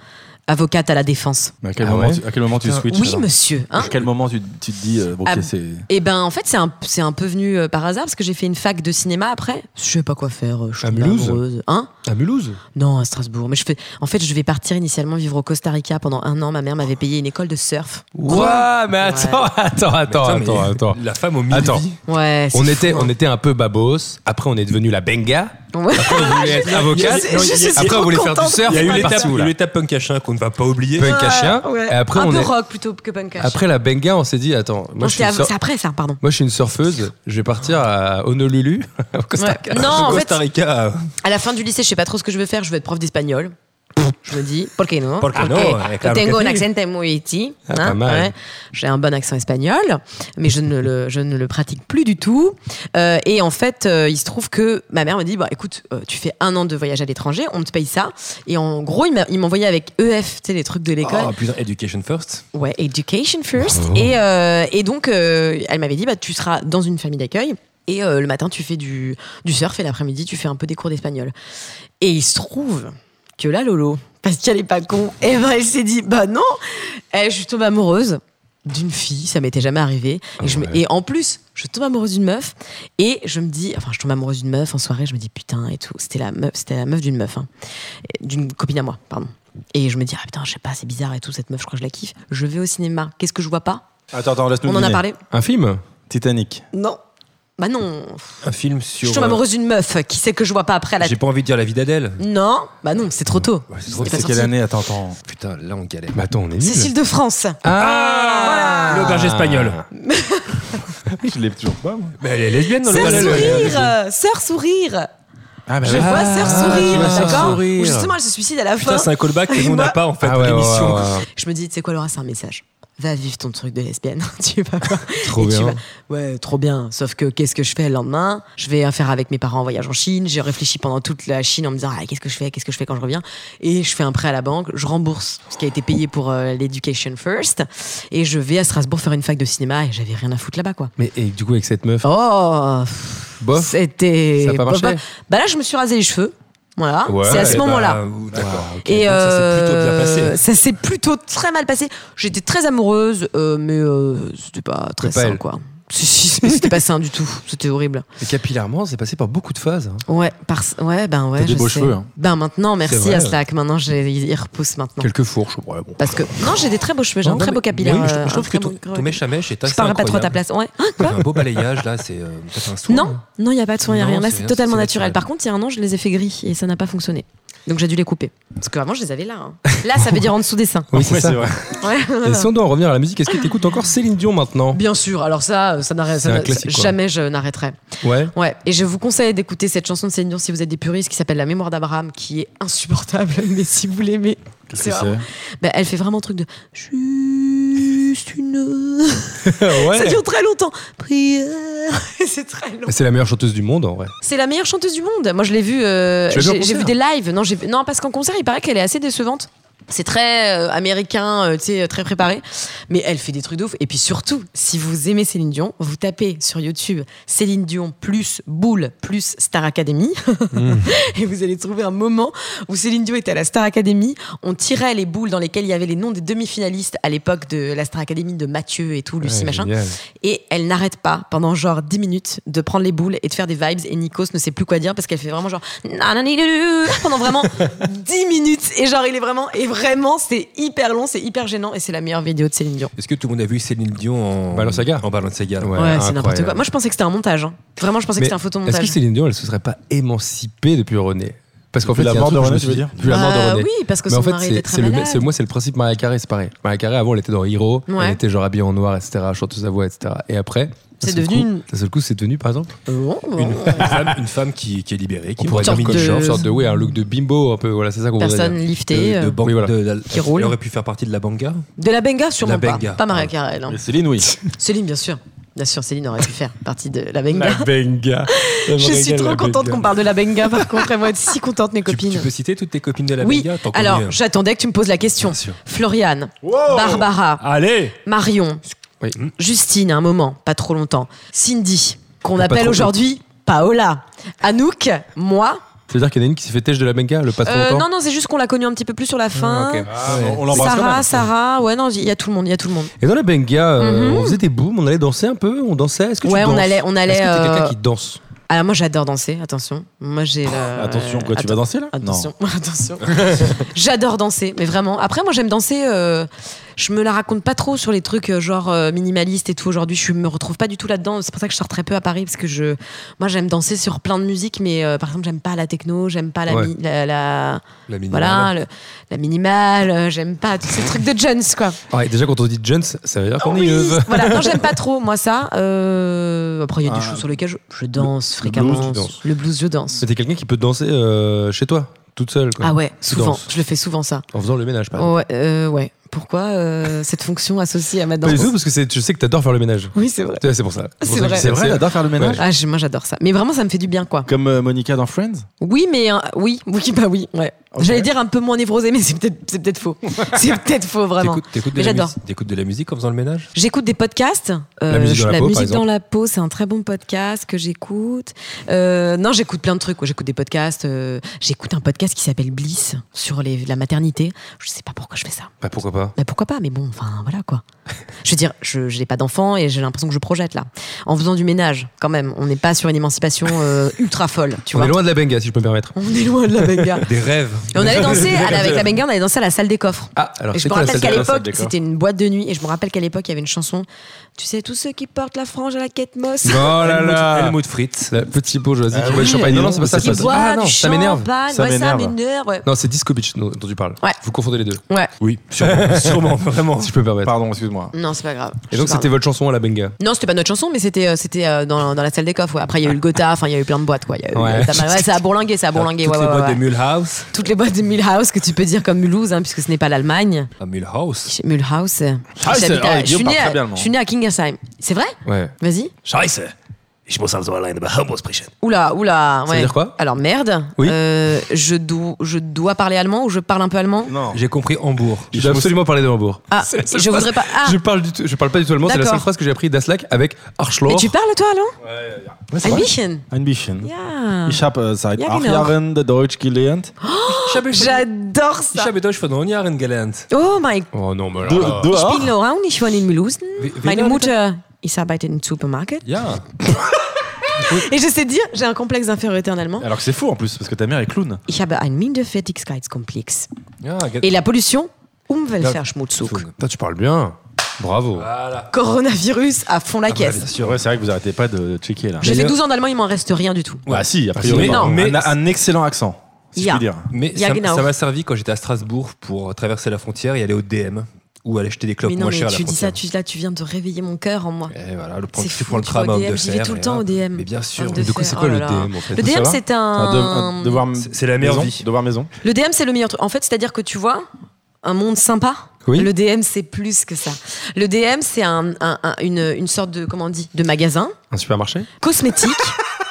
Speaker 5: avocate à la défense.
Speaker 4: Mais à quel
Speaker 3: Ah
Speaker 4: moment,
Speaker 3: ouais
Speaker 4: tu, à quel moment tu switches
Speaker 5: oui,
Speaker 4: alors
Speaker 5: monsieur. Hein
Speaker 4: À quel moment tu, tu te dis, euh, bon,
Speaker 5: Ah,
Speaker 4: ok, c'est.
Speaker 5: et ben, en fait, c'est un, c'est un peu venu euh, par hasard parce que j'ai fait une fac de cinéma après. Je sais pas quoi faire. euh, Je suis
Speaker 3: À
Speaker 5: pas
Speaker 3: Mulhouse
Speaker 5: amoureuse. Hein
Speaker 3: À Mulhouse
Speaker 5: Non, à Strasbourg. Mais je fais. En fait, je vais partir initialement vivre au Costa Rica pendant un an. Ma mère m'avait payé une école de surf.
Speaker 3: Ouah, mais attends, attends,
Speaker 2: Mais
Speaker 3: attends,
Speaker 2: mais
Speaker 3: attends, attends.
Speaker 2: La femme au milieu.
Speaker 3: Attends.
Speaker 5: Ouais. c'est
Speaker 3: On
Speaker 5: fou,
Speaker 3: était,
Speaker 5: hein.
Speaker 3: on était un peu babos. Après, on est devenu la benga.
Speaker 5: Ouais.
Speaker 3: Après, on voulait être avocat.
Speaker 5: je suis
Speaker 3: Après, on voulait
Speaker 5: trop
Speaker 3: faire du
Speaker 5: contente.
Speaker 3: surf.
Speaker 2: Il y a eu
Speaker 3: on est
Speaker 2: l'étape-
Speaker 3: parti,
Speaker 2: il y a eu
Speaker 3: là.
Speaker 2: l'étape punk à chien qu'on ne va pas oublier.
Speaker 3: Punk à chien.
Speaker 5: Ouais.
Speaker 3: hein. Et après,
Speaker 5: un
Speaker 3: on
Speaker 5: peu
Speaker 3: est.
Speaker 5: rock plutôt que punk à chien.
Speaker 3: Après la benga, on s'est dit, attends, moi
Speaker 5: Non,
Speaker 3: je suis
Speaker 5: c'était
Speaker 3: une
Speaker 5: av-
Speaker 3: sur-
Speaker 5: c'est après ça, pardon.
Speaker 3: moi, je suis une surfeuse, je vais partir à Honolulu, au Costa
Speaker 5: Ouais.
Speaker 3: Rica.
Speaker 5: Non, en fait,
Speaker 2: Ah, Costa Rica. euh,
Speaker 5: À la fin du lycée, je sais pas trop ce que je veux faire. Je veux être prof d'espagnol. Je me dis, por qué no?
Speaker 2: Por qué no, eh, claro que
Speaker 5: tengo un
Speaker 2: sí.
Speaker 5: accent muy petit.
Speaker 3: Ah, pas mal.
Speaker 5: J'ai un bon accent espagnol, mais je ne le, je ne le pratique plus du tout. Euh, et en fait, euh, il se trouve que ma mère me dit, bah, écoute, euh, tu fais un an de voyage à l'étranger, on te paye ça. Et en gros, il m'a- il m'envoyait avec EF, tu sais, les trucs de l'école.
Speaker 2: Oh putain, Education First.
Speaker 5: Ouais, education first. Et, euh, et donc, euh, elle m'avait dit, bah, tu seras dans une famille d'accueil. Et euh, le matin, tu fais du, du surf et l'après-midi, tu fais un peu des cours d'espagnol. Et il se trouve que là, Lolo, parce qu'elle est pas con, et ben elle s'est dit, bah non, Eh, je tombe amoureuse d'une fille, ça m'était jamais arrivé. Et, je me- et en plus, je tombe amoureuse d'une meuf, et je me dis, enfin, je tombe amoureuse d'une meuf en soirée, je me dis, putain, et tout. C'était la meuf, c'était la meuf d'une meuf, hein. Et d'une copine à moi, pardon. Et je me dis, ah putain, je sais pas, c'est bizarre et tout, cette meuf, je crois que je la kiffe. Je vais au cinéma. Qu'est-ce que je vois pas
Speaker 4: Attends, attends, laisse-nous
Speaker 5: On en a
Speaker 4: deviner.
Speaker 5: parlé
Speaker 3: Un film
Speaker 4: Titanic.
Speaker 5: Non. Bah non.
Speaker 2: Un film
Speaker 5: Je
Speaker 2: sur.
Speaker 5: tombe
Speaker 2: euh,
Speaker 5: amoureuse d'une meuf. Qui sait que je vois pas après à la
Speaker 2: J'ai pas envie de dire la vie d'Adèle.
Speaker 5: Non, bah non, c'est trop tôt.
Speaker 2: Ouais,
Speaker 5: C'était
Speaker 2: c'est trop
Speaker 5: pas
Speaker 2: tôt.
Speaker 4: C'est
Speaker 5: sorti.
Speaker 4: quelle année Attends, attends.
Speaker 2: Putain, là on galère.
Speaker 3: Bah attends, on est nul.
Speaker 5: Cécile de France.
Speaker 3: Ah
Speaker 2: L'auberge espagnole.
Speaker 4: Je l'ai toujours pas, moi.
Speaker 2: Mais elle est lesbienne dans le
Speaker 5: Sœur
Speaker 2: ballet,
Speaker 5: sourire, euh, sœur sourire.
Speaker 4: Ah, bah
Speaker 5: Je vois sœur sourire,
Speaker 3: vois Sœur
Speaker 5: d'accord
Speaker 3: Sourire.
Speaker 5: Ou Justement, elle se suicide à la
Speaker 2: Putain,
Speaker 5: fin.
Speaker 2: c'est un callback que nous on n'a pas en fait
Speaker 3: Ah
Speaker 2: pour
Speaker 3: ouais,
Speaker 2: l'émission.
Speaker 3: ouais, ouais, ouais.
Speaker 5: Je me dis, tu sais quoi, Laura, c'est un message. Va vivre ton truc de lesbienne. tu vas voir.
Speaker 3: Trop
Speaker 5: Et tu
Speaker 3: bien.
Speaker 5: vas- Ouais, trop bien. Sauf que qu'est-ce que je fais le lendemain Je vais euh, faire avec mes parents en voyage en Chine. J'ai réfléchi pendant toute la Chine en me disant, ah, qu'est-ce que je fais Qu'est-ce que je fais quand je reviens Et je fais un prêt à la banque. Je rembourse ce qui a été payé pour euh, l'Education First. Et je vais à Strasbourg faire une fac de cinéma. Et j'avais rien à foutre là-bas, quoi.
Speaker 3: Mais et du coup, avec cette meuf,
Speaker 5: Oh
Speaker 3: bof.
Speaker 5: C'était.
Speaker 3: ça a pas marché
Speaker 5: Bah là, je me suis rasé les cheveux. Voilà.
Speaker 3: Ouais,
Speaker 5: c'est à
Speaker 2: Eh
Speaker 5: ce
Speaker 2: ben,
Speaker 5: moment-là.
Speaker 2: ou- D'accord. ok.
Speaker 5: Et
Speaker 2: Donc ça s'est plutôt bien
Speaker 5: euh,
Speaker 2: passé.
Speaker 5: ça s'est plutôt très mal passé. J'étais très amoureuse, euh, mais euh, c'était pas très
Speaker 3: pas
Speaker 5: sain,
Speaker 3: elle.
Speaker 5: quoi. Si, si, mais c'était pas sain du tout. C'était horrible.
Speaker 3: Et capillairement, c'est passé par beaucoup de phases. hein.
Speaker 5: Ouais, par... ouais, ben ouais.
Speaker 4: T'as des
Speaker 5: je
Speaker 4: beaux
Speaker 5: sais.
Speaker 4: cheveux, hein.
Speaker 5: Ben maintenant, merci
Speaker 3: vrai,
Speaker 5: à
Speaker 3: ouais.
Speaker 5: Slack. Maintenant, j'ai- ils repoussent maintenant.
Speaker 3: Quelques fourches, ouais, bon.
Speaker 5: Parce que non, j'ai des très beaux cheveux, j'ai un
Speaker 2: Oh, Non,
Speaker 5: très
Speaker 2: mais-
Speaker 5: beau capillaire.
Speaker 2: mais oui,
Speaker 5: euh,
Speaker 2: je,
Speaker 5: un
Speaker 2: je trouve que
Speaker 5: très
Speaker 2: ton,
Speaker 5: beau-
Speaker 2: ton méchamèche est assez.
Speaker 5: Je parlerai pas trop à ta
Speaker 2: incroyable.
Speaker 5: place. Ouais. Hein,
Speaker 2: Il y
Speaker 5: quoi
Speaker 2: a un beau balayage là, c'est euh, ça fait un son.
Speaker 5: Non, non, il n'y a pas de soin, il n'y a
Speaker 2: Non,
Speaker 5: rien. Là,
Speaker 2: c'est
Speaker 5: c'est
Speaker 2: bien,
Speaker 5: totalement
Speaker 2: c'est
Speaker 5: naturel.
Speaker 2: naturel.
Speaker 5: Par contre, il y a un an, je les ai fait gris et ça n'a pas fonctionné. Donc j'ai dû les couper. Parce que avant, je les avais là. hein. Là, ça veut dire en dessous des seins.
Speaker 3: Oui, c'est
Speaker 4: Ouais,
Speaker 3: ça.
Speaker 4: c'est vrai.
Speaker 5: Ouais.
Speaker 3: Et si on doit en revenir à la musique, est-ce que t'écoutes encore Céline Dion maintenant
Speaker 5: Bien sûr, alors ça, ça n'arrête
Speaker 3: C'est un classique, quoi.
Speaker 5: Jamais je n'arrêterai.
Speaker 3: Ouais.
Speaker 5: Ouais, et je vous conseille d'écouter cette chanson de Céline Dion si vous êtes des puristes qui s'appelle La mémoire d'Abraham, qui est insupportable, mais si vous l'aimez,
Speaker 4: Qu'est-ce
Speaker 5: c'est
Speaker 4: que
Speaker 5: vraiment-
Speaker 4: c'est
Speaker 5: bah, elle fait vraiment un truc de juste une. Ça
Speaker 3: ouais.
Speaker 5: dure très longtemps. Prière. c'est très long.
Speaker 3: C'est la meilleure chanteuse du monde en vrai.
Speaker 5: C'est la meilleure chanteuse du monde. Moi, je l'ai vue. euh,
Speaker 3: Tu l'as vue en
Speaker 5: j'ai j'ai
Speaker 3: concert
Speaker 5: vu des lives. Non, j'ai vu- non, parce qu'en concert, il paraît qu'elle est assez décevante. C'est très euh, américain, euh, tu sais, très préparé. Mais elle fait des trucs de ouf. Et puis surtout, si vous aimez Céline Dion, vous tapez sur YouTube Céline Dion plus boule plus Star Academy.
Speaker 3: Mm.
Speaker 5: Et vous allez trouver un moment où Céline Dion était à la Star Academy. On tirait les boules dans lesquelles il y avait les noms des demi-finalistes à l'époque de la Star Academy de Mathieu et tout, Lucie,
Speaker 3: Ouais,
Speaker 5: machin.
Speaker 3: génial.
Speaker 5: Et elle n'arrête pas pendant genre 10 minutes de prendre les boules et de faire des vibes. Et Nikos ne sait plus quoi dire parce qu'elle fait vraiment genre nananilulu pendant vraiment 10 minutes. Et genre, il est vraiment, et vraiment, c'est hyper long, c'est hyper gênant. Et c'est la meilleure vidéo de Céline Dion.
Speaker 2: Est-ce que tout le monde a vu Céline Dion en
Speaker 3: Balenciaga.
Speaker 2: En Balenciaga.
Speaker 3: Ouais.
Speaker 5: Ouais, c'est n'importe
Speaker 3: incroyable.
Speaker 5: quoi. Moi, je pensais que c'était un montage. hein. Vraiment, je pensais
Speaker 3: Mais
Speaker 5: que c'était un
Speaker 3: Est-ce que
Speaker 5: photomontage.
Speaker 3: Céline Dion, elle se serait pas émancipée depuis René Parce qu'en fait,
Speaker 4: Depuis la
Speaker 3: il y a un
Speaker 4: mort
Speaker 3: truc
Speaker 4: de
Speaker 3: que je
Speaker 4: René,
Speaker 3: me suis
Speaker 4: tu
Speaker 3: dit, Depuis
Speaker 4: veux dire
Speaker 3: la mort de
Speaker 5: Euh,
Speaker 3: René.
Speaker 5: oui, parce que
Speaker 3: Mais
Speaker 5: son
Speaker 3: en fait,
Speaker 5: mari
Speaker 3: c'est-
Speaker 5: était très
Speaker 3: c'est le-
Speaker 5: malade.
Speaker 3: c'est- moi, c'est le principe Maria Carré, c'est pareil. Maria Carré, avant, elle était dans Hero,
Speaker 5: Ouais.
Speaker 3: elle était genre habillée en noir, etc., chanteuse à voix, etc. Et après, d'un
Speaker 5: C'est
Speaker 3: seul
Speaker 5: devenu
Speaker 3: coup-
Speaker 5: une-
Speaker 3: D'un seul coup, c'est devenu, par exemple,
Speaker 5: Oh, oh.
Speaker 2: Une, une femme, une femme qui, qui est libérée, qui
Speaker 3: on pourrait
Speaker 2: pourrait
Speaker 3: dire
Speaker 5: sorte
Speaker 3: comme
Speaker 5: de-
Speaker 3: une sorte de, ouais, un look de bimbo, un peu, voilà, c'est ça qu'on voudrait
Speaker 5: Personne
Speaker 3: dire.
Speaker 5: liftée. euh,
Speaker 2: de,
Speaker 5: De,
Speaker 2: de banque-
Speaker 3: Oui, voilà.
Speaker 2: de la- elle
Speaker 5: roule.
Speaker 2: aurait pu faire partie de la banga.
Speaker 5: la benga, sûrement
Speaker 2: La benga.
Speaker 5: pas. Pas Maria Carré. non.
Speaker 4: Mais Céline, oui.
Speaker 5: Céline, bien sûr. Bien sûr, Céline aurait pu faire partie de la benga.
Speaker 3: benga.
Speaker 5: Je suis trop contente qu'on parle de la benga, par contre. Elles vont être si contentes, mes
Speaker 2: Tu,
Speaker 5: copines.
Speaker 2: tu peux citer toutes tes copines de la
Speaker 5: Oui,
Speaker 2: banga T'en connais, hein.
Speaker 5: alors j'attendais que tu me poses la question.
Speaker 2: Bien sûr.
Speaker 5: Floriane, Barbara,
Speaker 2: Allez
Speaker 5: Marion,
Speaker 3: Ah. Oui.
Speaker 4: Hmm.
Speaker 5: Justine, à un moment, pas trop longtemps, Cindy, qu'on
Speaker 3: Pas
Speaker 5: appelle
Speaker 3: trop
Speaker 5: aujourd'hui Paola, Anouk, moi.
Speaker 3: C'est-à-dire qu'il y en a une qui s'est fait têche de la benga, le pas trop
Speaker 5: Euh,
Speaker 3: longtemps
Speaker 5: non, non, c'est juste qu'on l'a connue un petit peu plus sur la fin.
Speaker 3: ok. Ah, ouais.
Speaker 4: On l'embrasse quand
Speaker 5: Sarah,
Speaker 4: même.
Speaker 5: Sarah, ouais, non, il y a tout le monde, il y a tout le monde.
Speaker 3: Et dans la benga, euh,
Speaker 5: Mhm.
Speaker 3: on faisait des booms, on allait danser un peu, on dansait. Est-ce que tu
Speaker 5: Ouais, on
Speaker 3: danses
Speaker 5: allait- on allait,
Speaker 3: Est-ce que t'es quelqu'un
Speaker 5: euh,
Speaker 3: qui danse
Speaker 5: Alors moi, j'adore danser, attention. Moi, j'ai. le-
Speaker 4: Attention, quoi, tu
Speaker 5: Euh, Attends.
Speaker 4: vas danser là
Speaker 5: Attention, attention. J'adore danser, mais vraiment. Après, moi, j'aime danser. euh, je me la raconte pas trop sur les trucs euh, genre euh, minimaliste et tout. Aujourd'hui, je me retrouve pas du tout là-dedans. C'est pour ça que je sors très peu à Paris parce que je, moi, j'aime danser sur plein de musique, mais euh, par exemple, j'aime pas la techno, j'aime pas la,
Speaker 3: Ouais.
Speaker 5: mi- la, la-
Speaker 2: La mini-
Speaker 5: voilà, le- la minimale, euh, j'aime pas tous ces trucs de Jones, quoi.
Speaker 3: Ouais, Ah, Déjà, quand on dit Jones, ça veut dire qu'on est
Speaker 5: Oui,
Speaker 3: yeuve.
Speaker 5: voilà, non, j'aime pas trop, moi, ça. Euh, après, il y a des
Speaker 4: Ah.
Speaker 5: choses sur lesquelles je, je danse
Speaker 3: le
Speaker 5: fréquemment.
Speaker 3: blues, tu danses.
Speaker 5: Le blues, je danse.
Speaker 3: C'était quelqu'un qui peut danser euh, chez toi, toute seule. Quoi.
Speaker 5: Ah ouais,
Speaker 3: Tu
Speaker 5: souvent.
Speaker 3: danses.
Speaker 5: Je le fais souvent, ça.
Speaker 3: En faisant le ménage, par exemple.
Speaker 5: Ouais, euh, ouais. Pourquoi euh, cette fonction associée à ma
Speaker 3: Pas
Speaker 5: danse
Speaker 3: du tout, parce que c'est- je sais que t'adores faire le ménage.
Speaker 5: Oui, c'est vrai.
Speaker 3: Tu vois, C'est pour ça.
Speaker 5: C'est
Speaker 3: pour ça que
Speaker 5: vrai.
Speaker 3: je
Speaker 4: C'est vrai,
Speaker 3: sais.
Speaker 4: elle adore faire le ménage.
Speaker 5: Ah, j'ai- moi j'adore ça. Mais vraiment, ça me fait du bien, quoi.
Speaker 4: Comme euh, Monica dans Friends
Speaker 5: Oui, mais hein, oui, oui, bah oui. Ouais. J'allais dire un peu moins névrosé, mais c'est peut-être, c'est peut-être faux. c'est peut-être faux, vraiment.
Speaker 2: T'écoutes- T'écoutes de,
Speaker 5: Mais
Speaker 2: la
Speaker 5: j'adore.
Speaker 2: musique- t'écoutes de la musique en faisant le ménage
Speaker 5: J'écoute des podcasts. Euh,
Speaker 3: La musique dans la peau, par
Speaker 5: musique dans
Speaker 3: exemple.
Speaker 5: la peau, c'est un très bon podcast que j'écoute. Euh, non, j'écoute plein de trucs. quoi. J'écoute des podcasts. euh, j'écoute un podcast qui s'appelle Bliss sur les, la maternité. Je sais pas pourquoi je fais ça.
Speaker 3: Bah, pourquoi pas
Speaker 5: Mais pourquoi pas Mais bon, enfin voilà quoi. Je veux dire, je je n'ai pas d'enfant et j'ai l'impression que je projette là. En faisant du ménage, quand même, on n'est pas sur une émancipation euh, ultra folle, tu
Speaker 3: On
Speaker 5: vois.
Speaker 3: est loin de la benga, si je peux me permettre.
Speaker 5: On est loin de la benga.
Speaker 2: Des rêves.
Speaker 5: Et on allait danser à la- avec la benga, on allait danser à la salle des coffres.
Speaker 3: Ah, alors
Speaker 5: Et je
Speaker 3: c'est
Speaker 5: me
Speaker 3: quoi la
Speaker 5: rappelle
Speaker 3: salle
Speaker 5: qu'à
Speaker 3: de classe
Speaker 5: l'époque, c'était une boîte de nuit, et je me rappelle qu'à l'époque, il y avait une chanson. Tu sais, tous ceux qui portent la frange à la quête mosse.
Speaker 3: Oh là
Speaker 2: Helmut-
Speaker 3: là
Speaker 2: Helmut Fritz.
Speaker 3: La petite bourgeoisie
Speaker 4: Ah
Speaker 3: qui boit du
Speaker 4: oui,
Speaker 3: champagne. Non, non, c'est pas ça.
Speaker 5: Qui
Speaker 3: c'est pas ça.
Speaker 5: boit
Speaker 3: Ah non,
Speaker 5: du
Speaker 3: ça m'énerve.
Speaker 5: champagne.
Speaker 4: Ça
Speaker 5: Ouais, Ça
Speaker 4: m'énerve.
Speaker 5: m'énerve. ouais.
Speaker 3: Non, c'est Discovitch dont dont tu parles.
Speaker 5: Ouais.
Speaker 3: Vous confondez les deux,
Speaker 5: Ouais.
Speaker 2: Oui, sûrement, sûrement, vraiment.
Speaker 3: si je peux me permettre.
Speaker 4: Pardon, excuse-moi.
Speaker 5: Non, c'est pas grave.
Speaker 3: Et
Speaker 5: Je
Speaker 3: donc,
Speaker 5: te parle.
Speaker 3: c'était votre chanson à la benga.
Speaker 5: Non, c'était pas notre chanson, mais c'était euh, c'était euh, dans, dans la salle des coffres. ouais. Après, il y a eu le Gotha, enfin, il y a eu plein de boîtes, quoi. Il y a eu-
Speaker 3: Ouais.
Speaker 5: ça m'a- ouais, ça a bourlingué, ça a bourlingué.
Speaker 2: Toutes
Speaker 5: ouais,
Speaker 2: les
Speaker 5: ouais,
Speaker 2: boîtes
Speaker 5: ouais.
Speaker 2: de Mulhouse.
Speaker 5: Toutes les boîtes de Mulhouse que tu peux dire comme Mulhouse, hein, puisque ce n'est pas l'Allemagne.
Speaker 2: Ah, Mulhouse.
Speaker 5: Chez Mulhouse. euh,
Speaker 4: Ah,
Speaker 5: j'habite
Speaker 4: c'est-
Speaker 5: à-
Speaker 4: ah,
Speaker 5: je suis
Speaker 4: Guillaume parle
Speaker 5: né
Speaker 4: très bien
Speaker 5: à-
Speaker 4: allemand.
Speaker 5: je suis né à Kingersheim. C'est vrai
Speaker 3: Ouais.
Speaker 5: Vas-y.
Speaker 2: Scheiße. Ich muss also allein über Hamburg sprechen.
Speaker 5: Oula, oula.
Speaker 3: Ça veut
Speaker 5: ouais.
Speaker 3: dire quoi
Speaker 5: Alors merde.
Speaker 3: Oui.
Speaker 5: Euh, je, dois, je dois parler allemand ou je parle un peu allemand
Speaker 4: Non.
Speaker 2: J'ai compris Hambourg.
Speaker 3: Je dois absolument parler de Hambourg.
Speaker 5: Ah,
Speaker 3: C'est la seule
Speaker 5: je
Speaker 3: phrase-
Speaker 5: voudrais pas. Ah,
Speaker 3: Je parle du tout- je parle pas du tout allemand, c'est la
Speaker 5: D'accord.
Speaker 3: seule phrase que j'ai appris d'Aslak avec Arschloch.
Speaker 5: mais tu parles toi allemand
Speaker 4: Ouais, c'est
Speaker 5: Ein
Speaker 4: vrai.
Speaker 5: bisschen.
Speaker 4: Ein bisschen.
Speaker 5: Ja.
Speaker 4: Ich habe äh, seit
Speaker 5: Ja,
Speaker 4: acht
Speaker 5: genau. Oh,
Speaker 4: Jahren de Deutsch gelernt.
Speaker 5: J'adore
Speaker 2: Ich
Speaker 5: ça.
Speaker 2: habe Deutsch von Jahren gelernt.
Speaker 5: Oh my
Speaker 3: Oh non, mais
Speaker 4: Du,
Speaker 3: alors là.
Speaker 4: du
Speaker 5: Ich
Speaker 4: auch?
Speaker 5: bin Laura und ich wohne in Mulhousen.
Speaker 2: Wie- wie
Speaker 5: Meine
Speaker 2: lange
Speaker 5: Mutter, ich arbeite im Supermarkt.
Speaker 2: Ja.
Speaker 5: Et je sais dire, j'ai un complexe d'infériorité en allemand.
Speaker 4: Alors que c'est faux en plus, parce que ta mère est clown.
Speaker 5: Ich habe einen Minderfertigkeitskomplex.
Speaker 2: Ja,
Speaker 5: Et la pollution, Umweltverschmutzung.
Speaker 3: Putain, tu parles bien. Bravo.
Speaker 2: Voilà.
Speaker 5: Coronavirus à fond la caisse.
Speaker 4: C'est vrai, c'est vrai que vous arrêtez pas de checker là.
Speaker 5: J'ai fait
Speaker 2: D'ailleurs-
Speaker 5: 12 ans d'allemand, il m'en reste rien du tout.
Speaker 4: Bah si, a
Speaker 2: Mais
Speaker 4: priori.
Speaker 2: non.
Speaker 4: pardon.
Speaker 2: Mais-
Speaker 4: un, un excellent accent, si
Speaker 5: Ya.
Speaker 4: je puis dire.
Speaker 2: Mais
Speaker 5: Ja,
Speaker 2: ça
Speaker 5: genau.
Speaker 2: ça m'a servi quand j'étais à Strasbourg pour euh, traverser la frontière et aller au DM ou aller acheter des clopes
Speaker 5: Mais non,
Speaker 2: moins
Speaker 5: mais
Speaker 2: chères à la
Speaker 5: tu dis ça,
Speaker 2: frontière.
Speaker 5: tu, là, tu viens de réveiller mon cœur en moi.
Speaker 2: Et voilà, le
Speaker 5: C'est
Speaker 2: prendre, tu
Speaker 5: fou,
Speaker 2: prends le
Speaker 5: tu vas
Speaker 2: tram
Speaker 5: au
Speaker 2: à Homme
Speaker 5: DM.
Speaker 2: de
Speaker 5: J'y
Speaker 2: Fer.
Speaker 5: vais tout le
Speaker 2: et
Speaker 5: temps au
Speaker 2: hop.
Speaker 5: DM.
Speaker 2: Mais bien sûr.
Speaker 5: Homme de
Speaker 3: Du coup, c'est
Speaker 5: fer,
Speaker 3: quoi
Speaker 5: oh
Speaker 3: le
Speaker 5: là là.
Speaker 3: DM, en fait
Speaker 5: Le
Speaker 3: Ça
Speaker 5: DM,
Speaker 3: va
Speaker 5: c'est
Speaker 4: Un
Speaker 5: un.
Speaker 4: Ah, de- un euh, devoir m-
Speaker 2: C'est- C'est la meilleure
Speaker 4: maison,
Speaker 2: vie.
Speaker 4: Devoir maison.
Speaker 5: Le DM, c'est le meilleur truc. En fait, c'est-à-dire que tu vois, un monde sympa.
Speaker 3: Oui.
Speaker 5: Le DM, c'est plus que ça. Le DM, c'est un- un- un- une, une sorte de, comment on dit, de magasin
Speaker 3: Un supermarché
Speaker 5: cosmétique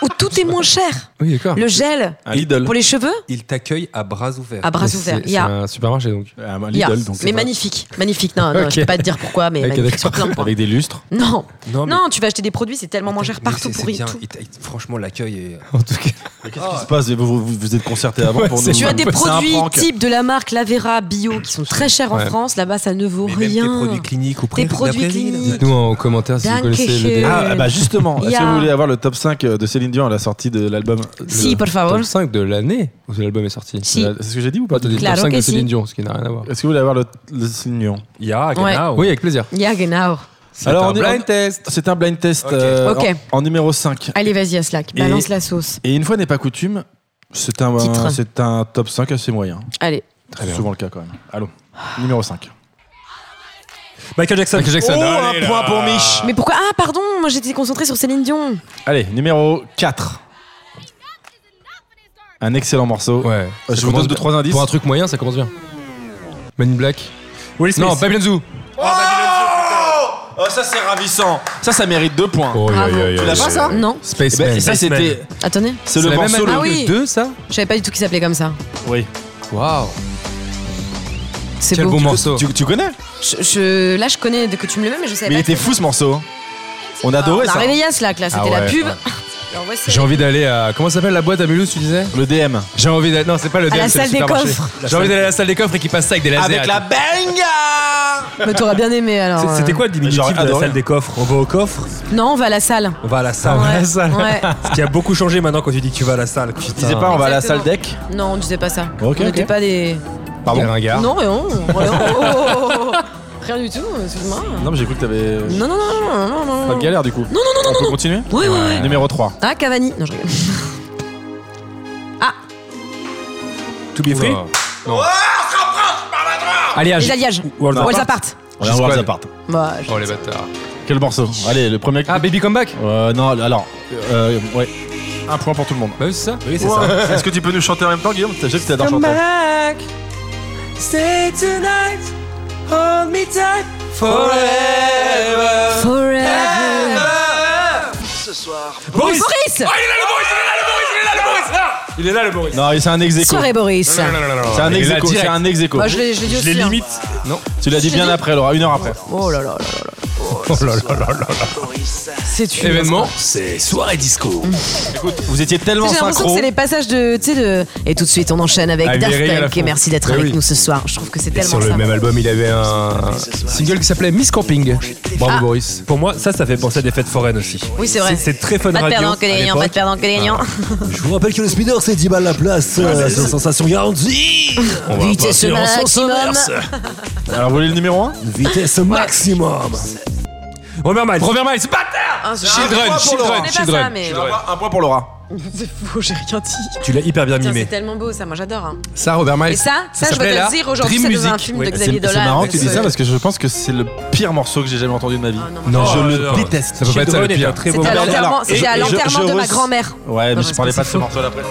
Speaker 5: où tout est moins cher.
Speaker 3: Oui, d'accord.
Speaker 5: Le gel
Speaker 4: Un Lidl.
Speaker 5: pour les cheveux
Speaker 2: Il t'accueille à bras ouverts.
Speaker 5: à bras
Speaker 3: Mais
Speaker 5: ouverts.
Speaker 3: c'est-
Speaker 5: Il y a-
Speaker 3: C'est un supermarché donc.
Speaker 4: Euh, Un
Speaker 5: il y a.
Speaker 4: Lidl, donc.
Speaker 5: mais magnifique, magnifique. Non, non,
Speaker 3: Ok.
Speaker 5: je peux pas te dire pourquoi, mais
Speaker 3: Ok,
Speaker 5: magnifique sur plein de points.
Speaker 4: Avec des lustres.
Speaker 5: Non,
Speaker 2: Non, mais-
Speaker 5: non, tu vas acheter des produits, c'est tellement moins cher
Speaker 2: Mais
Speaker 5: partout
Speaker 2: c'est- c'est
Speaker 5: pour y
Speaker 2: bien.
Speaker 5: tout.
Speaker 2: Il t'a- il- Franchement, l'accueil est. Ah,
Speaker 3: En tout cas.
Speaker 4: Qu'est-ce qui se passe vous, vous, vous êtes concerté avant pour
Speaker 3: c'est
Speaker 4: nous.
Speaker 5: Tu as des
Speaker 4: Ah. C'est un
Speaker 5: produits
Speaker 4: prank.
Speaker 5: type de la marque Lavera Bio qui sont très chers en
Speaker 3: Ouais.
Speaker 5: France. Là-bas, ça ne vaut
Speaker 2: Mais même tes
Speaker 5: rien.
Speaker 2: produits cliniques ou pré-
Speaker 5: produits
Speaker 2: d'après-ville.
Speaker 5: cliniques.
Speaker 3: Dites-nous en commentaire si vous
Speaker 5: Danke
Speaker 3: connaissez le
Speaker 5: schön.
Speaker 3: DM.
Speaker 4: Ah ah, bah justement,
Speaker 5: Il y
Speaker 4: si
Speaker 5: a-
Speaker 4: vous voulez avoir le top 5 de Céline Dion à la sortie de l'album.
Speaker 5: Si, por favor.
Speaker 3: Top 5 de l'année où l'album est sorti.
Speaker 5: Si.
Speaker 4: Euh, C'est ce que j'ai dit ou pas
Speaker 3: Pas de top
Speaker 5: Claro
Speaker 3: 5
Speaker 5: que
Speaker 3: de
Speaker 5: si.
Speaker 3: Céline Dion, ce qui n'a rien à voir.
Speaker 4: Est-ce que vous voulez avoir le, le Céline Dion
Speaker 2: Ja,
Speaker 5: Ouais.
Speaker 4: Oh.
Speaker 2: genau.
Speaker 3: Oui, avec plaisir.
Speaker 5: Ja, genau.
Speaker 4: Alors, on
Speaker 3: Alors,
Speaker 4: est-
Speaker 3: on
Speaker 4: on-
Speaker 3: blind test.
Speaker 4: C'est un blind test
Speaker 2: Ok.
Speaker 4: euh,
Speaker 5: Ok.
Speaker 4: En, en numéro 5.
Speaker 5: Allez, vas-y, Aslak,
Speaker 4: Et-
Speaker 5: balance la sauce.
Speaker 4: Et une fois n'est pas coutume, c'est un,
Speaker 5: Titre.
Speaker 4: c'est un top 5 assez moyen.
Speaker 5: Allez.
Speaker 4: C'est souvent le cas quand même. Allô, numéro 5.
Speaker 2: Michael Jackson.
Speaker 3: Michael Jackson.
Speaker 2: Oh,
Speaker 4: un point pour Mich.
Speaker 5: Mais pourquoi Ah, pardon, moi j'étais concentrée sur Céline Dion.
Speaker 4: Allez, numéro 4. Un excellent morceau.
Speaker 3: Ouais.
Speaker 4: Euh,
Speaker 3: Ça
Speaker 4: Je vous donne
Speaker 3: commence
Speaker 4: 2-3 indices.
Speaker 3: Pour un truc moyen, ça commence bien. Men in Black.
Speaker 2: Will Smith.
Speaker 3: Non, Babylon Zoo.
Speaker 4: Oh, ça c'est ravissant. Ça, ça mérite 2 points.
Speaker 5: Bravo.
Speaker 4: Tu l'as pas ça
Speaker 5: Non.
Speaker 4: Eh
Speaker 3: Space
Speaker 4: ben, et ça c'était.
Speaker 2: Spaceman.
Speaker 5: Attendez,
Speaker 4: C'est
Speaker 3: la
Speaker 4: le
Speaker 3: même
Speaker 4: morceau.
Speaker 3: année
Speaker 5: Ah
Speaker 4: le-
Speaker 5: oui.
Speaker 3: que deux, ça
Speaker 5: je savais pas du tout qu'il s'appelait comme ça.
Speaker 4: Oui.
Speaker 3: Waouh.
Speaker 5: C'est
Speaker 3: Quel
Speaker 5: beau.
Speaker 3: bon morceau.
Speaker 4: Tu, tu
Speaker 5: Eh
Speaker 4: connais
Speaker 5: Je, je- là, je connais de- que tu me le mets, mais je savais
Speaker 4: Mais il
Speaker 5: pas.
Speaker 4: était fou ce morceau. On
Speaker 5: Ah, on
Speaker 4: adorait
Speaker 5: a
Speaker 4: ça.
Speaker 5: réveillé Aslak, là, c'était
Speaker 3: Ah
Speaker 5: la
Speaker 3: ouais,
Speaker 5: pub.
Speaker 3: ouais.
Speaker 5: Alors, voici-
Speaker 3: J'ai envie d'aller à. Comment ça s'appelle la boîte à Mulhouse, tu disais
Speaker 4: Le DM.
Speaker 3: J'ai envie d'aller. Non, c'est pas le
Speaker 5: la
Speaker 3: DM, c'est le
Speaker 5: salle des
Speaker 3: supermarché.
Speaker 5: coffres.
Speaker 3: J'ai envie d'aller à la salle des coffres et qui passe ça avec des lasers.
Speaker 4: Avec la benga
Speaker 5: Mais t'aurais bien aimé alors.
Speaker 2: C'est- C'était
Speaker 5: euh.
Speaker 2: quoi le
Speaker 4: J'aurais
Speaker 2: diminutif de la
Speaker 4: adoré.
Speaker 2: salle des coffres On va au coffre,
Speaker 5: Non, on va à la salle.
Speaker 2: on va à la salle.
Speaker 5: Ah Ouais.
Speaker 3: salle.
Speaker 5: Ouais.
Speaker 2: Ce qui a beaucoup changé maintenant quand tu dis que tu vas à la salle.
Speaker 4: Tu disais pas on va à la salle deck
Speaker 5: Non, on disait pas ça.
Speaker 4: Ok,
Speaker 5: on
Speaker 4: ok.
Speaker 5: n'était pas des.
Speaker 3: Pardon. Un gars.
Speaker 5: Non, rien. rien. Oh, oh, oh, oh. Rien du tout, excuse-moi.
Speaker 4: Non mais j'ai cru que t'avais.
Speaker 5: Non, non, non, non, non, non.
Speaker 4: Pas de galère du coup. Non non non On peut continuer
Speaker 5: Ouais, ouais, ouais.
Speaker 4: Numéro 3.
Speaker 5: Ah, Cavani. Non, je rigole.
Speaker 2: To be free.
Speaker 3: Non.
Speaker 2: Ah,
Speaker 3: Alliage.
Speaker 5: Les alliages.
Speaker 2: World
Speaker 5: Walls
Speaker 2: Apart.
Speaker 5: Apart.
Speaker 4: On va voir
Speaker 3: Squad.
Speaker 4: les apparts.
Speaker 5: Bah, je-
Speaker 3: Oh les bâtards.
Speaker 4: Quel morceau Allez, le premier.
Speaker 3: Ah, Baby Comeback
Speaker 4: Euh, non, alors. Euh, ouais. Un point pour tout le monde.
Speaker 3: Bah oui, c'est ça.
Speaker 2: Oui, c'est ça.
Speaker 4: Est-ce que tu peux nous chanter en même temps, Guillaume Je sais que t'adores chanter.
Speaker 5: Forever.
Speaker 2: Boris
Speaker 5: Boris
Speaker 2: Il est là, le Boris
Speaker 4: Non, et c'est un ex aequo.
Speaker 5: Soirée, Boris.
Speaker 4: C'est un ex aequo. C'est un ex aequo.
Speaker 5: Moi, je l'ai je l'ai dit
Speaker 2: Je les
Speaker 5: aussi. hein.
Speaker 2: limite.
Speaker 4: Tu l'as dit bien après, Laura, une heure après.
Speaker 5: Oh là là là là.
Speaker 3: Oh là là là là.
Speaker 5: C'est une.
Speaker 3: Événement.
Speaker 7: C'est soirée disco.
Speaker 4: Vous étiez
Speaker 5: Tu
Speaker 4: tellement
Speaker 5: sais, J'ai l'impression que
Speaker 4: synchro.
Speaker 5: c'est les passages de, tu sais, de. Et tout de suite, on enchaîne avec
Speaker 3: Ah, il
Speaker 5: Daft
Speaker 3: est régal à
Speaker 5: Punk. Et
Speaker 3: fond.
Speaker 5: merci d'être
Speaker 3: Bah
Speaker 5: avec
Speaker 3: oui.
Speaker 5: nous ce soir. Je trouve que c'est tellement
Speaker 3: Sur le
Speaker 5: ça.
Speaker 3: même album, il avait un single qui s'appelait Miss Camping. Bravo
Speaker 5: Ah.
Speaker 3: Boris.
Speaker 2: Pour moi, ça, ça fait penser à des fêtes foraines aussi.
Speaker 5: Oui, c'est vrai.
Speaker 2: C'est très fun
Speaker 5: Pas de
Speaker 2: radio.
Speaker 5: perdant que
Speaker 2: à
Speaker 5: des gagnants, pas de
Speaker 2: l'époque.
Speaker 5: perdant que des gagnants.
Speaker 7: Je vous rappelle que le speeder, c'est 10 balles la place. euh, c'est sensation garantie. On va
Speaker 5: Vitesse
Speaker 7: partir en sens
Speaker 5: maximum.
Speaker 7: inverse.
Speaker 4: Alors, vous voulez le numéro 1
Speaker 7: Vitesse maximum.
Speaker 2: Robert Miles.
Speaker 3: Robert Miles, bâtard
Speaker 5: Ah, c'est-
Speaker 3: Children,
Speaker 4: pour Laurent.
Speaker 5: Je
Speaker 3: Children,
Speaker 5: connais pas ça,
Speaker 3: Children.
Speaker 5: mais-
Speaker 3: Children.
Speaker 4: Un point pour Laura.
Speaker 5: C'est faux, j'ai rien dit.
Speaker 2: Tu l'as hyper bien
Speaker 5: Putain, C'est
Speaker 2: mimé.
Speaker 5: tellement beau, ça, moi j'adore. hein.
Speaker 3: Ça, Ah, Robert Miles.
Speaker 5: Et ça, ça, je vais
Speaker 3: s'appelait
Speaker 5: te
Speaker 3: la
Speaker 5: le dire aujourd'hui,
Speaker 3: Dream
Speaker 5: ça devient un
Speaker 3: Music.
Speaker 5: film
Speaker 3: Oui,
Speaker 5: de
Speaker 4: C'est
Speaker 5: Xavier
Speaker 4: c'est
Speaker 5: Dolan.
Speaker 4: marrant que
Speaker 5: avec
Speaker 4: tu dis
Speaker 5: ce-
Speaker 4: ça parce que je pense que c'est le pire morceau que j'ai jamais entendu de ma vie.
Speaker 5: Ah, non,
Speaker 2: Non,
Speaker 5: moi,
Speaker 2: je le
Speaker 4: déteste.
Speaker 3: Ça peut pas être ça le
Speaker 2: Children est un
Speaker 3: pire.
Speaker 2: très beau
Speaker 5: C'était à
Speaker 4: Alors,
Speaker 5: l'enterrement-
Speaker 4: alors,
Speaker 5: C'était à
Speaker 4: et je-
Speaker 5: l'enterrement
Speaker 4: je
Speaker 5: de ma
Speaker 4: re-
Speaker 5: grand-mère.
Speaker 4: Ouais,
Speaker 5: Non,
Speaker 4: mais je
Speaker 5: je
Speaker 4: parlais
Speaker 5: pense
Speaker 4: pas
Speaker 5: que
Speaker 4: de
Speaker 5: c'est
Speaker 4: ce morceau après.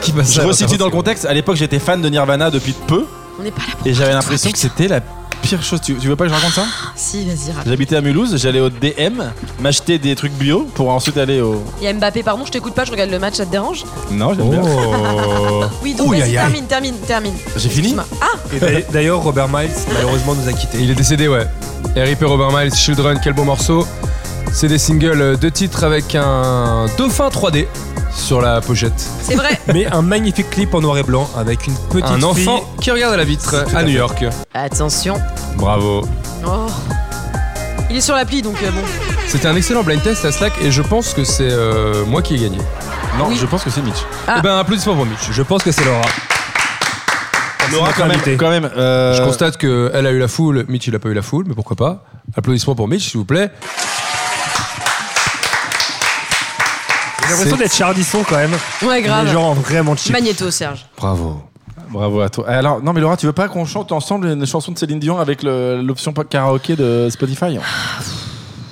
Speaker 3: Qui passe
Speaker 4: Je
Speaker 3: ça,
Speaker 4: resitue
Speaker 3: Robert
Speaker 4: dans le
Speaker 3: Miles.
Speaker 4: contexte. À l'époque, j'étais fan de Nirvana depuis peu
Speaker 5: On n'est pas là pour.
Speaker 4: et j'avais l'impression que c'était la pire chose. Tu, tu veux pas que je raconte ça
Speaker 5: Si, vas-y, raconte.
Speaker 4: J'habitais à Mulhouse, j'allais au DM, m'acheter des trucs bio pour ensuite aller au.
Speaker 5: Il y a Mbappé, pardon, je t'écoute pas, je regarde le match, ça te dérange
Speaker 4: Non, j'aime bien.
Speaker 3: Oh.
Speaker 5: Oui, donc
Speaker 3: Ouh,
Speaker 5: vas-y,
Speaker 3: aïe, aïe.
Speaker 5: termine, termine, termine.
Speaker 4: J'ai fini
Speaker 5: Excuse-moi.
Speaker 2: Et d'ailleurs- D'ailleurs, Robert Miles, malheureusement, nous a quittés.
Speaker 3: Il est décédé, ouais. R.I.P. Robert Miles, Children, quel beau morceau. C'est des singles euh, de titres avec un dauphin 3D sur la pochette.
Speaker 5: C'est vrai.
Speaker 2: Mais un magnifique clip en noir et blanc avec une petite
Speaker 3: un enfant
Speaker 2: fille.
Speaker 3: qui regarde à la vitre
Speaker 2: Tout à
Speaker 3: à
Speaker 2: fait.
Speaker 3: New York.
Speaker 5: Attention.
Speaker 3: Bravo.
Speaker 5: Oh. Il est sur l'appli, donc euh, bon.
Speaker 3: C'était un excellent blind test à Slack et je pense que c'est euh, moi qui ai gagné.
Speaker 4: Non, je pense que c'est Mitch.
Speaker 5: Ah.
Speaker 3: Eh ben, applaudissements pour Mitch.
Speaker 2: Je pense que c'est Laura.
Speaker 4: Laura,
Speaker 2: notre
Speaker 4: quand même.
Speaker 2: invitée.
Speaker 4: Quand même euh,
Speaker 3: Je constate qu'elle a eu la foule, Mitch il a pas eu la foule, mais pourquoi pas. Applaudissements pour Mitch, s'il vous plaît.
Speaker 2: J'ai l'impression
Speaker 3: C'est-
Speaker 2: d'être Chardisson quand même.
Speaker 5: Ouais,
Speaker 2: Les
Speaker 5: grave.
Speaker 2: gens vraiment cheap.
Speaker 5: Magnéto, Serge.
Speaker 3: Bravo.
Speaker 4: Bravo à toi. Alors, non, mais Laura, tu veux pas qu'on chante ensemble une chanson de Céline Dion avec le- l'option pa- karaoké de Spotify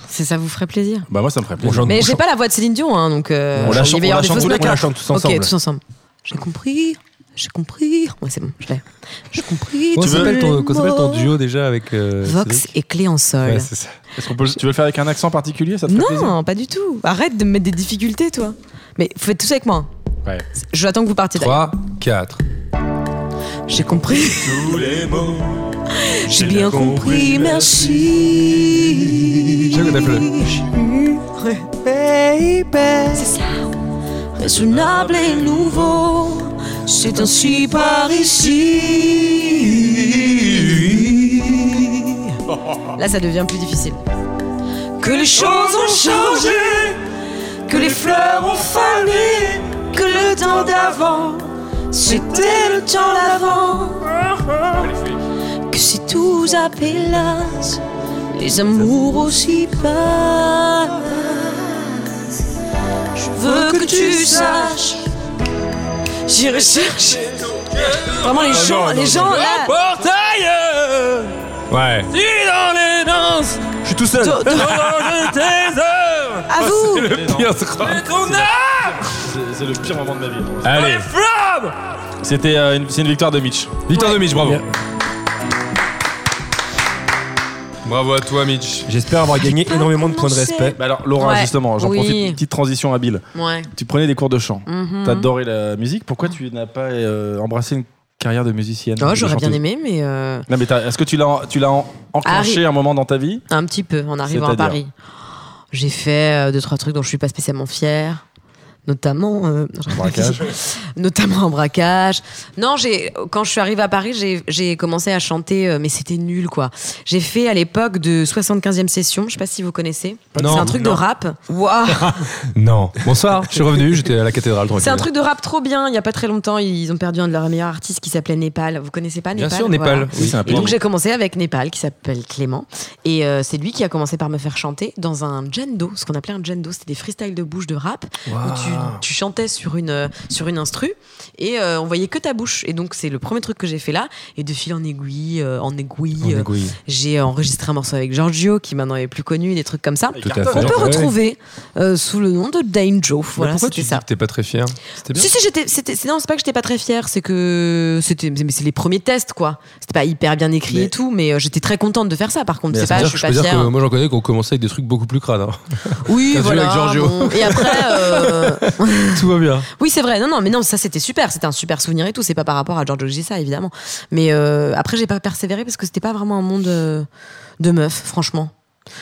Speaker 5: C'est ça vous ferait plaisir.
Speaker 4: Bah, moi, ça me ferait
Speaker 2: On
Speaker 4: plaisir.
Speaker 2: chante-
Speaker 5: Mais
Speaker 2: on
Speaker 5: j'ai
Speaker 2: chante-
Speaker 5: pas la voix de Céline Dion, hein, donc euh,
Speaker 4: On la
Speaker 5: il
Speaker 4: chante-
Speaker 5: va
Speaker 4: on
Speaker 5: y avoir
Speaker 4: la chante
Speaker 5: des fausses
Speaker 4: tous les-
Speaker 5: notes.
Speaker 2: on la chante tous
Speaker 5: Ok,
Speaker 2: ensemble.
Speaker 5: tous ensemble. J'ai compris, j'ai compris. Ouais, c'est bon, je l'ai. J'ai compris.
Speaker 3: Comment
Speaker 5: tous
Speaker 3: s'appelle
Speaker 5: les
Speaker 3: ton, comment s'appelle ton
Speaker 5: mots.
Speaker 3: duo déjà avec. euh,
Speaker 5: Vox
Speaker 3: Cédric
Speaker 5: et clé en sol.
Speaker 3: Ouais, c'est ça.
Speaker 4: Est-ce qu'on peut, tu veux le faire avec un accent particulier Ça te fait plaisir
Speaker 5: non, pas du tout. Arrête de me mettre des difficultés, toi. Mais faites tout ça avec moi.
Speaker 4: Ouais.
Speaker 5: Je attends que vous partiez.
Speaker 3: 3, 4.
Speaker 5: d'ailleurs. J'ai compris. Tous les mots. J'ai bien compris, merci.
Speaker 3: J'ai compris,
Speaker 5: Baby. C'est ça. Raisonnable et nouveau. C'est ainsi par ici. Là, ça devient plus difficile. Que les choses ont changé, que les fleurs ont fané, que le temps d'avant, c'était le temps d'avant. Que si tout appellent les amours aussi passent. Je veux que tu saches, j'irai chercher ton cœur. Vraiment, les
Speaker 4: Ah
Speaker 5: gens, les gens là.
Speaker 4: bah,
Speaker 3: Ouais.
Speaker 2: Je suis tout seul.
Speaker 5: To- to- À
Speaker 4: bah,
Speaker 5: vous
Speaker 4: C'est- C'est le pire moment de ma vie.
Speaker 3: Allez,
Speaker 4: C'était euh, une, c'est une victoire de Mitch.
Speaker 3: victoire de Mitch, bravo. Bravo à toi, Mitch.
Speaker 2: J'espère avoir gagné énormément de points de respect.
Speaker 4: Bah alors, Laura,
Speaker 5: Ouais.
Speaker 4: justement, j'en
Speaker 5: Oui.
Speaker 4: profite. Petite transition habile.
Speaker 5: Ouais.
Speaker 4: Tu prenais des cours de chant.
Speaker 5: Mhm.
Speaker 4: T'adorais la musique. Pourquoi tu n'as pas euh, embrassé une carrière de musicienne
Speaker 5: Oh,
Speaker 4: de
Speaker 5: j'aurais bien
Speaker 4: chanteuse
Speaker 5: aimé, mais euh,
Speaker 4: Non, mais t'as- est-ce que tu l'as en- tu l'as en- enclenché
Speaker 5: Harry.
Speaker 4: un moment dans ta vie
Speaker 5: un petit peu en arrivant à,
Speaker 4: C'est-à-dire
Speaker 5: Paris. J'ai fait euh, deux trois trucs dont je suis pas spécialement fière, notamment euh,
Speaker 4: braquage.
Speaker 5: notamment un braquage. Non, j'ai quand je suis arrivée à Paris, j'ai- j'ai commencé à chanter, euh, mais c'était nul quoi. J'ai fait à l'époque de 75e session, je sais pas si vous connaissez. C'est
Speaker 3: Non,
Speaker 5: un truc
Speaker 3: non.
Speaker 5: de rap. Waouh.
Speaker 3: Non. Bonsoir, je suis revenu, j'étais à la cathédrale.
Speaker 5: C'est un
Speaker 3: tranquille.
Speaker 5: truc de rap trop bien. Il y a pas très longtemps, ils ont perdu un de leurs meilleurs artistes qui s'appelait Népal. Vous connaissez pas
Speaker 3: Bien
Speaker 5: Népal
Speaker 3: sûr, Népal.
Speaker 5: Voilà.
Speaker 4: Oui, c'est un
Speaker 5: Et
Speaker 4: peu.
Speaker 5: donc j'ai commencé avec Népal qui s'appelle Clément et euh, c'est lui qui a commencé par me faire chanter dans un jendo, ce qu'on appelait un jendo, c'était des freestyles de bouche de rap où tu, tu chantais sur une euh, sur une instru et euh, on voyait que ta bouche et donc c'est le premier truc que j'ai fait là et de fil en aiguille euh, en aiguille, euh, j'ai enregistré un morceau avec Giorgio qui maintenant est plus connu des trucs comme ça.
Speaker 2: Tout à fait.
Speaker 5: On peut
Speaker 2: Ouais.
Speaker 5: retrouver euh, sous le nom de Dainjo.
Speaker 3: Mais
Speaker 5: Voilà,
Speaker 3: pourquoi
Speaker 5: c'était
Speaker 3: tu
Speaker 5: ça.
Speaker 3: dis que t'es pas très fier C'était bien.
Speaker 5: Si, si, j'étais. c'était- c'est- Non, c'est pas que j'étais pas très fière, c'est que. C'était, mais c'est les premiers tests, quoi. C'était pas hyper bien écrit et tout, mais euh, j'étais très contente de faire ça, par contre.
Speaker 3: Mais
Speaker 5: C'est
Speaker 3: ça
Speaker 5: pas,
Speaker 3: veut
Speaker 5: je
Speaker 3: dire que
Speaker 5: suis
Speaker 3: je peux
Speaker 5: pas
Speaker 3: dire que
Speaker 5: fière.
Speaker 3: moi j'en connais qu'on commençait avec des trucs beaucoup plus crades. hein.
Speaker 5: Oui,
Speaker 3: T'as joué
Speaker 5: voilà.
Speaker 3: avec Giorgio.
Speaker 5: bon. Et après. euh,
Speaker 3: Tout va bien.
Speaker 5: Oui, c'est vrai. Non, non, mais non, ça c'était super. C'était un super souvenir et tout. C'est pas par rapport à Giorgio Gissa, évidemment. Mais euh, après, j'ai pas persévéré parce que c'était pas vraiment un monde euh, de meufs, franchement.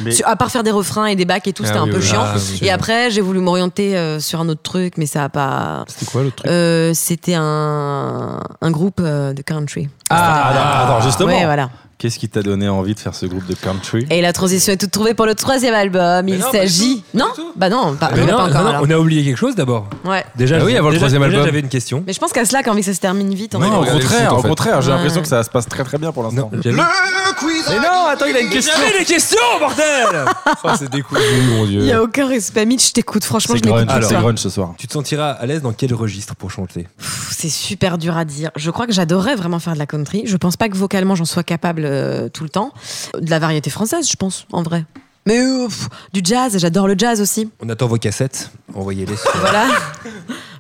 Speaker 4: Mais-
Speaker 5: Sur- À part faire des refrains et des bacs et tout,
Speaker 3: Ah
Speaker 5: c'était un
Speaker 3: oui,
Speaker 5: peu
Speaker 3: oui,
Speaker 5: chiant.
Speaker 3: ah, oui,
Speaker 5: et
Speaker 3: oui.
Speaker 5: après, j'ai voulu m'orienter euh, sur un autre truc, mais ça a pas.
Speaker 3: C'était quoi l'autre truc
Speaker 5: Euh, c'était un, un groupe euh, de country.
Speaker 4: Ah, attends, attends, justement.
Speaker 5: Ouais, voilà.
Speaker 4: Qu'est-ce qui t'a donné envie de faire ce groupe de country
Speaker 5: Et la transition est toute trouvée pour le troisième album. Il
Speaker 2: non, pas du
Speaker 5: s'agit.
Speaker 2: tout, pas
Speaker 5: Non
Speaker 2: du tout.
Speaker 5: Bah non, pas,
Speaker 2: Mais
Speaker 5: il va
Speaker 2: non,
Speaker 5: pas
Speaker 2: non,
Speaker 5: encore.
Speaker 2: non,
Speaker 5: alors.
Speaker 2: on a oublié quelque chose d'abord.
Speaker 5: Ouais.
Speaker 2: Déjà,
Speaker 3: Ah oui, avant le
Speaker 2: déjà-
Speaker 3: troisième
Speaker 2: déjà,
Speaker 3: album.
Speaker 2: j'avais une question.
Speaker 5: Mais je pense qu'à cela, quand ça se termine vite, on
Speaker 4: Non,
Speaker 5: va-
Speaker 4: au
Speaker 3: regardez le foot,
Speaker 4: contraire,
Speaker 3: en
Speaker 4: au
Speaker 3: fait.
Speaker 4: contraire, j'ai
Speaker 5: Ouais.
Speaker 4: l'impression que ça se passe très très bien pour l'instant.
Speaker 2: Non, j'avais-
Speaker 6: Le quiz à
Speaker 3: Mais non, attends, il a une
Speaker 6: Guigui.
Speaker 3: question.
Speaker 2: J'avais des questions, bordel
Speaker 3: Ah, C'est décousu, mon dieu.
Speaker 5: Il n'y a aucun respect. Mitch, je t'écoute. Franchement,
Speaker 4: C'est
Speaker 5: je l'écoute
Speaker 4: grunge,
Speaker 5: tout
Speaker 2: Alors.
Speaker 4: c'est
Speaker 5: ça.
Speaker 4: grunge ce soir.
Speaker 2: Tu te sentiras à l'aise dans quel registre pour chanter
Speaker 5: Pff, C'est super dur à dire. Je crois que j'adorais vraiment faire de la country. Je pense pas que vocalement j'en sois capable euh, tout le temps. De la variété française, je pense, en vrai. Mais euh, pff, du jazz, j'adore le jazz aussi.
Speaker 2: On attend vos cassettes, envoyez-les sur... Ah
Speaker 5: Voilà.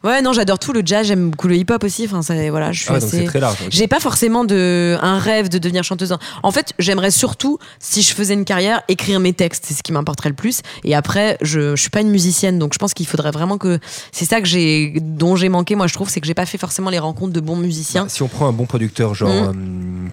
Speaker 5: Ouais, non, j'adore tout le jazz. J'aime beaucoup le hip-hop aussi. Enfin, ça, voilà, je suis
Speaker 2: Ah, donc c'est
Speaker 5: assez.
Speaker 2: très large. ok.
Speaker 5: J'ai pas forcément de un rêve de devenir chanteuse. En fait, j'aimerais surtout, si je faisais une carrière, écrire mes textes, c'est ce qui m'importerait le plus. Et après, je, je suis pas une musicienne, donc je pense qu'il faudrait vraiment que c'est ça que j'ai dont j'ai manqué. Moi, je trouve, c'est que j'ai pas fait forcément les rencontres de bons musiciens.
Speaker 2: Bah, Si on prend un bon producteur genre euh,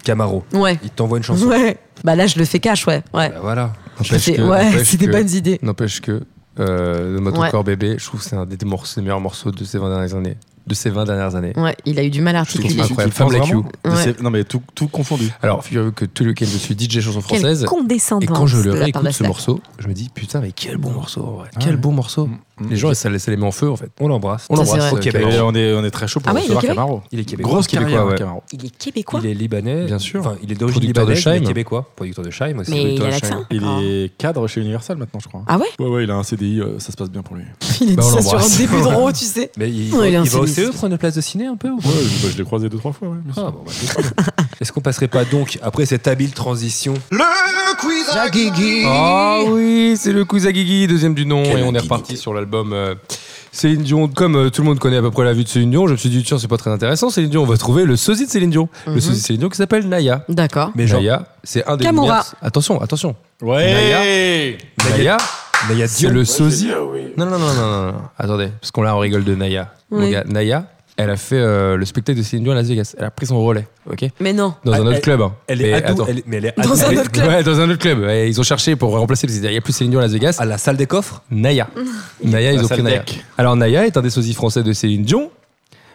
Speaker 2: Camaro,
Speaker 5: Ouais,
Speaker 2: il t'envoie une chanson.
Speaker 5: Mm. ouais. Bah là, je le fais cash, ouais, ouais.
Speaker 2: Bah voilà.
Speaker 5: Je le
Speaker 3: N'empêche
Speaker 5: fais-
Speaker 3: que-
Speaker 5: ouais,
Speaker 3: n'empêche
Speaker 5: c'est des
Speaker 3: que-
Speaker 5: bonnes idées.
Speaker 3: N'empêche que euh, Mode
Speaker 5: Ouais.
Speaker 3: Corps Bébé, je trouve que c'est un des, morceaux, des meilleurs morceaux de ces 20 dernières années. De ces 20 dernières années.
Speaker 5: Ouais, il a eu du mal à
Speaker 4: Tu trouves
Speaker 5: articuler.
Speaker 4: pas
Speaker 3: incroyable.
Speaker 4: qu'il
Speaker 3: Femme
Speaker 4: parle
Speaker 3: Like
Speaker 4: vraiment
Speaker 5: You.
Speaker 4: de
Speaker 5: Ouais.
Speaker 4: ses- Non mais tout, tout confondu.
Speaker 3: Alors, figurez-vous que tout lequel je suis DJ chanson française.
Speaker 5: Quelle condescendance.
Speaker 3: Et quand je le
Speaker 5: de la part de
Speaker 3: réécoute
Speaker 5: la
Speaker 3: ce
Speaker 5: Slack.
Speaker 3: morceau, je me dis putain mais quel bon morceau, en vrai. quel bon morceau. Les gens ça, les- ça les met en feu en fait.
Speaker 2: On l'embrasse.
Speaker 3: On
Speaker 5: Ça,
Speaker 3: l'embrasse
Speaker 5: c'est
Speaker 3: au
Speaker 5: vrai.
Speaker 3: Québec.
Speaker 4: Et on est, on est très chaud pour
Speaker 5: Ah ouais, il est
Speaker 4: recevoir
Speaker 5: Québec
Speaker 4: Camaro.
Speaker 2: Il est québécois.
Speaker 4: Grosse carrière,
Speaker 3: Québécois, ouais.
Speaker 4: Camaro.
Speaker 5: Il est québécois.
Speaker 2: Il est libanais.
Speaker 3: Bien sûr.
Speaker 2: Enfin, il est d'origine
Speaker 3: Producteur de
Speaker 2: libanaise, mais
Speaker 3: Scheim.
Speaker 2: québécois. Producteur de Scheim aussi.
Speaker 5: Mais il
Speaker 2: Producteur
Speaker 5: a
Speaker 2: de
Speaker 5: l'accent.
Speaker 4: Il
Speaker 5: Ah.
Speaker 4: est cadre chez Universal maintenant, je crois.
Speaker 5: Ah ouais
Speaker 4: Ouais, ouais, il a un CDI, euh, ça se passe bien pour lui. Ouais,
Speaker 5: Il est
Speaker 3: Bah, on
Speaker 5: dit ça sur un
Speaker 3: l'embrasse.
Speaker 5: début de rôle, tu sais.
Speaker 2: Mais il,
Speaker 5: Ouais, Oh, il
Speaker 2: il
Speaker 5: est un
Speaker 2: va au CE
Speaker 5: féministe.
Speaker 2: prendre une place de ciné un peu ou pas
Speaker 4: je, je l'ai croisé deux, trois fois. Ouais, bien sûr.
Speaker 2: Ah, bon, bah, c'est cool. Est-ce qu'on passerait pas donc, après cette habile transition,
Speaker 6: Le quiz à Guigui.
Speaker 3: Ah oui, c'est le Kuzagigi, deuxième du nom.
Speaker 7: Quelle
Speaker 3: et on est
Speaker 7: indignité.
Speaker 3: reparti sur l'album euh, Céline Dion. Comme euh, tout le monde connaît à peu près la vue de Céline Dion, je me suis dit, tiens, c'est pas très intéressant. Céline Dion, on va trouver le sosie de Céline Dion.
Speaker 5: Mm-hmm.
Speaker 3: Le sosie de Céline Dion qui s'appelle Naya.
Speaker 5: D'accord.
Speaker 2: mais genre,
Speaker 3: Naya, c'est un des
Speaker 5: Kamura.
Speaker 3: meilleurs- Attention, attention.
Speaker 4: Ouais
Speaker 3: Naya,
Speaker 2: Naya
Speaker 3: c'est
Speaker 2: Dion,
Speaker 3: le sosie.
Speaker 4: Ah
Speaker 3: Non, non, non, non, non, non. Attendez, parce qu'on là, on rigole de Naya.
Speaker 5: Oui.
Speaker 3: Mon gars, Naya, elle a fait euh, le spectacle de Céline Dion à Las Vegas. Elle a pris son relais, ok
Speaker 5: Mais non.
Speaker 3: Dans
Speaker 2: Ah,
Speaker 3: un autre
Speaker 2: elle-
Speaker 3: club. hein.
Speaker 2: elle
Speaker 3: Mais
Speaker 2: est ado,
Speaker 3: attends.
Speaker 2: elle est- mais elle est
Speaker 5: Dans
Speaker 2: ado.
Speaker 5: un
Speaker 2: Elle est-
Speaker 5: autre club.
Speaker 3: Ouais, dans un autre club. Et ils ont cherché pour remplacer. parce qu'il n'y a plus Céline Dion à Las Vegas.
Speaker 2: à la salle des coffres
Speaker 3: Naya. Naya, ils
Speaker 4: La
Speaker 3: ont pris
Speaker 4: salle
Speaker 3: Naya.
Speaker 4: deck.
Speaker 3: Alors Naya est un des sosies français de Céline Dion.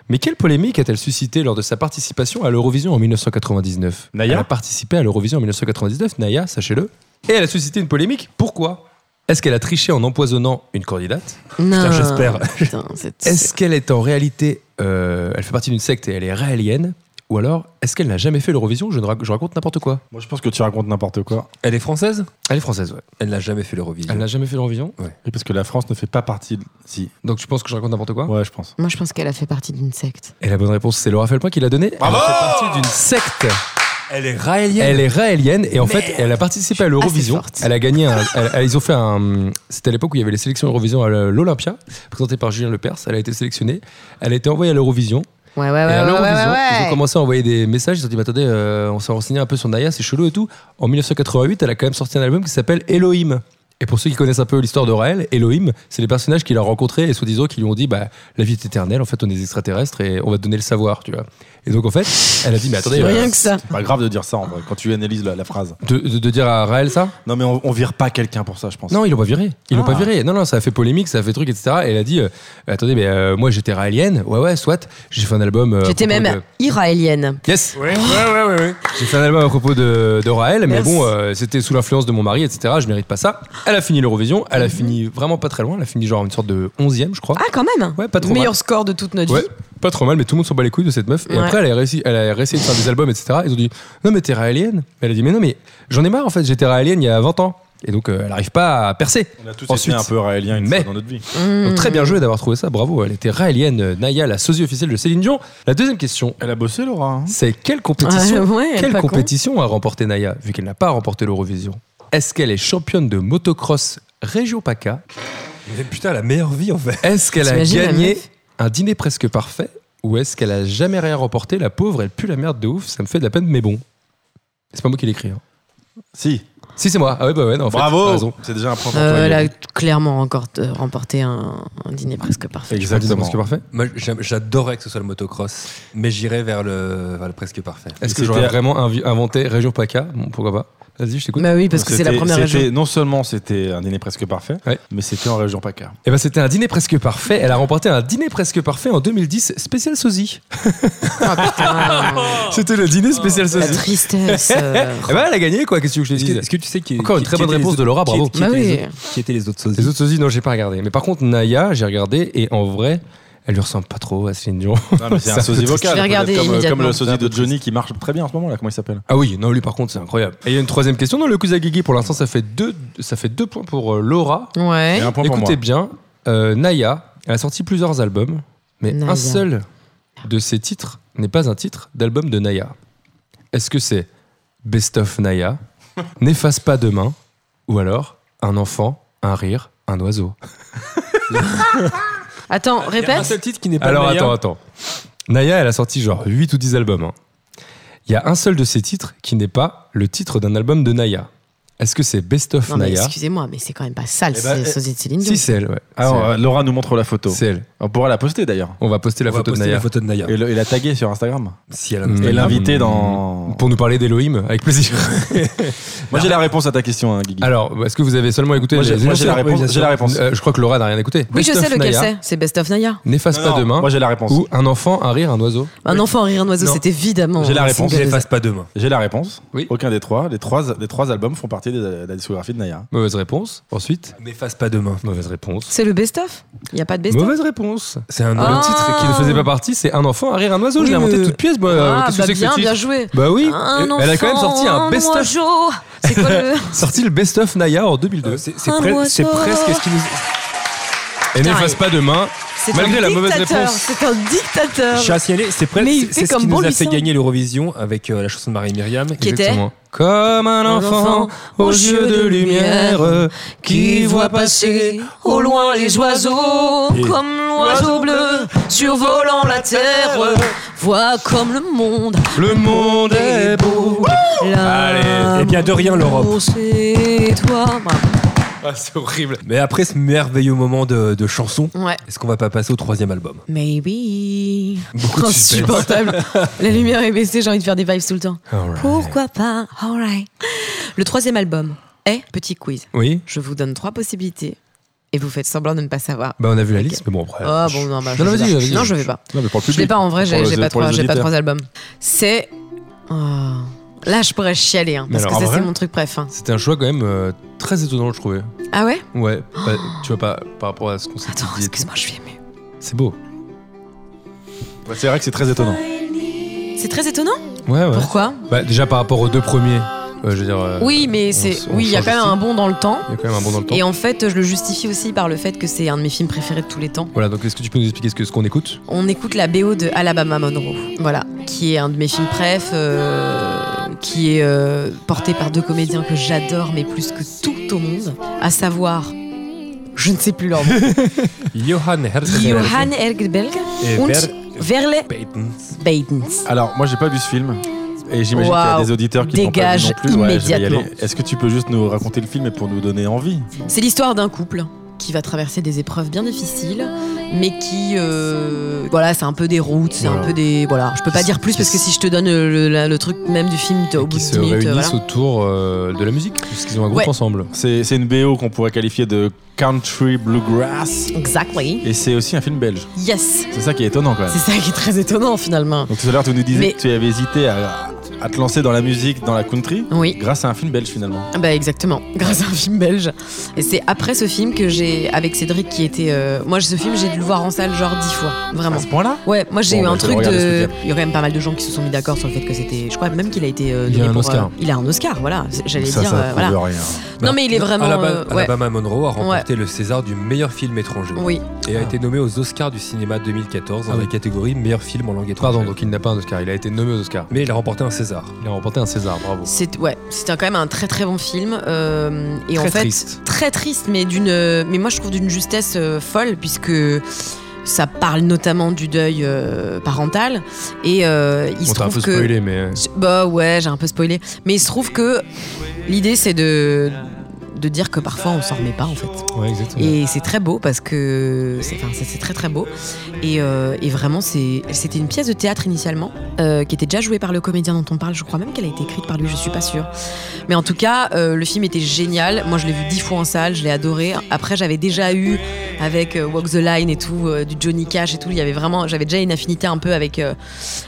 Speaker 3: Mais quelle polémique a-t-elle suscité lors de sa participation à l'Eurovision en 1999
Speaker 4: Naya
Speaker 3: Elle a participé à l'Eurovision en 1999, Naya, sachez-le. Et elle a suscité une polémique. Pourquoi Est-ce qu'elle a triché en empoisonnant une candidate
Speaker 5: Non.
Speaker 2: j'espère.
Speaker 5: Putain, c'est-
Speaker 3: Est-ce qu'elle est en réalité... euh, elle fait partie d'une secte et elle est réalienne Ou alors, est-ce qu'elle n'a jamais fait l'Eurovision je, ne rac- je raconte n'importe quoi.
Speaker 4: Moi, je pense que tu racontes n'importe quoi.
Speaker 2: Elle est française
Speaker 3: Elle est française, ouais.
Speaker 2: Elle n'a jamais fait l'Eurovision.
Speaker 3: Elle n'a jamais fait l'Eurovision.
Speaker 4: Oui, parce que la France ne fait pas partie. de- Si.
Speaker 3: Donc tu penses que je raconte n'importe quoi
Speaker 4: Ouais, je pense.
Speaker 5: Moi, je pense qu'elle a fait partie d'une secte.
Speaker 3: Et la bonne réponse, c'est Laura Felpin qui l'a donnée. Elle fait partie d'une secte.
Speaker 2: Oh Elle est raélienne.
Speaker 3: Elle est raélienne et en fait, elle a participé à l'Eurovision.
Speaker 5: assez forte.
Speaker 3: Elle a gagné. un- elle- elle- ils ont fait un. C'était à l'époque où il y avait les sélections Eurovision à l'Olympia, présentée par Julien Lepers. Elle a été sélectionnée. Elle a été envoyée à l'Eurovision.
Speaker 5: Ouais,
Speaker 3: Et
Speaker 5: ouais, Ah ouais,
Speaker 3: à
Speaker 5: ouais, ouais,
Speaker 3: l'Eurovision,
Speaker 5: ouais.
Speaker 3: ils ont commencé à envoyer des messages. Ils ont dit Mais attendez, euh, on s'est renseigné un peu sur Naya, c'est chelou et tout. En 1988, elle a quand même sorti un album qui s'appelle Elohim. Et pour ceux qui connaissent un peu l'histoire de Raël, Elohim, c'est les personnages qu'il a rencontrés et soi-disant qui lui ont dit bah, La vie est éternelle, en fait, on est des extraterrestres et on va te donner le savoir, tu vois. Et donc, en fait, elle a dit Mais attendez, euh,
Speaker 5: Rien que ça.
Speaker 4: C'est pas grave de dire ça en vrai, quand tu analyses la, la phrase.
Speaker 3: de, de- de dire à Raël ça
Speaker 4: Non, mais on, on vire pas quelqu'un pour ça, je pense.
Speaker 3: Non, ils l'ont pas viré. Ils l'ont
Speaker 4: Ah.
Speaker 3: pas viré. Non, non, ça a fait polémique, ça a fait truc, etc. Et elle a dit euh, Attendez, mais euh, moi j'étais raélienne. Ouais, ouais, soit. J'ai fait un album. euh, à
Speaker 5: J'étais
Speaker 3: propos
Speaker 5: même
Speaker 3: de-
Speaker 5: israélienne.
Speaker 3: Yes
Speaker 2: Ouais, ouais, ouais, ouais.
Speaker 3: J'ai fait un album à propos de, de Raël, mais
Speaker 5: Merci.
Speaker 3: bon, euh, c'était sous l'influence de mon mari, etc. Je mérite pas ça. Elle a fini l'Eurovision, elle a fini vraiment pas très loin, elle a fini genre une sorte de 11 je crois.
Speaker 5: Mhm. Ah, quand même
Speaker 3: Ouais, pas trop
Speaker 5: Meilleur
Speaker 3: mal.
Speaker 5: score de toute notre
Speaker 3: Ouais,
Speaker 5: vie.
Speaker 3: pas trop mal, mais tout le monde s'en bat les couilles de cette meuf. Et
Speaker 5: Ouais.
Speaker 3: après, elle a, réussi, elle a réussi de faire des albums, etc. Ils ont dit Non, mais t'es raélienne. Elle a dit Mais non, mais j'en ai marre en fait, j'étais raélienne il y a 20 ans. Et donc, euh, elle arrive pas à percer.
Speaker 4: On a tous
Speaker 3: Ensuite.
Speaker 4: été un peu raéliens une
Speaker 3: Mais-
Speaker 4: fois dans notre vie.
Speaker 3: Donc, très
Speaker 5: Hmm.
Speaker 3: bien joué d'avoir trouvé ça, bravo. Elle était raélienne, euh, Naya, la sosie officielle de Céline Dion. La deuxième question
Speaker 4: Elle a bossé, Laura. hein.
Speaker 3: C'est quelle compétition,
Speaker 5: Ah ouais, elle est
Speaker 3: quelle
Speaker 5: pas con.
Speaker 3: compétition a remporté Naya, vu qu'elle n'a pas remporté l'Eurovision Est-ce qu'elle est championne de motocross Région PACA
Speaker 2: Mais putain, la meilleure vie en fait.
Speaker 3: Est-ce qu'elle a
Speaker 5: T'imagines la
Speaker 3: gagné
Speaker 5: meuf
Speaker 3: un dîner presque parfait Ou est-ce qu'elle a jamais rien remporté La pauvre, elle pue la merde de ouf, ça me fait de la peine, mais bon. C'est pas moi qui l'écris. hein.
Speaker 4: Si.
Speaker 3: Si, c'est moi. Ah ouais, bah ouais, non, en fait, t'as
Speaker 4: Bravo
Speaker 3: raison.
Speaker 4: C'est déjà un point pour
Speaker 5: Euh,
Speaker 4: toi.
Speaker 5: elle a
Speaker 4: Yann.
Speaker 5: clairement encore euh, remporté un, un dîner presque parfait.
Speaker 3: Tu vois, dîner
Speaker 4: Exactement.
Speaker 3: presque parfait
Speaker 2: Moi, j'aime- j'adorerais que ce soit le motocross, mais j'irais vers le, vers le presque parfait.
Speaker 3: Est-ce que
Speaker 4: C'était-
Speaker 3: j'aurais vraiment invi- inventé Région PACA Bon, pourquoi pas Vas-y, je t'écoute.
Speaker 5: Bah oui, parce que c'est la
Speaker 4: C'était-
Speaker 5: première
Speaker 4: c'était-
Speaker 5: région.
Speaker 4: Non seulement c'était un dîner presque parfait,
Speaker 3: Ouais.
Speaker 4: mais c'était en région PACA.
Speaker 3: Eh ben, c'était un dîner presque parfait. Elle a remporté un dîner presque parfait en 2010, spécial sosie.
Speaker 5: Putain,
Speaker 3: C'était le dîner spécial
Speaker 5: Ah, la
Speaker 3: sosie.
Speaker 5: tristesse. euh.
Speaker 3: Eh ben, elle a gagné, quoi. Qu'est-ce que je te
Speaker 2: Est-ce que,
Speaker 3: dise
Speaker 2: est-ce que tu sais qui
Speaker 3: Encore une
Speaker 2: qui-
Speaker 3: très
Speaker 2: qui
Speaker 3: bonne
Speaker 2: étaient les
Speaker 3: réponse de
Speaker 2: autres-
Speaker 3: Laura,
Speaker 2: qui-
Speaker 3: bravo.
Speaker 2: Qui,
Speaker 5: Bah
Speaker 2: étaient
Speaker 5: oui.
Speaker 2: les autres- qui étaient les autres sosies
Speaker 3: Les autres sosies, non, j'ai pas regardé. Mais par contre, Naya, j'ai regardé et en vrai, elle lui ressemble pas trop à Céline Dion.
Speaker 4: c'est
Speaker 3: Ça
Speaker 4: un
Speaker 3: peut
Speaker 4: sosie
Speaker 3: être-
Speaker 4: vocal.
Speaker 5: Je vais
Speaker 4: peut-être,
Speaker 5: regarder
Speaker 4: comme, euh, Comme
Speaker 5: immédiatement.
Speaker 4: le sosie de Johnny qui marche très bien en ce moment, là. Comment il s'appelle
Speaker 3: Ah oui, non, lui par contre, c'est incroyable. Et il y a une troisième question. Non, le Kusagigi, pour l'instant, ça fait deux, ça fait deux points pour euh, Laura.
Speaker 5: Ouais.
Speaker 4: Et un point pour
Speaker 3: Écoutez
Speaker 4: moi.
Speaker 3: bien, euh, Naya, elle a sorti plusieurs albums, mais
Speaker 5: Naya.
Speaker 3: un seul de ses titres n'est pas un titre d'album de Naya. Est-ce que c'est Best of Naya, N'efface pas demain, ou alors Un enfant, un rire, un oiseau
Speaker 5: Attends,
Speaker 2: Il y a un
Speaker 5: répète.
Speaker 2: seul titre qui n'est pas
Speaker 3: Alors
Speaker 2: le meilleur.
Speaker 3: attends, attends. Naya, elle a sorti genre 8 ou 10 albums. hein. Il y a un seul de ses titres qui n'est pas le titre d'un album de Naya. Est-ce que c'est Best of
Speaker 5: Non, mais
Speaker 3: Naya
Speaker 5: excusez-moi, mais c'est quand même pas sale,
Speaker 4: Eh ben,
Speaker 5: c'est
Speaker 4: eh,
Speaker 5: sosie de Céline Dion.
Speaker 3: Si, c'est elle, ouais.
Speaker 4: Alors,
Speaker 3: C'est
Speaker 4: euh, Laura nous montre la photo.
Speaker 3: elle. C'est elle.
Speaker 4: On pourra la poster d'ailleurs.
Speaker 3: On va poster la
Speaker 2: On va
Speaker 3: photo de
Speaker 2: poster
Speaker 3: Naya.
Speaker 2: la photo de Naya.
Speaker 4: Et, le- et la taguer sur Instagram.
Speaker 2: Si elle a
Speaker 3: Mm.
Speaker 2: Instagram.
Speaker 4: Et l'inviter
Speaker 3: Mmh.
Speaker 4: dans.
Speaker 3: Pour nous parler d'Elohim, avec plaisir.
Speaker 4: Moi j'ai la réponse à ta question, hein, Guigui.
Speaker 3: Alors, est-ce que vous avez seulement écouté
Speaker 4: Moi,
Speaker 3: les
Speaker 4: j'ai- moi, j'ai la
Speaker 3: énoncés
Speaker 4: réponse, j'ai la réponse.
Speaker 3: Euh, je crois que Laura n'a rien écouté.
Speaker 5: Oui, je
Speaker 3: Best
Speaker 5: sais
Speaker 3: of
Speaker 5: lequel
Speaker 3: Naya,
Speaker 5: c'est. C'est Best of Naya.
Speaker 3: N'efface
Speaker 4: Non,
Speaker 3: pas
Speaker 4: non,
Speaker 3: demain.
Speaker 4: Moi j'ai la réponse.
Speaker 3: Ou un enfant, un rire, un oiseau.
Speaker 5: Un enfant, rire, un oiseau,
Speaker 2: Non.
Speaker 5: c'est évidemment.
Speaker 4: J'ai la
Speaker 5: un
Speaker 4: réponse,
Speaker 5: single
Speaker 2: Elle
Speaker 5: de-
Speaker 2: fasse pas demain.
Speaker 4: J'ai la réponse.
Speaker 3: Oui.
Speaker 4: Aucun des trois. Les trois, les trois albums font partie des- de la discographie de Naya.
Speaker 3: Mauvaise réponse. Ensuite,
Speaker 2: Mais fasse pas demain.
Speaker 3: mauvaise réponse.
Speaker 5: C'est le best-of Il n'y a pas de best-of
Speaker 3: Mauvaise réponse.
Speaker 2: C'est un
Speaker 5: Ah.
Speaker 3: Le titre qui ne faisait pas partie, c'est Un enfant, un rire, un oiseau.
Speaker 5: Oui,
Speaker 3: je l'ai inventé
Speaker 5: mais-
Speaker 3: toute pièce. Bah, euh,
Speaker 5: Ah,
Speaker 3: Qu'est-ce
Speaker 5: bah
Speaker 3: que c'est que
Speaker 5: bien,
Speaker 3: ce
Speaker 5: bien
Speaker 3: titre
Speaker 5: joué.
Speaker 3: Bah oui.
Speaker 5: Un enfant,
Speaker 3: Elle a quand même sorti un best-of.
Speaker 5: oiseau. C'est quoi le.
Speaker 3: Sorti le Best of Naya en 2002.
Speaker 2: Euh, c'est c'est
Speaker 5: Un
Speaker 2: pres-
Speaker 5: oiseau.
Speaker 2: c'est presque ce qui nous.
Speaker 3: Et
Speaker 5: putain,
Speaker 3: n'efface
Speaker 5: il-
Speaker 3: pas demain.
Speaker 5: C'est
Speaker 3: Malgré
Speaker 5: un
Speaker 3: la mauvaise
Speaker 5: dictateur,
Speaker 3: réponse.
Speaker 5: C'est un dictateur.
Speaker 2: Je suis à signaler, c'est presque
Speaker 5: Mais il fait
Speaker 2: c'est ce
Speaker 5: comme
Speaker 2: qui
Speaker 5: bon
Speaker 2: nous a
Speaker 5: lui
Speaker 2: fait
Speaker 5: semble.
Speaker 2: gagner l'Eurovision avec euh, la chanson de Marie Myriam.
Speaker 5: Qui était
Speaker 3: Exactement. Comme un enfant aux yeux de lumière
Speaker 5: qui voit passer au loin les oiseaux
Speaker 2: Et-
Speaker 5: comme l'oiseau bleu survolant la terre voit comme le monde
Speaker 3: Le monde est beau.
Speaker 5: là
Speaker 2: Allez, eh bien, de rien, l'Europe.
Speaker 5: c'est toi Bravo.
Speaker 3: Ah, c'est horrible.
Speaker 2: Mais après ce merveilleux moment de, de chanson,
Speaker 5: ouais
Speaker 2: est-ce qu'on va pas passer au troisième album
Speaker 5: maybe
Speaker 2: Beaucoup de suspense.
Speaker 5: insupportable la lumière est baissée j'ai envie de faire des vibes tout le temps pourquoi pas alright le troisième album est petit quiz
Speaker 3: Oui.
Speaker 5: je vous donne trois possibilités et vous faites semblant de ne pas savoir
Speaker 3: Bah, on a vu la
Speaker 5: Ok.
Speaker 3: liste, mais bon, après.
Speaker 5: Ah bon, non, bah, je
Speaker 3: non,
Speaker 5: vais
Speaker 3: vas-y,
Speaker 5: pas.
Speaker 3: vas-y.
Speaker 5: Non, je vais pas.
Speaker 4: Non, mais pour le
Speaker 5: Je l'ai pas en vrai, j'ai
Speaker 4: Pour
Speaker 5: j'ai
Speaker 4: les-
Speaker 5: pas,
Speaker 4: pour les
Speaker 5: trois- j'ai pas
Speaker 4: auditeurs.
Speaker 5: trois albums. C'est. Oh. Là, je pourrais chialer, hein,
Speaker 3: Mais
Speaker 5: parce
Speaker 3: alors, en
Speaker 5: que ça,
Speaker 3: vrai
Speaker 5: c'est mon truc préf. hein.
Speaker 3: C'était un choix quand même euh, très étonnant, je trouvais.
Speaker 5: Ah ouais
Speaker 3: Ouais. bah, tu vois, pas par rapport à ce qu'on s'est dit.
Speaker 5: Attends,
Speaker 3: et tout.
Speaker 5: excuse-moi, je suis émue.
Speaker 3: C'est beau.
Speaker 4: Ouais, C'est vrai que c'est très étonnant.
Speaker 5: C'est très étonnant.
Speaker 3: Ouais, ouais.
Speaker 5: Pourquoi
Speaker 3: Bah, déjà par rapport aux deux premiers. euh, je veux dire. euh,
Speaker 5: Oui, mais
Speaker 3: on
Speaker 5: c'est.
Speaker 3: s- on
Speaker 5: Oui, il y a
Speaker 3: change
Speaker 5: quand même
Speaker 3: aussi.
Speaker 5: un bond dans le temps.
Speaker 3: Il y a quand même un bon dans le temps.
Speaker 5: Et en fait, je le justifie aussi par le fait que c'est un de mes films préférés de tous les temps.
Speaker 3: Voilà, donc est-ce que tu peux nous expliquer ce que- ce qu'on écoute
Speaker 5: On écoute la BO de Alabama Monroe, voilà, qui est un de mes films préf, euh, qui est euh, porté par deux comédiens que j'adore, mais plus que tout au monde, à savoir, je ne sais plus leur nom,
Speaker 2: Johan Herzberg
Speaker 5: Johan Ergberg
Speaker 2: et
Speaker 5: und
Speaker 2: Bert
Speaker 5: Verle
Speaker 2: Payton.
Speaker 5: Badens.
Speaker 4: Alors, moi j'ai pas vu ce film. Et j'imagine
Speaker 5: Waouh.
Speaker 4: qu'il y a des auditeurs qui l'ont pas vu
Speaker 5: Dégage
Speaker 4: non plus. Ouais, je vais y
Speaker 5: immédiatement.
Speaker 4: aller. Est-ce que tu peux juste nous raconter le film et pour nous donner envie
Speaker 5: C'est l'histoire d'un couple qui va traverser des épreuves bien difficiles, mais qui, euh, voilà, c'est un peu des routes, c'est un
Speaker 3: Voilà.
Speaker 5: peu des, voilà, je peux pas
Speaker 3: Qui
Speaker 5: dire
Speaker 3: se-
Speaker 5: plus
Speaker 3: qui
Speaker 5: parce que
Speaker 3: se-
Speaker 5: si je te donne euh, le, la- le truc même du film, t'es au bout
Speaker 3: Qui
Speaker 5: de
Speaker 3: se
Speaker 5: 10 minutes, euh,
Speaker 3: réunissent
Speaker 5: voilà.
Speaker 3: autour euh, de la musique, puisqu'ils ont un groupe
Speaker 5: Ouais.
Speaker 3: ensemble.
Speaker 4: C'est c'est une BO qu'on pourrait qualifier de country bluegrass.
Speaker 5: Exactly.
Speaker 4: Et c'est aussi un film belge.
Speaker 5: Yes.
Speaker 4: C'est ça qui est étonnant quand même.
Speaker 5: C'est ça qui est très étonnant finalement.
Speaker 4: Donc tout à l'heure, tu nous disais
Speaker 5: Mais-
Speaker 4: que tu avais hésité à, à te lancer dans la musique, dans la country,
Speaker 5: Oui,
Speaker 4: grâce à un film belge finalement.
Speaker 5: bah exactement, grâce à un film belge. Et c'est après ce film que j'ai, avec Cédric qui était. euh, Moi, ce film, j'ai dû le voir en salle genre dix fois, vraiment.
Speaker 4: point-là
Speaker 5: Ouais, moi j'ai
Speaker 4: Bon,
Speaker 5: eu
Speaker 4: bah,
Speaker 5: un
Speaker 4: je
Speaker 5: truc
Speaker 4: le regarde ce
Speaker 5: de.
Speaker 4: week-end.
Speaker 5: Il y a quand même pas mal de gens qui se sont mis d'accord sur le fait que c'était. Je crois même qu'il a été. euh,
Speaker 3: Il a
Speaker 5: donné
Speaker 3: un
Speaker 5: pour,
Speaker 3: Oscar.
Speaker 5: euh, Il a un Oscar, voilà. C'est- J'allais dire. euh, voilà.
Speaker 4: prouve rien.
Speaker 5: Non, mais il est vraiment.
Speaker 2: Alabama,
Speaker 5: euh, ouais.
Speaker 2: Alabama Monroe a remporté le César du meilleur film étranger
Speaker 5: Oui.
Speaker 2: et a été nommé aux Oscars du cinéma 2014 dans
Speaker 3: Ah
Speaker 2: la
Speaker 3: oui.
Speaker 2: catégorie meilleur film en langue étrangère.
Speaker 3: Pardon, donc il n'a pas un Oscar, il a été nommé aux Oscars.
Speaker 2: Mais il a remporté un César.
Speaker 3: Il a remporté un César, bravo.
Speaker 5: C'est ouais, c'était quand même un très très bon film euh, et
Speaker 3: Très
Speaker 5: en fait
Speaker 3: triste.
Speaker 5: très triste, mais d'une, euh, mais moi je trouve d'une justesse euh, folle puisque ça parle notamment du deuil euh, parental et euh, il
Speaker 3: On
Speaker 5: se
Speaker 3: t'a un
Speaker 5: trouve
Speaker 3: peu
Speaker 5: que
Speaker 3: spoilé, mais.
Speaker 5: bah ouais j'ai un peu spoilé, mais il se trouve que l'idée c'est de de dire que parfois on s'en remet pas en fait.
Speaker 3: Ouais, exactement.
Speaker 5: Et c'est très beau parce que c'est enfin, c'est- c'est très très beau. Et, euh, et vraiment, c'est- c'était une pièce de théâtre initialement euh, qui était déjà jouée par le comédien dont on parle. Je crois même qu'elle a été écrite par lui, je suis pas sûre. Mais en tout cas, euh, le film était génial. Moi, je l'ai vu dix fois en salle, je l'ai adoré. Après, j'avais déjà eu avec euh, Walk the Line et tout, euh, du Johnny Cash et tout. Il y avait vraiment, j'avais déjà une affinité un peu avec euh,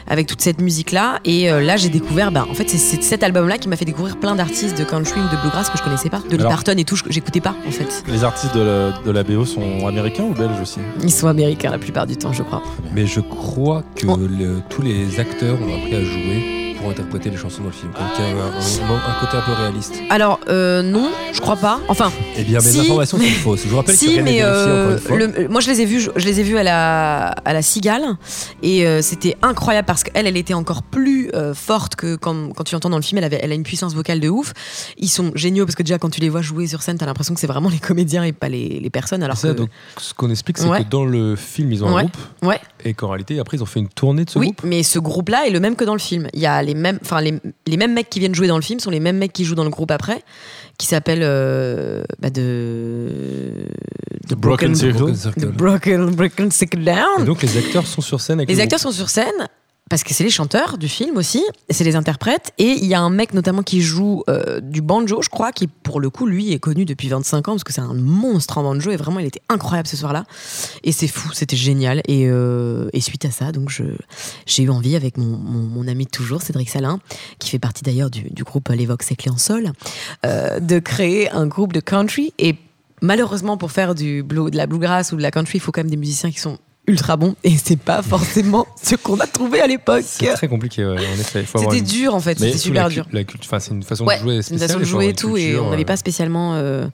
Speaker 5: avec toute cette musique là. Et euh, là, j'ai découvert. Bah, en fait, c'est- c'est cet album-là qui m'a fait découvrir plein d'artistes de country ou de bluegrass que je connaissais pas, de Lee
Speaker 4: Alors-
Speaker 5: Parton et tout. je- J'écoutais pas en fait.
Speaker 4: Les artistes de la, de la BO sont américains ou belges aussi
Speaker 5: Ils sont américains la plupart du temps, je crois.
Speaker 2: Mais je crois que
Speaker 5: Oh.
Speaker 2: le- tous les acteurs ont appris à jouer pour interpréter les chansons dans le film. Donc il y a un,
Speaker 3: Ah.
Speaker 2: un- un côté un peu réaliste.
Speaker 5: Alors, euh, non, je crois pas. Enfin,
Speaker 2: Eh bien, mes
Speaker 5: Si.
Speaker 2: informations sont fausses. Je vous rappelle que
Speaker 5: si,
Speaker 2: rien n'est
Speaker 5: mais
Speaker 2: vérifié,
Speaker 5: euh,
Speaker 2: encore une fois.
Speaker 5: le- euh, moi, je les ai vus, je, je les ai vus à la, à la Cigale. Et euh, c'était incroyable parce qu'elle, elle était encore plus euh, forte que quand, quand tu l'entends dans le film. Elle, avait, elle a une puissance vocale de ouf. Ils sont géniaux parce que déjà, quand tu les vois jouer sur scène, t'as l'impression que c'est vraiment les comédiens et pas les, les personnes. Alors
Speaker 3: Ça,
Speaker 5: que-
Speaker 3: donc, ce qu'on explique, c'est
Speaker 5: Ouais.
Speaker 3: que dans le film, ils ont
Speaker 5: Ouais.
Speaker 3: un groupe
Speaker 5: Ouais.
Speaker 3: et qu'en réalité, après, ils ont fait une tournée de ce
Speaker 5: oui,
Speaker 3: groupe.
Speaker 5: mais ce groupe-là est le même que dans le film. Il y a les mêmes, enfin les, les mêmes mecs qui viennent jouer dans le film sont les mêmes mecs qui jouent dans le groupe après, qui s'appelle euh, bah, de
Speaker 4: The Broken Circle.
Speaker 2: Broken Circle.
Speaker 5: The Broken Broken Circle
Speaker 3: Et
Speaker 5: Down.
Speaker 3: donc, les acteurs sont sur scène avec
Speaker 5: Les
Speaker 3: le
Speaker 5: acteurs sont sur scène parce que c'est les chanteurs du film aussi, et c'est les interprètes et il y a un mec notamment qui joue euh, du banjo, je crois, qui pour le coup lui est connu depuis 25 ans parce que c'est un monstre en banjo et vraiment il était incroyable ce soir-là et c'est fou, c'était génial et, euh, et suite à ça donc je j'ai eu envie avec mon, mon, mon ami de toujours Cédric Salin qui fait partie d'ailleurs du, du groupe L'Évoque clés en sol euh, de créer un groupe de country et malheureusement pour faire du blue, de la bluegrass ou de la country il faut quand même des musiciens qui sont ultra bons et c'est pas forcément ce qu'on a trouvé à l'époque
Speaker 3: groupe. C'est très compliqué, ouais, en effet. il faut avoir
Speaker 5: euh, c'était
Speaker 3: une-
Speaker 5: dur en fait
Speaker 3: Mais
Speaker 5: c'était
Speaker 3: surtout
Speaker 5: super
Speaker 3: la
Speaker 5: dur
Speaker 3: cu- la culture- enfin, c'est une façon
Speaker 5: Ouais,
Speaker 3: de jouer
Speaker 5: c'est
Speaker 3: spéciale.
Speaker 5: une façon de
Speaker 3: il faut avoir
Speaker 5: jouer et
Speaker 3: une
Speaker 5: tout et
Speaker 3: culture,
Speaker 5: on n'avait
Speaker 3: euh,
Speaker 5: pas spécialement euh,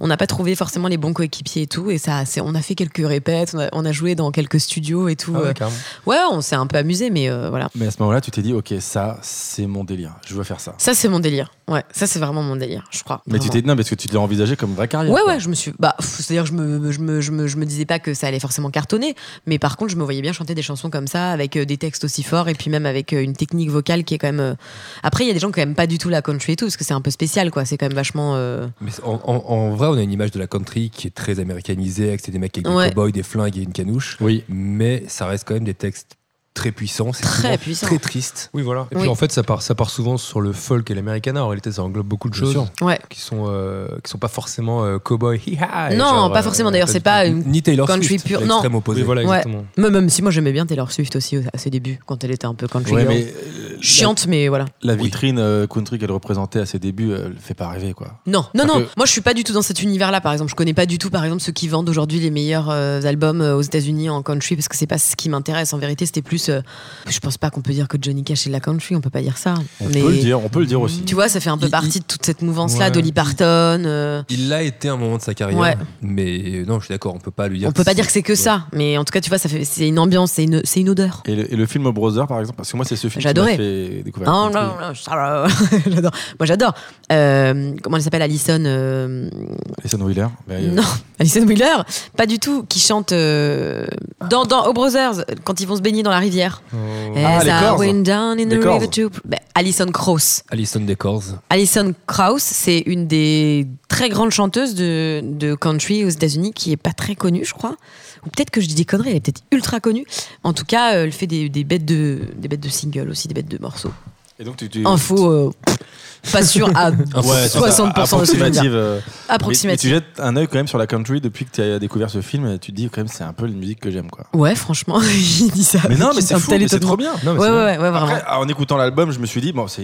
Speaker 5: on n'a pas trouvé forcément les bons coéquipiers et tout et ça c'est- on a fait quelques répètes on a, on a joué dans quelques studios et tout
Speaker 3: ah ouais,
Speaker 5: euh.
Speaker 3: carrément.
Speaker 5: ouais on s'est un peu amusé mais euh, voilà
Speaker 4: Mais à ce moment-là, tu t'es dit, ok, ça, c'est mon délire. Je veux faire ça.
Speaker 5: ça c'est mon délire ouais ça c'est vraiment mon délire je crois
Speaker 4: Mais tu
Speaker 5: vraiment.
Speaker 4: t'es dit, non, parce que tu l'as envisagé comme vraie carrière.
Speaker 5: Ouais,
Speaker 4: quoi.
Speaker 5: ouais, je me suis. Bah, pff, c'est-à-dire, que je me, je, me, je, me, je me disais pas que ça allait forcément cartonner, mais par contre, je me voyais bien chanter des chansons comme ça, avec euh, des textes aussi forts, et puis même avec euh, une technique vocale qui est quand même. euh, Après, il y a des gens qui aiment pas du tout la country et tout, parce que c'est un peu spécial, quoi. C'est quand même vachement. euh,
Speaker 2: Mais en, en- en vrai, on a une image de la country qui est très américanisée, avec c'est des mecs avec
Speaker 5: Ouais.
Speaker 2: des cowboys, des flingues et une canouche.
Speaker 4: Oui.
Speaker 2: Mais ça reste quand même des textes très puissants, c'est
Speaker 5: Très
Speaker 2: souvent
Speaker 5: puissant.
Speaker 2: très triste.
Speaker 3: Oui, voilà. Et puis
Speaker 5: Oui.
Speaker 3: en fait, ça part, ça part souvent sur le folk et l'américana. En réalité, ça englobe beaucoup de
Speaker 2: Bien
Speaker 3: choses
Speaker 2: sûr.
Speaker 5: Ouais.
Speaker 3: qui sont euh, qui sont pas forcément euh, cow-boy. hi-ha, et
Speaker 5: Non,
Speaker 3: genre,
Speaker 5: pas
Speaker 3: euh,
Speaker 5: forcément. D'ailleurs, c'est
Speaker 3: du
Speaker 5: pas
Speaker 3: tout.
Speaker 5: une.
Speaker 2: Ni Taylor
Speaker 5: Country
Speaker 2: Swift,
Speaker 5: pur,
Speaker 2: l'extrême
Speaker 3: Oui,
Speaker 2: opposé.
Speaker 3: voilà,
Speaker 5: Ouais.
Speaker 3: exactement.
Speaker 5: Mais Même si moi j'aimais bien Taylor Swift aussi à ses débuts, quand elle était un peu country
Speaker 4: Ouais,
Speaker 5: girl.
Speaker 4: mais euh,
Speaker 5: Chiante, mais voilà.
Speaker 4: la, la vitrine euh, country qu'elle représentait à ses débuts, euh, elle fait pas rêver, quoi.
Speaker 5: Non, non,
Speaker 4: Un
Speaker 5: non.
Speaker 4: peu.
Speaker 5: Moi, je suis pas du tout dans cet univers-là, par exemple. Je connais pas du tout, par exemple, ceux qui vendent aujourd'hui les meilleurs euh, albums euh, aux États-Unis en country, parce que c'est pas ce qui m'intéresse. En vérité, c'était plus. euh, je pense pas qu'on peut dire que Johnny Cash est de la country. On peut pas dire ça.
Speaker 4: On
Speaker 5: Mais
Speaker 4: peut le dire, on peut le dire aussi.
Speaker 5: Tu vois, ça fait un peu
Speaker 2: Il-
Speaker 5: partie de toute cette mouvance-là,
Speaker 2: Ouais.
Speaker 5: Dolly Parton. euh,
Speaker 2: Il l'a été à un moment de sa carrière,
Speaker 5: Ouais.
Speaker 2: mais euh, non, je suis d'accord, on peut pas lui dire.
Speaker 5: on peut pas dire que c'est que ça, mais en tout cas, tu vois, ça fait. C'est une ambiance, c'est une, c'est une odeur.
Speaker 4: Et le, et le film Brother, par exemple, parce que moi, c'est ce film qui
Speaker 5: J'adorais.
Speaker 4: m'a fait découvrir.
Speaker 5: Ah,
Speaker 4: le
Speaker 5: non,
Speaker 4: country.
Speaker 5: non, ça, j'adore. Moi, j'adore. Euh, comment elle s'appelle, Alison euh,
Speaker 4: Alison Wheeler. ben, euh,
Speaker 5: Non, Alison Wheeler, pas du tout, qui chante euh, dans, dans Aux Brothers, quand ils vont se baigner dans la rivière.
Speaker 4: Ah,
Speaker 5: As
Speaker 4: les
Speaker 5: I
Speaker 4: Corrs.
Speaker 5: went down in
Speaker 4: Les
Speaker 5: the
Speaker 4: Corrs.
Speaker 5: river to- Ben, Alison Krauss.
Speaker 2: Alison Decors.
Speaker 5: Alison Krauss, c'est une des très grandes chanteuses de, de country aux États-Unis qui est pas très connue, je crois. Ou peut-être que je dis des conneries, elle est peut-être ultra connue. En tout cas, euh, elle fait des, des bêtes de, des bêtes de singles aussi, des bêtes de morceaux.
Speaker 4: Et donc, tu, tu-
Speaker 5: Info, euh, pas sûr à
Speaker 4: Ouais,
Speaker 5: 60% de ce que je viens de
Speaker 4: approximative.
Speaker 5: dire.
Speaker 4: euh, mais- mais tu
Speaker 5: Approximatif.
Speaker 4: jettes un œil quand même sur la country depuis que tu as découvert ce film et tu te dis quand même c'est un peu la musique que j'aime quoi.
Speaker 5: Ouais, franchement, il dit ça.
Speaker 4: Mais non,
Speaker 5: avec
Speaker 4: mais c'est
Speaker 5: Ah, un
Speaker 4: fou,
Speaker 5: tel
Speaker 4: mais c'est
Speaker 5: étonnement.
Speaker 4: trop bien.
Speaker 3: Non, mais
Speaker 5: Ouais,
Speaker 3: c'est
Speaker 5: ouais,
Speaker 3: vrai.
Speaker 5: ouais, vraiment.
Speaker 4: Après, en écoutant l'album, je me suis dit bon, c'est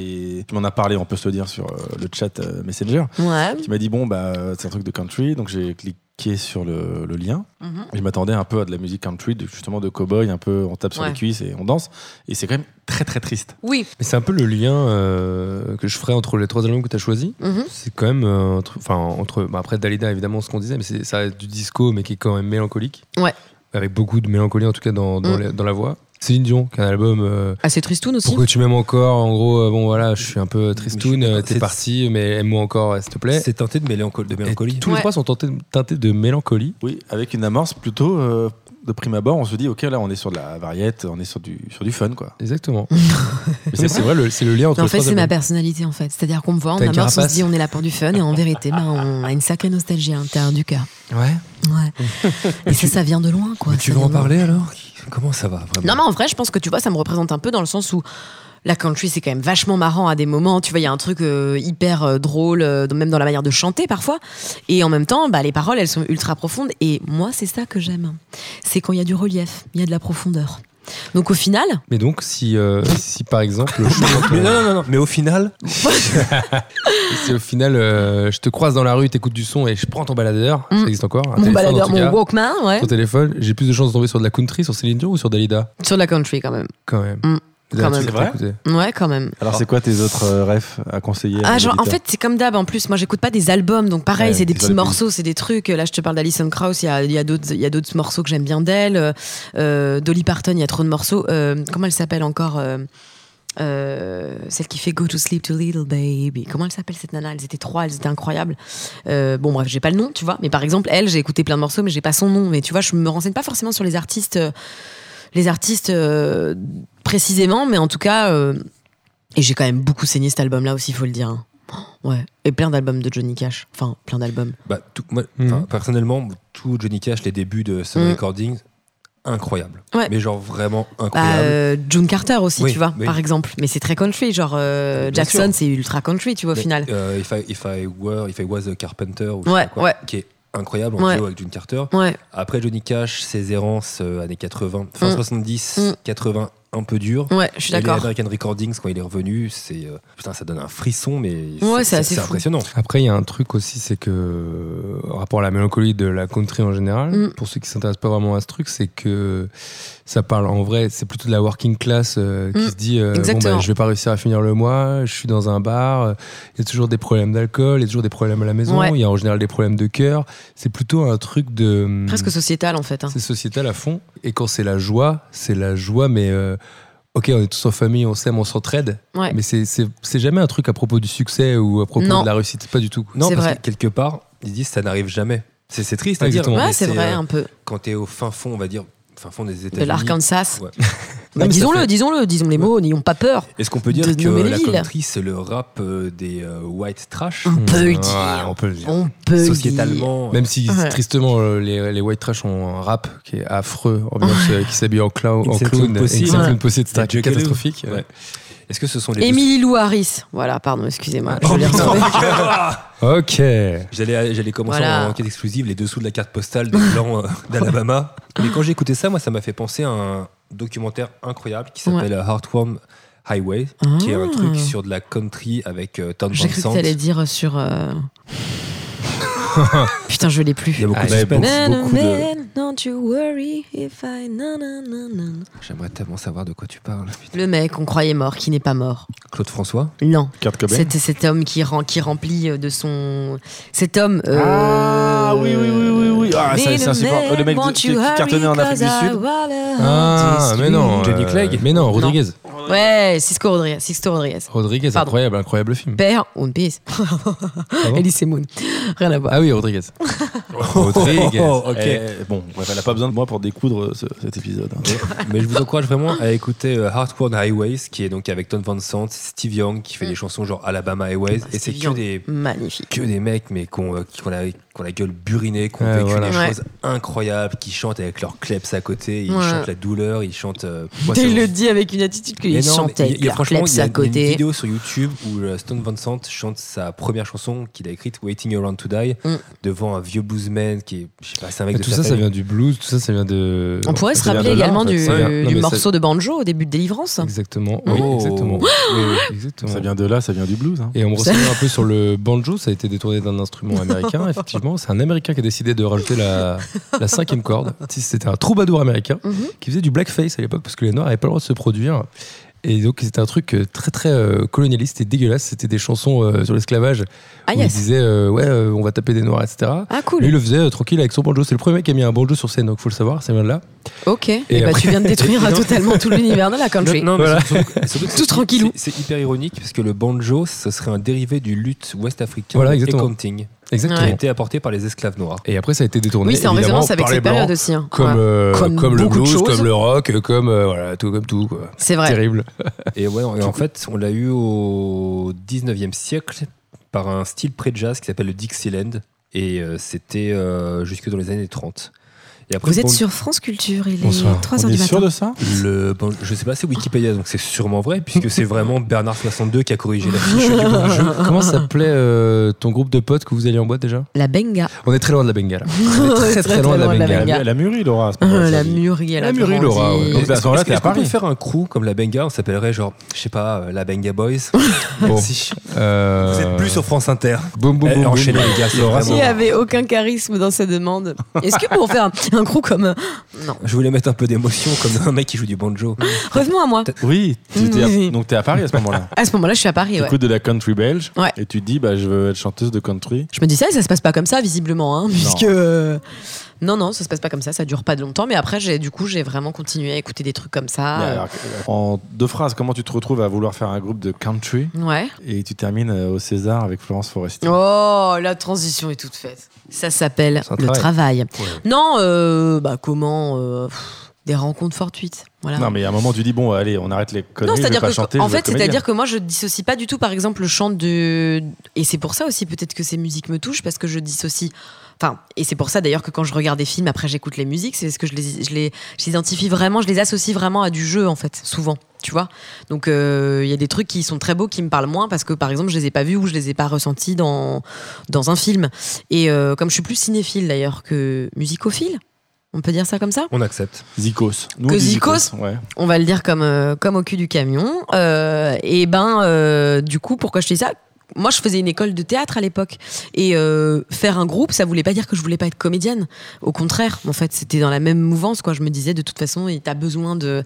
Speaker 4: tu m'en as parlé, on peut se le dire sur euh, le chat euh, Messenger.
Speaker 5: Ouais.
Speaker 4: Tu m'as dit bon bah euh, c'est un truc de country, donc j'ai cliqué sur le, le lien.
Speaker 5: Mhm.
Speaker 4: Je m'attendais un peu à de la musique country, de- justement de cowboy, un peu on tape sur
Speaker 5: Ouais.
Speaker 4: les cuisses et on danse. Et c'est quand même très très triste.
Speaker 5: Oui.
Speaker 3: Mais c'est un peu le lien euh, que je ferais entre les trois albums que tu as choisis.
Speaker 5: Mhm.
Speaker 3: C'est quand même euh, entre, enfin entre bah, après Dalida évidemment ce qu'on disait mais c'est ça reste du disco mais qui est quand même mélancolique.
Speaker 5: Ouais.
Speaker 3: Avec beaucoup de mélancolie en tout cas dans, dans,
Speaker 5: Mm.
Speaker 3: la, dans la voix. Céline Dion qui a un album euh,
Speaker 5: Assez tristoun aussi.
Speaker 3: Pourquoi tu m'aimes encore en gros euh, bon voilà je suis un peu tristoun
Speaker 2: Mais je-
Speaker 3: euh, t'es
Speaker 2: c'est-
Speaker 3: parti mais aime-moi encore ouais, s'il te plaît.
Speaker 2: C'est teinté de, mélanco- de
Speaker 3: Et
Speaker 2: mélancolie.
Speaker 3: tous
Speaker 5: Ouais.
Speaker 3: les trois sont tentés- teintés de mélancolie.
Speaker 4: Oui, avec une amorce plutôt euh, de prime abord, on se dit, ok, là, on est sur de la variette, on est sur du, sur du fun, quoi.
Speaker 3: Exactement. Mais ça, c'est vrai, le- c'est le lien entre
Speaker 5: Non, en
Speaker 3: les
Speaker 5: fait,
Speaker 3: trois
Speaker 5: c'est ma
Speaker 3: albums.
Speaker 5: personnalité, en fait. C'est-à-dire qu'on me voit, on
Speaker 3: T'as
Speaker 5: a
Speaker 3: une
Speaker 5: marre, on se
Speaker 3: carapace.
Speaker 5: dit on est là pour du fun, et en vérité, ben, on a une sacrée nostalgie à l'intérieur du cœur.
Speaker 3: Ouais.
Speaker 5: Ouais. Et ça, ça vient de loin, quoi.
Speaker 2: Mais tu
Speaker 5: Ça
Speaker 2: veux
Speaker 5: vient
Speaker 2: en
Speaker 5: de loin.
Speaker 2: parler alors Comment ça va vraiment
Speaker 5: Non, mais en vrai, je pense que tu vois, ça me représente un peu dans le sens où la country, c'est quand même vachement marrant à des moments. Tu vois, il y a un truc euh, hyper euh, drôle, euh, même dans la manière de chanter parfois. Et en même temps, bah, les paroles, elles sont ultra profondes. Et moi, c'est ça que j'aime. C'est quand il y a du relief, il y a de la profondeur. Donc au final,
Speaker 3: Mais donc, si, euh, si par exemple, je
Speaker 2: Mais non, non, non, non, mais au final,
Speaker 3: si au final, euh, je te croise dans la rue, t'écoutes du son et je prends ton baladeur,
Speaker 5: Mm.
Speaker 3: ça existe encore, un
Speaker 5: mon
Speaker 3: téléphone, en
Speaker 5: baladeur,
Speaker 3: tout
Speaker 5: mon
Speaker 3: cas,
Speaker 5: Walkman, ouais,
Speaker 3: ton téléphone, j'ai plus de chances de tomber sur de la country, sur Céline Dion ou sur Dalida
Speaker 5: sur la country quand même.
Speaker 3: Quand même.
Speaker 5: Mm. Quand même.
Speaker 4: C'est vrai
Speaker 3: Écoutez.
Speaker 5: Ouais, quand même.
Speaker 4: Alors, c'est quoi tes autres euh, refs à conseiller à
Speaker 5: Ah,
Speaker 4: nos
Speaker 5: genre, en
Speaker 4: auditeurs
Speaker 5: fait, c'est comme d'hab. En plus, moi, j'écoute pas des albums, donc pareil,
Speaker 4: Ouais,
Speaker 5: c'est des
Speaker 4: c'est
Speaker 5: petits
Speaker 4: pas des
Speaker 5: morceaux, c'est des trucs. Là, je te parle d'Alison Krauss, il y a, il y a d'autres il y a d'autres morceaux que j'aime bien d'elle. Euh, euh, Dolly Parton, il y a trop de morceaux. Euh, comment elle s'appelle encore euh, euh, celle qui fait Go to Sleep to Little Baby. Comment elle s'appelle cette nana Elles étaient trois, elles étaient incroyables. Euh, bon, bref, j'ai pas le nom, tu vois. Mais par exemple, elle, j'ai écouté plein de morceaux, mais j'ai pas son nom. Mais tu vois, je me renseigne pas forcément sur les artistes, euh, les artistes euh, précisément, mais en tout cas, euh, et j'ai quand même beaucoup saigné cet album-là aussi, faut le dire. hein. Ouais, et plein d'albums de Johnny Cash. Enfin, plein d'albums.
Speaker 2: bah, tout- moi,
Speaker 3: Mhm.
Speaker 2: enfin, personnellement, tout Johnny Cash, les débuts de Summer
Speaker 5: Mhm.
Speaker 2: Recordings, incroyable.
Speaker 5: Ouais.
Speaker 2: Mais genre vraiment
Speaker 5: Bah,
Speaker 2: incroyable.
Speaker 5: euh, June Carter aussi,
Speaker 2: Oui,
Speaker 5: tu vois,
Speaker 2: oui.
Speaker 5: par exemple. Mais c'est très country, genre euh,
Speaker 2: Bien
Speaker 5: Jackson,
Speaker 2: sûr.
Speaker 5: c'est ultra country, tu vois, au
Speaker 2: Mais,
Speaker 5: final.
Speaker 2: euh, if, I, if I were, if I was a carpenter, ou je
Speaker 5: Ouais,
Speaker 2: sais pas quoi,
Speaker 5: ouais.
Speaker 2: qui est incroyable en
Speaker 5: Ouais.
Speaker 2: duo avec June Carter.
Speaker 5: Ouais,
Speaker 2: Après Johnny Cash, ses errances euh, années 80, fin
Speaker 5: Mm.
Speaker 2: 70,
Speaker 5: Mm.
Speaker 2: 80, un peu dur.
Speaker 5: ouais, je suis
Speaker 2: Et les
Speaker 5: d'accord.
Speaker 2: American Recordings, quand il est revenu, c'est euh, putain, ça donne un frisson, mais
Speaker 5: Ouais, c'est assez fou.
Speaker 2: impressionnant.
Speaker 3: Après, il y a un truc aussi, c'est que, euh, rapport à la mélancolie de la country en général,
Speaker 5: Mm.
Speaker 3: pour ceux qui s'intéressent pas vraiment à ce truc, c'est que ça parle en vrai, c'est plutôt de la working class euh, qui
Speaker 5: Mm.
Speaker 3: se dit euh, bon,
Speaker 5: Exactement.
Speaker 3: bah, je vais pas réussir à finir le mois, je suis dans un bar, il y a toujours des problèmes d'alcool, il y a toujours des problèmes à la maison, il
Speaker 5: Ouais.
Speaker 3: y a en général des problèmes de cœur. C'est plutôt un truc de.
Speaker 5: Presque sociétal, en fait. hein.
Speaker 3: C'est sociétal à fond. Et quand c'est la joie, c'est la joie, mais euh, ok, on est tous en famille, on s'aime, on s'entraide.
Speaker 5: Ouais.
Speaker 3: Mais c'est- c'est c'est jamais un truc à propos du succès ou à propos
Speaker 5: Non.
Speaker 3: de la réussite, pas du tout.
Speaker 2: Non,
Speaker 5: C'est
Speaker 2: parce
Speaker 5: vrai.
Speaker 2: que quelque part, ils disent ça n'arrive jamais. C'est c'est triste à dire.
Speaker 3: Exactement.
Speaker 2: mais
Speaker 5: Ouais, c'est vrai,
Speaker 2: euh,
Speaker 5: un peu.
Speaker 2: quand t'es au fin fond, on va dire, fin fond des États-Unis.
Speaker 5: De l'Arkansas.
Speaker 2: Ouais.
Speaker 5: Bah,
Speaker 2: mais ça
Speaker 5: disons-le,
Speaker 2: fait-
Speaker 5: disons-le, disons les mots, n'ayons pas peur.
Speaker 2: Est-ce qu'on peut dire
Speaker 5: De
Speaker 2: que
Speaker 5: nommer les
Speaker 2: la
Speaker 5: villes.
Speaker 2: country, c'est le rap euh, des euh, white trash
Speaker 5: On peut le
Speaker 3: Ouais,
Speaker 5: dire.
Speaker 3: on peut le dire.
Speaker 5: On peut le dire.
Speaker 2: Sociétalement. euh,
Speaker 3: Même si
Speaker 5: Ouais.
Speaker 3: tristement euh, les, les White Trash ont un rap qui est affreux, ambiance euh, qui s'habille en, clou- en
Speaker 2: Insane
Speaker 3: clown,
Speaker 2: Clown Posse,
Speaker 3: Insane
Speaker 5: ouais.
Speaker 3: Clown Posse, etc.
Speaker 2: Juggaloo.
Speaker 3: catastrophique.
Speaker 2: euh, Ouais. Est-ce que ce sont les. Ah, Oh,
Speaker 5: Émilie Lou Harris. Voilà, pardon, excusez-moi. je l'ai retrouvé.
Speaker 3: Ok.
Speaker 2: J'allais, j'allais commencer
Speaker 5: Voilà.
Speaker 2: en enquête exclusive, les dessous de la carte postale des blancs euh, d'Alabama. Mais quand j'ai écouté ça, moi, ça m'a fait penser à un documentaire incroyable qui s'appelle Heartworm Highway, qui est un
Speaker 5: Ah.
Speaker 2: truc sur de la country avec euh, Tom
Speaker 5: J'ai cru que
Speaker 2: Vincent.
Speaker 5: t'allais dire sur. euh, Putain, je l'ai plus.
Speaker 2: Il y a beaucoup
Speaker 3: Ah,
Speaker 2: de
Speaker 3: il y a
Speaker 2: suspense.
Speaker 5: Nan,
Speaker 2: beaucoup de-
Speaker 5: nan, don't you worry if I- nan, nan, nan, nan.
Speaker 2: J'aimerais tellement savoir de quoi tu parles. putain.
Speaker 5: Le mec qu'on croyait mort, qui n'est pas mort.
Speaker 2: Claude François
Speaker 5: Non.
Speaker 4: Kurt Cobain
Speaker 5: C'était cet homme qui, rend, qui remplit euh, de son. Cet homme. euh,
Speaker 4: Ah oui, oui, oui, oui, oui. Ah, ça, c'est insupportable. Le mec de- qui qui cartonnait en Afrique du Sud.
Speaker 3: Ah, mais non.
Speaker 2: Johnny
Speaker 3: euh,
Speaker 2: Clegg
Speaker 3: Mais non, Rodriguez.
Speaker 5: Ouais, Cisco Rodriguez. Cisco Rodriguez.
Speaker 3: Rodriguez,
Speaker 5: Pardon.
Speaker 3: incroyable, incroyable film.
Speaker 5: Père, One Piece.
Speaker 3: bon
Speaker 5: Elise Moon. Rien à voir.
Speaker 3: Ah oui, Rodriguez. Rodriguez.
Speaker 2: Oh, ok.
Speaker 4: Eh, bon, bref, elle a pas besoin de moi pour découdre euh, ce- cet épisode. hein.
Speaker 2: Mais je vous encourage vraiment à écouter euh, Heartworn Highways, qui est donc avec Tom Van Sant, Steve Young, qui fait des chansons genre Alabama Highways.
Speaker 5: Mm. Ah,
Speaker 2: et c'est
Speaker 5: Steve
Speaker 2: que
Speaker 5: Young.
Speaker 2: des,
Speaker 5: Magnifique.
Speaker 2: que des mecs, mais qui ont, euh, qui ont la, qui ont la gueule burinée, qui ont
Speaker 3: Ouais,
Speaker 2: vécu
Speaker 3: voilà.
Speaker 2: des
Speaker 5: Ouais.
Speaker 2: choses incroyables, qui chantent avec leurs kleps à côté, ils
Speaker 5: Ouais.
Speaker 2: chantent la douleur, ils chantent. euh, moi, c'est-
Speaker 5: Il le dit avec une attitude
Speaker 2: Mais
Speaker 5: qu'il
Speaker 2: non,
Speaker 5: chantait.
Speaker 2: mais il y a- il y a
Speaker 5: avec
Speaker 2: franchement
Speaker 5: leur
Speaker 2: il y a
Speaker 5: kleps à
Speaker 2: il y a une
Speaker 5: côté.
Speaker 2: vidéo sur YouTube où euh, Stone Van Sant chante sa première chanson qu'il a écrite, Waiting Around to Die,
Speaker 5: Mm.
Speaker 2: devant un vieux bluesman qui est, je sais pas, c'est un mec de
Speaker 3: Tout
Speaker 2: sa
Speaker 3: ça, ça
Speaker 2: famille.
Speaker 3: vient du blues, tout ça, ça vient de.
Speaker 5: On pourrait se
Speaker 3: ça vient
Speaker 5: rappeler
Speaker 3: de là,
Speaker 5: également
Speaker 3: en fait.
Speaker 5: du,
Speaker 3: Ça vient- non,
Speaker 5: du
Speaker 3: mais ça-
Speaker 5: morceau de banjo au début de Délivrance.
Speaker 3: Exactement. Oui,
Speaker 2: Oh.
Speaker 3: exactement.
Speaker 2: Oui,
Speaker 3: exactement.
Speaker 4: Ça vient de là, ça vient du blues. hein.
Speaker 3: Et on me ressemblait un peu sur le banjo, ça a été détourné d'un instrument américain, effectivement. C'est un américain qui a décidé de rajouter la, la cinquième corde. Si C'était un troubadour américain
Speaker 5: Mhm.
Speaker 3: qui faisait du blackface à l'époque parce que les Noirs n'avaient pas le droit de se produire. Et donc c'était un truc euh, très très euh, colonialiste et dégueulasse. C'était des chansons euh, sur l'esclavage
Speaker 5: Ah
Speaker 3: où il
Speaker 5: yes.
Speaker 3: disait euh, ouais euh, on va taper des noirs etc.
Speaker 5: Ah
Speaker 3: Lui il
Speaker 5: cool.
Speaker 3: le faisait euh, tranquille avec son banjo. C'est le premier mec qui a mis un banjo sur scène donc faut le savoir, c'est bien de là.
Speaker 5: Ok. Et
Speaker 3: Et
Speaker 5: bah
Speaker 3: après-
Speaker 5: tu viens de détruire
Speaker 2: Et non.
Speaker 5: totalement tout l'univers de la country.
Speaker 2: Non, non, mais
Speaker 3: Voilà.
Speaker 2: surtout- surtout que
Speaker 5: Tout
Speaker 2: c'est-
Speaker 5: tranquillou.
Speaker 2: C'est c'est hyper ironique parce que le banjo, ce serait un dérivé du luth ouest-africain
Speaker 3: Voilà,
Speaker 2: et
Speaker 3: exactement.
Speaker 2: counting. qui a
Speaker 3: Exactement.
Speaker 2: été apporté par les esclaves noirs.
Speaker 3: Et après, ça a été détourné.
Speaker 5: Oui, c'est en
Speaker 3: évidemment,
Speaker 5: résonance avec
Speaker 3: par les
Speaker 5: cette
Speaker 3: blancs,
Speaker 5: période aussi. hein.
Speaker 3: Comme,
Speaker 5: Ouais.
Speaker 3: euh,
Speaker 5: Comme
Speaker 3: comme, le
Speaker 5: beaucoup de
Speaker 3: blues,
Speaker 5: choses.
Speaker 3: comme le rock, comme euh, voilà, tout comme tout. Quoi.
Speaker 5: C'est vrai.
Speaker 3: Terrible.
Speaker 2: Et ouais, et en fait, on l'a eu au 19e siècle par un style pré-jazz qui s'appelle le Dixieland. Et euh, c'était euh, jusque dans les années 30. Et après,
Speaker 5: Vous êtes
Speaker 2: bon,
Speaker 5: sur France Culture, il est
Speaker 4: Bonsoir.
Speaker 5: 3h
Speaker 4: On
Speaker 5: du
Speaker 4: est sûr
Speaker 5: matin.
Speaker 4: de ça
Speaker 2: le, bon, je sais pas, c'est Wikipédia, donc c'est sûrement vrai, puisque c'est vraiment Bernard 62 qui a corrigé la fiche du bon jeu.
Speaker 3: Comment s'appelait euh, ton groupe de potes que vous alliez en boîte déjà
Speaker 5: La benga.
Speaker 3: On est très loin de la Bengale. On est très très, loin de la Bengale.
Speaker 4: Elle a- elle a mûri, Laura. à ce moment-là,
Speaker 5: Ah, La
Speaker 4: ça dit.
Speaker 5: Muriel.
Speaker 3: La Muriel Laura, ouais.
Speaker 4: Donc, à ce moment-là,
Speaker 2: Est-ce
Speaker 4: t'es à
Speaker 2: qu'on peut
Speaker 4: Paris.
Speaker 2: faire un crew comme la Benga On s'appellerait genre, je sais pas, euh, la Benga Boys.
Speaker 3: Bon.
Speaker 2: Si.
Speaker 3: Euh,
Speaker 2: Vous êtes plus sur France Inter.
Speaker 3: Boum, boum,
Speaker 2: Eh,
Speaker 3: boum, boum.
Speaker 2: enchaînez, les gars, c'est
Speaker 3: Laura,
Speaker 5: Il n'y
Speaker 2: vraiment-
Speaker 5: avait aucun charisme dans sa demande. Est-ce que pour faire un, un crew comme. euh, Non.
Speaker 2: Je voulais mettre un peu d'émotion comme un mec qui joue du banjo.
Speaker 5: Mm. Revenons à moi.
Speaker 4: Oui, t'étais
Speaker 5: Oui.
Speaker 4: à- donc t'es à Paris à ce moment-là.
Speaker 5: À ce moment-là, je suis à Paris, ouais.
Speaker 4: T'écoutes de la country belge
Speaker 5: Ouais.
Speaker 4: et tu te dis, bah, je veux être chanteuse de country.
Speaker 5: Je me dis ça et ça se passe pas comme ça, visiblement. Hein, puisque. euh, Non, non, ça se passe pas comme ça, ça dure pas longtemps. Mais après, j'ai- du coup, j'ai vraiment continué à écouter des trucs comme
Speaker 4: Mais
Speaker 5: ça.
Speaker 4: alors, en deux phrases, comment tu te retrouves à vouloir faire un groupe de country
Speaker 5: euh, Ouais.
Speaker 4: et tu termines euh, au César avec Florence Foresti
Speaker 5: Oh, la transition est toute faite. Ça s'appelle
Speaker 3: C'est un
Speaker 5: le travail.
Speaker 3: Ouais.
Speaker 5: Non, euh, bah comment euh, pff, des rencontres fortuites. Voilà.
Speaker 4: Non, mais à un moment, tu dis, bon, allez, on arrête les conneries,
Speaker 5: Ah.
Speaker 4: je
Speaker 5: Non,
Speaker 4: vais
Speaker 5: c'est-à-dire
Speaker 4: pas
Speaker 5: que
Speaker 4: chanter,
Speaker 5: en
Speaker 4: je veux
Speaker 5: fait,
Speaker 4: être comédienne.
Speaker 5: c'est-à-dire que moi je dissocie pas du tout par exemple le chant de et c'est pour ça aussi peut-être que ces musiques me touchent parce que je dissocie enfin et c'est pour ça d'ailleurs que quand je regarde des films après j'écoute les musiques, c'est parce que je les je les je les identifie vraiment, je les associe vraiment à du jeu en fait, souvent, tu vois. Donc euh, il y a des trucs qui sont très beaux qui me parlent moins parce que par exemple, je les ai pas vus ou je les ai pas ressentis dans dans un film. Et euh, comme je suis plus cinéphile d'ailleurs que musicophile, on peut dire ça comme ça
Speaker 2: On accepte.
Speaker 4: Zikos. Nous,
Speaker 5: Que
Speaker 4: on dit
Speaker 5: Zikos
Speaker 4: ouais.
Speaker 5: on va le dire comme, euh, comme au cul du camion. Euh, et ben, euh, du coup, pourquoi je te dis ça moi, je faisais une école de théâtre à l'époque. Et euh, faire un groupe, ça voulait pas dire que je voulais pas être comédienne. Au contraire, en fait, c'était dans la même mouvance. Quoi. Je me disais, de toute façon, et t'as besoin de,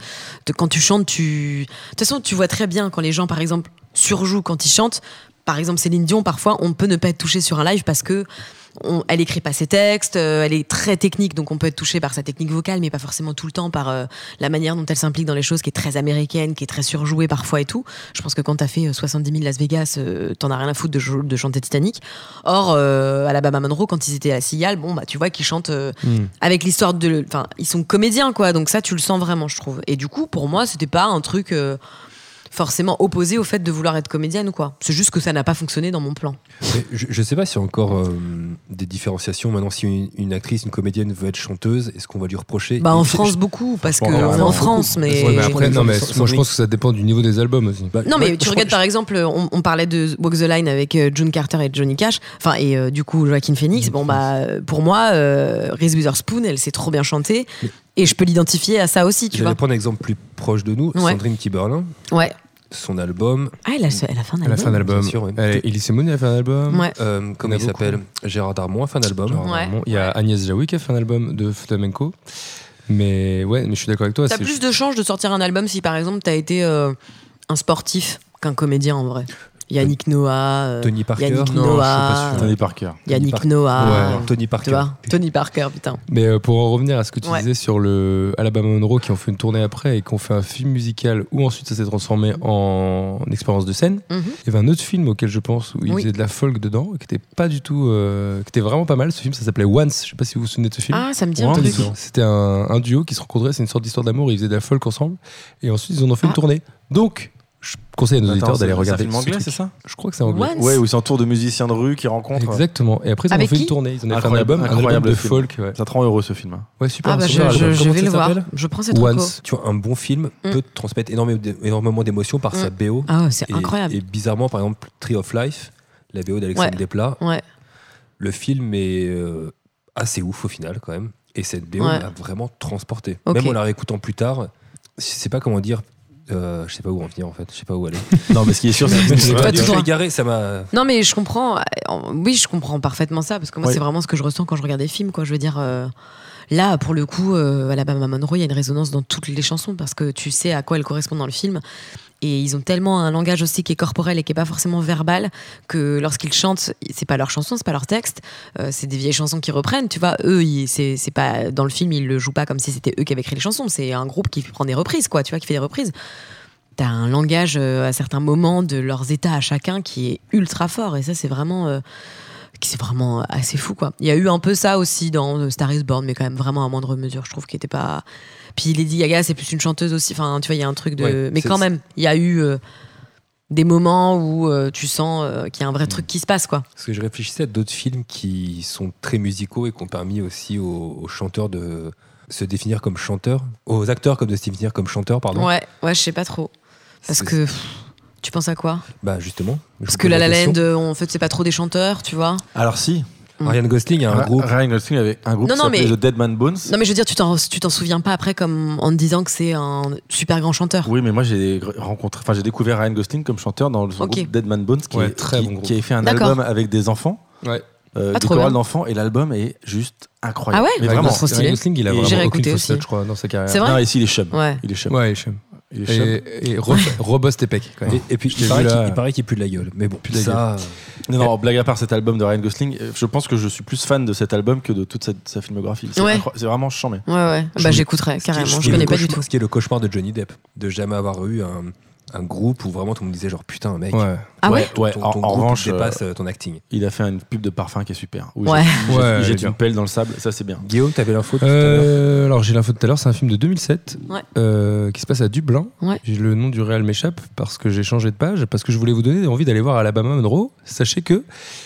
Speaker 5: de- Quand tu chantes, tu. De toute façon, tu vois très bien quand les gens, par exemple, surjouent quand ils chantent. Par exemple, Céline Dion, parfois, on peut ne pas être touché sur un live parce que. on- elle écrit pas ses textes, euh, elle est très technique, donc on peut être touché par sa technique vocale, mais pas forcément tout le temps par euh, la manière dont elle s'implique dans les choses qui est très américaine, qui est très surjouée parfois et tout. Je pense que quand t'as fait euh, 70 000 Las Vegas, euh, t'en as rien à foutre de, jou- de chanter Titanic. Or, euh, Alabama Monroe, quand ils étaient à Cigale, bon, bah, tu vois qu'ils chantent euh,
Speaker 2: Hmm.
Speaker 5: avec l'histoire de. Enfin, ils sont comédiens, quoi. Donc, ça, tu le sens vraiment, je trouve. Et du coup, pour moi, c'était pas un truc. euh, forcément opposé au fait de vouloir être comédienne ou quoi. C'est juste que ça n'a pas fonctionné dans mon plan.
Speaker 2: Mais Je, je sais pas s'il y a encore euh, des différenciations. Maintenant, si une, une actrice, une comédienne veut être chanteuse, est-ce qu'on va lui reprocher
Speaker 5: Bah en
Speaker 2: Je- je-
Speaker 5: France beaucoup parce que
Speaker 2: Bon,
Speaker 5: on est en
Speaker 2: vraiment,
Speaker 5: France
Speaker 2: beaucoup.
Speaker 5: mais,
Speaker 3: Ouais, mais après, non, mais
Speaker 2: Sans- sans
Speaker 3: moi je
Speaker 2: les-
Speaker 3: pense que ça dépend du niveau des albums aussi.
Speaker 2: bah,
Speaker 5: Non, mais
Speaker 2: ouais,
Speaker 5: tu
Speaker 2: je-
Speaker 5: regardes par exemple, on, on parlait de Walk the Line avec euh, June Carter et Johnny Cash, enfin et euh, du coup Joaquin Phoenix. Bon bah euh, pour moi, euh, Reese Witherspoon, elle s'est trop bien chantée et je peux l'identifier à ça aussi, tu
Speaker 2: J'allais
Speaker 5: vois.
Speaker 2: prendre un exemple plus proche de nous,
Speaker 5: Ouais.
Speaker 2: Sandrine Kiberlin,
Speaker 5: Ouais.
Speaker 2: son album,
Speaker 5: Ah elle a, elle a fait un
Speaker 3: Elle a fait un
Speaker 5: album.
Speaker 3: album.
Speaker 2: Bien sûr, ouais.
Speaker 3: Elle- Elise Moon elle a fait un album.
Speaker 5: Ouais.
Speaker 2: euh, comment
Speaker 3: Il y en a
Speaker 2: il s'appelle Gérard Darmon a fait un album.
Speaker 3: Genre,
Speaker 5: Ouais.
Speaker 3: bon, Il y a Agnès Jaoui qui a fait un album de flamenco. Mais ouais, mais je suis d'accord avec toi.
Speaker 5: T'as
Speaker 3: c'est
Speaker 5: plus de chances de sortir un album si par exemple t'as été euh, un sportif qu'un comédien en vrai. Yannick Noah, euh,
Speaker 2: Tony Parker
Speaker 5: Yannick
Speaker 2: Non,
Speaker 5: Noah,
Speaker 2: je suis pas sûr.
Speaker 5: euh,
Speaker 4: Tony Parker.
Speaker 5: Yannick
Speaker 2: Parker.
Speaker 5: Noah,
Speaker 2: Ouais, Tony Parker.
Speaker 5: tu vois, Tony Parker, putain.
Speaker 3: Mais euh, pour en revenir à ce que tu
Speaker 5: Ouais.
Speaker 3: disais sur le Alabama Monroe qui ont fait une tournée après et qui ont fait un film musical où ensuite ça s'est transformé en expérience de scène,
Speaker 5: Mhm.
Speaker 3: il y avait un autre film auquel je pense où ils
Speaker 5: Oui.
Speaker 3: faisaient de la folk dedans qui était pas du tout, euh, qui était vraiment pas mal. Ce film ça s'appelait Once. Je sais pas si vous vous souvenez de ce film.
Speaker 5: Ah ça me dit un
Speaker 4: Ouais,
Speaker 5: truc.
Speaker 4: mais non.
Speaker 3: C'était un, un duo qui se rencontrait, c'est une sorte d'histoire d'amour, ils faisaient de la folk ensemble et ensuite ils en ont fait
Speaker 5: Ah.
Speaker 3: une tournée. Donc, je conseille à nos
Speaker 4: Attends,
Speaker 3: auditeurs d'aller
Speaker 4: c'est-
Speaker 3: regarder.
Speaker 4: C'est un film
Speaker 3: ce
Speaker 4: anglais,
Speaker 3: truc.
Speaker 4: c'est ça
Speaker 3: Je crois que c'est anglais.
Speaker 5: Once.
Speaker 4: Ouais, où ils s'entourent de musiciens de rue qui rencontrent.
Speaker 3: Exactement. Et après, ils ont
Speaker 5: Avec
Speaker 3: fait
Speaker 5: qui
Speaker 3: une tournée. Ils ont fait un
Speaker 4: Incroyable-
Speaker 3: album, un album
Speaker 4: incroyable
Speaker 3: de
Speaker 4: film.
Speaker 3: folk. Ouais,
Speaker 4: euh, Ça te rend heureux ce film. hein.
Speaker 3: Ouais, super.
Speaker 5: Ah bah
Speaker 3: un
Speaker 5: je,
Speaker 3: super
Speaker 5: je-
Speaker 3: album.
Speaker 5: je
Speaker 2: Comment
Speaker 5: vais
Speaker 2: ça
Speaker 5: le voir.
Speaker 2: s'appelle
Speaker 5: Je prends cette reco.
Speaker 3: Once.
Speaker 2: Tu vois, un bon film
Speaker 5: Mm.
Speaker 2: peut te transmettre énormément d'é- énormément d'émotions par sa BO.
Speaker 5: Ah ouais, c'est
Speaker 2: Et-
Speaker 5: incroyable.
Speaker 2: Et bizarrement, par exemple, Tree of Life, la BO d'Alexandre
Speaker 5: Ouais.
Speaker 2: Desplat,
Speaker 5: Ouais.
Speaker 2: le film est euh, assez ouf au final quand même. Et cette BO
Speaker 5: Ouais.
Speaker 2: m'a vraiment transporté.
Speaker 5: Ok.
Speaker 2: Même en la réécoutant plus tard, je sais pas comment dire. euh, je sais pas où en venir en fait, je sais pas où aller.
Speaker 4: Non, mais ce qui est sûr, c'est
Speaker 2: je
Speaker 5: pas
Speaker 2: suis
Speaker 5: tout droit.
Speaker 2: égaré, ça m'a.
Speaker 5: Non mais je comprends. euh, en- Oui, je comprends parfaitement ça parce que moi
Speaker 4: Oui.
Speaker 5: c'est vraiment ce que je ressens quand je regarde des films. Quoi, je veux dire. euh, Là, pour le coup, euh, Alabama Monroe, il y a une résonance dans toutes les chansons parce que tu sais à quoi elles correspondent dans le film. Et ils ont tellement un langage aussi qui est corporel et qui est pas forcément verbal que lorsqu'ils chantent, c'est pas leur chanson, c'est pas leur texte, euh, c'est des vieilles chansons qu'ils reprennent. Tu vois, eux, ils- c'est c'est pas dans le film, ils le jouent pas comme si c'était eux qui avaient écrit les chansons. C'est un groupe qui prend des reprises, quoi. Tu vois, qui fait des reprises. T'as un langage euh, à certains moments de leurs états à chacun qui est ultra fort et ça c'est vraiment euh, qui c'est vraiment assez fou quoi. Il y a eu un peu ça aussi dans euh, Star is Born, mais quand même vraiment à moindre mesure, je trouve qu'il était pas. Puis Lady Gaga, c'est plus une chanteuse aussi. Enfin, tu vois, il y a un truc de.
Speaker 2: Ouais,
Speaker 5: mais
Speaker 2: c'est-
Speaker 5: quand même, il y a eu euh, des moments où euh, tu sens euh, qu'il y a un
Speaker 2: Mm.
Speaker 5: vrai truc qui se passe quoi.
Speaker 2: Parce que je réfléchissais à d'autres films qui sont très musicaux et qui ont permis aussi aux, aux chanteurs de se définir comme chanteurs, aux acteurs comme de se définir comme chanteurs, pardon.
Speaker 5: Ouais, ouais, je sais pas trop. Parce
Speaker 2: C'est-
Speaker 5: que pff, tu penses à quoi
Speaker 2: Bah justement. je
Speaker 5: Parce
Speaker 2: vous
Speaker 5: que
Speaker 2: pose
Speaker 5: La La
Speaker 2: question.
Speaker 5: Land, euh, on- en fait, c'est pas trop des chanteurs, tu vois.
Speaker 4: Alors si,
Speaker 2: Ryan
Speaker 5: euh,
Speaker 2: Gosling a un
Speaker 4: Ra-
Speaker 2: groupe.
Speaker 4: Ryan Gosling avait un groupe
Speaker 5: Non,
Speaker 4: qui
Speaker 5: non,
Speaker 4: s'appelait
Speaker 5: mais-
Speaker 4: The Dead Man Bones.
Speaker 5: Non, mais je veux dire, tu t'en tu t'en souviens pas après comme en te disant que c'est un super grand chanteur.
Speaker 4: Oui, mais moi j'ai re- rencontré, enfin j'ai découvert Ryan Gosling comme chanteur dans le son
Speaker 5: Ok.
Speaker 4: groupe Dead Man Bones, qui,
Speaker 3: Ouais,
Speaker 4: est-
Speaker 3: très
Speaker 4: qui-
Speaker 3: bon groupe.
Speaker 4: qui a fait un
Speaker 5: D'accord.
Speaker 4: album avec des enfants,
Speaker 3: Ouais.
Speaker 4: euh,
Speaker 5: Ah,
Speaker 4: des
Speaker 5: trop bien.
Speaker 4: chorales d'enfants, et l'album est juste
Speaker 5: Ah
Speaker 4: incroyable.
Speaker 5: ouais
Speaker 4: mais
Speaker 5: Ouais,
Speaker 4: vraiment.
Speaker 5: non, trop stylé.
Speaker 3: Ryan Gosling, il a
Speaker 4: Et
Speaker 3: vraiment
Speaker 5: j'ai
Speaker 3: aucune
Speaker 5: réécouté
Speaker 3: fausse
Speaker 5: aussi.
Speaker 3: note, je crois, dans sa carrière.
Speaker 5: C'est vrai
Speaker 4: Non, ici il est chum.
Speaker 5: Ouais.
Speaker 4: Il est chum.
Speaker 3: Ouais, il est chum.
Speaker 4: Il est chum.
Speaker 3: Et, et ro- robuste et pec, quand même.
Speaker 2: Et, et puis
Speaker 3: ah, Je euh, t'ai
Speaker 2: il
Speaker 3: vu
Speaker 2: paraît,
Speaker 3: là.
Speaker 2: qu'il, il paraît qu'il pue de la gueule. Mais bon,
Speaker 4: de la
Speaker 2: ça, euh,
Speaker 4: Non, non, blague à part cet album de Ryan Gosling, euh, je pense que je suis plus fan de cet album que de toute sa, sa filmographie. C'est
Speaker 5: Ouais.
Speaker 4: incro- c'est vraiment chambé.
Speaker 5: Ouais, ouais.
Speaker 2: Je
Speaker 5: bah,
Speaker 2: me-
Speaker 5: j'écouterai
Speaker 2: ce qui est-
Speaker 5: carrément.
Speaker 2: ce
Speaker 5: Je
Speaker 2: qui est le
Speaker 5: connais pas du
Speaker 2: cauchemar-
Speaker 5: tout.
Speaker 2: Ce qui est le cauchemar de Johnny Depp, de jamais avoir eu un, un groupe où vraiment tout le monde disait genre putain mec.
Speaker 3: Ouais.
Speaker 5: Ah ouais,
Speaker 2: ton-
Speaker 4: Ouais,
Speaker 2: ton,
Speaker 4: en,
Speaker 2: ton
Speaker 4: en
Speaker 2: groupe
Speaker 4: revanche, euh,
Speaker 2: dépasse euh, ton acting.
Speaker 4: il a fait une pub de parfum qui est super. Où
Speaker 5: Ouais.
Speaker 4: Il jette,
Speaker 3: Ouais,
Speaker 4: il jette
Speaker 3: bien.
Speaker 4: une pelle dans le sable, ça c'est bien.
Speaker 2: Guillaume, t'avais l'info tout à l'heure.
Speaker 3: Euh, alors j'ai l'info de tout à l'heure, c'est un film de 2007
Speaker 5: Ouais.
Speaker 3: euh, qui se passe à Dublin.
Speaker 5: Ouais.
Speaker 3: J'ai Le nom du réel m'échappe parce que j'ai changé de page, parce que je voulais vous donner envie d'aller voir Alabama Monroe. Sachez que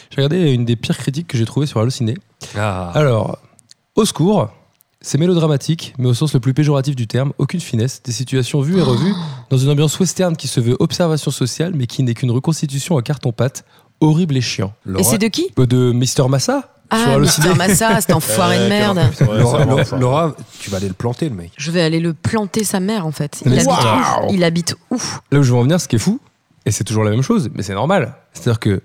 Speaker 3: j'ai regardé une des pires critiques que j'ai trouvées sur Allociné.
Speaker 2: Ah.
Speaker 3: Alors, au secours, c'est mélodramatique, mais au sens le plus péjoratif du terme, aucune finesse, des situations vues et revues, dans une ambiance western qui se veut observation sociale, mais qui n'est qu'une reconstitution en carton-pâte, horrible et chiant.
Speaker 5: Et c'est de qui
Speaker 3: Peu de Mister Massa sur
Speaker 5: Ah,
Speaker 3: Allociné.
Speaker 5: Mister Massa, cet enfoiré de merde.
Speaker 4: Ouais, c'est
Speaker 2: Ah, Laura,
Speaker 4: vraiment
Speaker 2: Laura-
Speaker 4: ça.
Speaker 2: Laura, tu vas aller le planter le mec.
Speaker 5: Je vais aller le planter sa mère en fait. Il
Speaker 3: Mais
Speaker 5: habite
Speaker 3: waouh
Speaker 5: où Il habite où
Speaker 3: Là où je veux en venir, ce qui est fou, et c'est toujours la même chose, mais c'est normal. C'est-à-dire que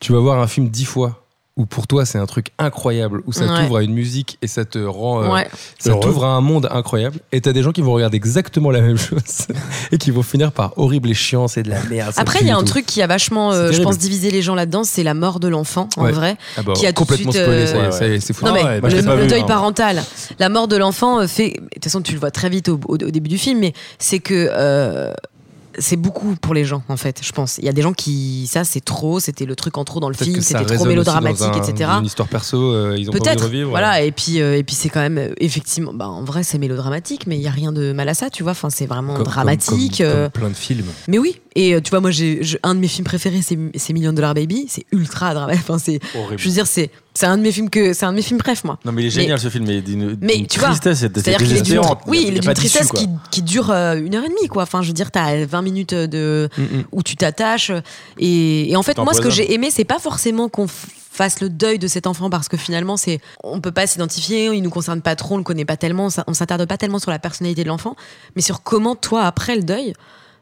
Speaker 3: tu vas voir un film dix fois où pour toi c'est un truc incroyable, où ça
Speaker 5: Ouais.
Speaker 3: t'ouvre à une musique et ça te rend, euh,
Speaker 5: Ouais.
Speaker 3: ça
Speaker 2: Heureux.
Speaker 3: t'ouvre à un monde incroyable, et t'as des gens qui vont regarder exactement la même chose et qui vont finir par horrible et chiant, c'est de la merde. ça
Speaker 5: Après,
Speaker 3: pue
Speaker 5: il y
Speaker 3: et
Speaker 5: a un
Speaker 3: tout.
Speaker 5: truc qui a vachement,
Speaker 3: C'est
Speaker 5: euh, je
Speaker 3: terrible.
Speaker 5: pense, divisé les gens là-dedans, c'est la mort de l'enfant en
Speaker 3: Ouais.
Speaker 5: vrai.
Speaker 3: Ah bah,
Speaker 5: qui a tout de
Speaker 3: complètement
Speaker 5: suite,
Speaker 3: spoilé,
Speaker 5: euh,
Speaker 3: ça y est, ça y est, c'est fou.
Speaker 5: Non, mais
Speaker 2: ouais,
Speaker 4: bah, je
Speaker 5: le,
Speaker 4: l'ai pas
Speaker 5: le
Speaker 4: vu,
Speaker 5: deuil
Speaker 4: hein.
Speaker 5: parental, la mort de l'enfant euh, fait. De toute façon, tu le vois très vite au, au- au début du film, mais c'est que. euh, c'est beaucoup pour les gens, en fait, je pense. Il y a des gens qui. Ça, c'est trop, c'était le truc en trop dans le
Speaker 3: Peut-être
Speaker 5: film,
Speaker 3: que ça
Speaker 5: c'était trop
Speaker 3: résonne aussi dans
Speaker 5: mélodramatique,
Speaker 3: un-
Speaker 5: etc.
Speaker 3: Une histoire perso, euh, ils ont pas envie de
Speaker 5: Peut-être.
Speaker 3: revivre.
Speaker 5: Voilà, et puis, euh, et puis c'est quand même. euh, Effectivement, bah, en vrai, c'est mélodramatique, mais il n'y a rien de mal à ça, tu vois. Enfin, c'est vraiment
Speaker 2: Comme- comme-
Speaker 5: dramatique.
Speaker 2: comme-
Speaker 5: euh,
Speaker 2: comme plein de films.
Speaker 5: mais oui, et euh, tu vois, moi, j'ai je- un de mes films préférés, c'est c'est Million Dollar Baby. C'est ultra dramatique. Enfin, c'est,
Speaker 4: Horrible.
Speaker 5: je veux dire, c'est c'est un de mes films que c'est un de mes films préf, moi.
Speaker 4: Non mais il est génial ce film, mais d'une
Speaker 5: Mais
Speaker 4: d'une
Speaker 5: tu vois,
Speaker 4: tristesse, c'est
Speaker 5: C'est-à-dire qu'il est d'une,
Speaker 4: désespérant.
Speaker 5: oui,
Speaker 4: y a
Speaker 5: il est
Speaker 4: pas
Speaker 5: d'une
Speaker 4: d'issue,
Speaker 5: tristesse
Speaker 4: quoi.
Speaker 5: qui, qui dure euh, une heure et demie, quoi. Enfin, je veux dire, t'as 20 minutes de
Speaker 3: Mm,
Speaker 5: où tu t'attaches. Et, et en fait, moi, ce que
Speaker 4: T'empoisonnes.
Speaker 5: j'ai aimé, c'est pas forcément qu'on f- fasse le deuil de cet enfant parce que finalement, c'est on peut pas s'identifier, il nous concerne pas trop, on le connaît pas tellement, on s'in- on s'attarde pas tellement sur la personnalité de l'enfant, mais sur comment toi, après le deuil.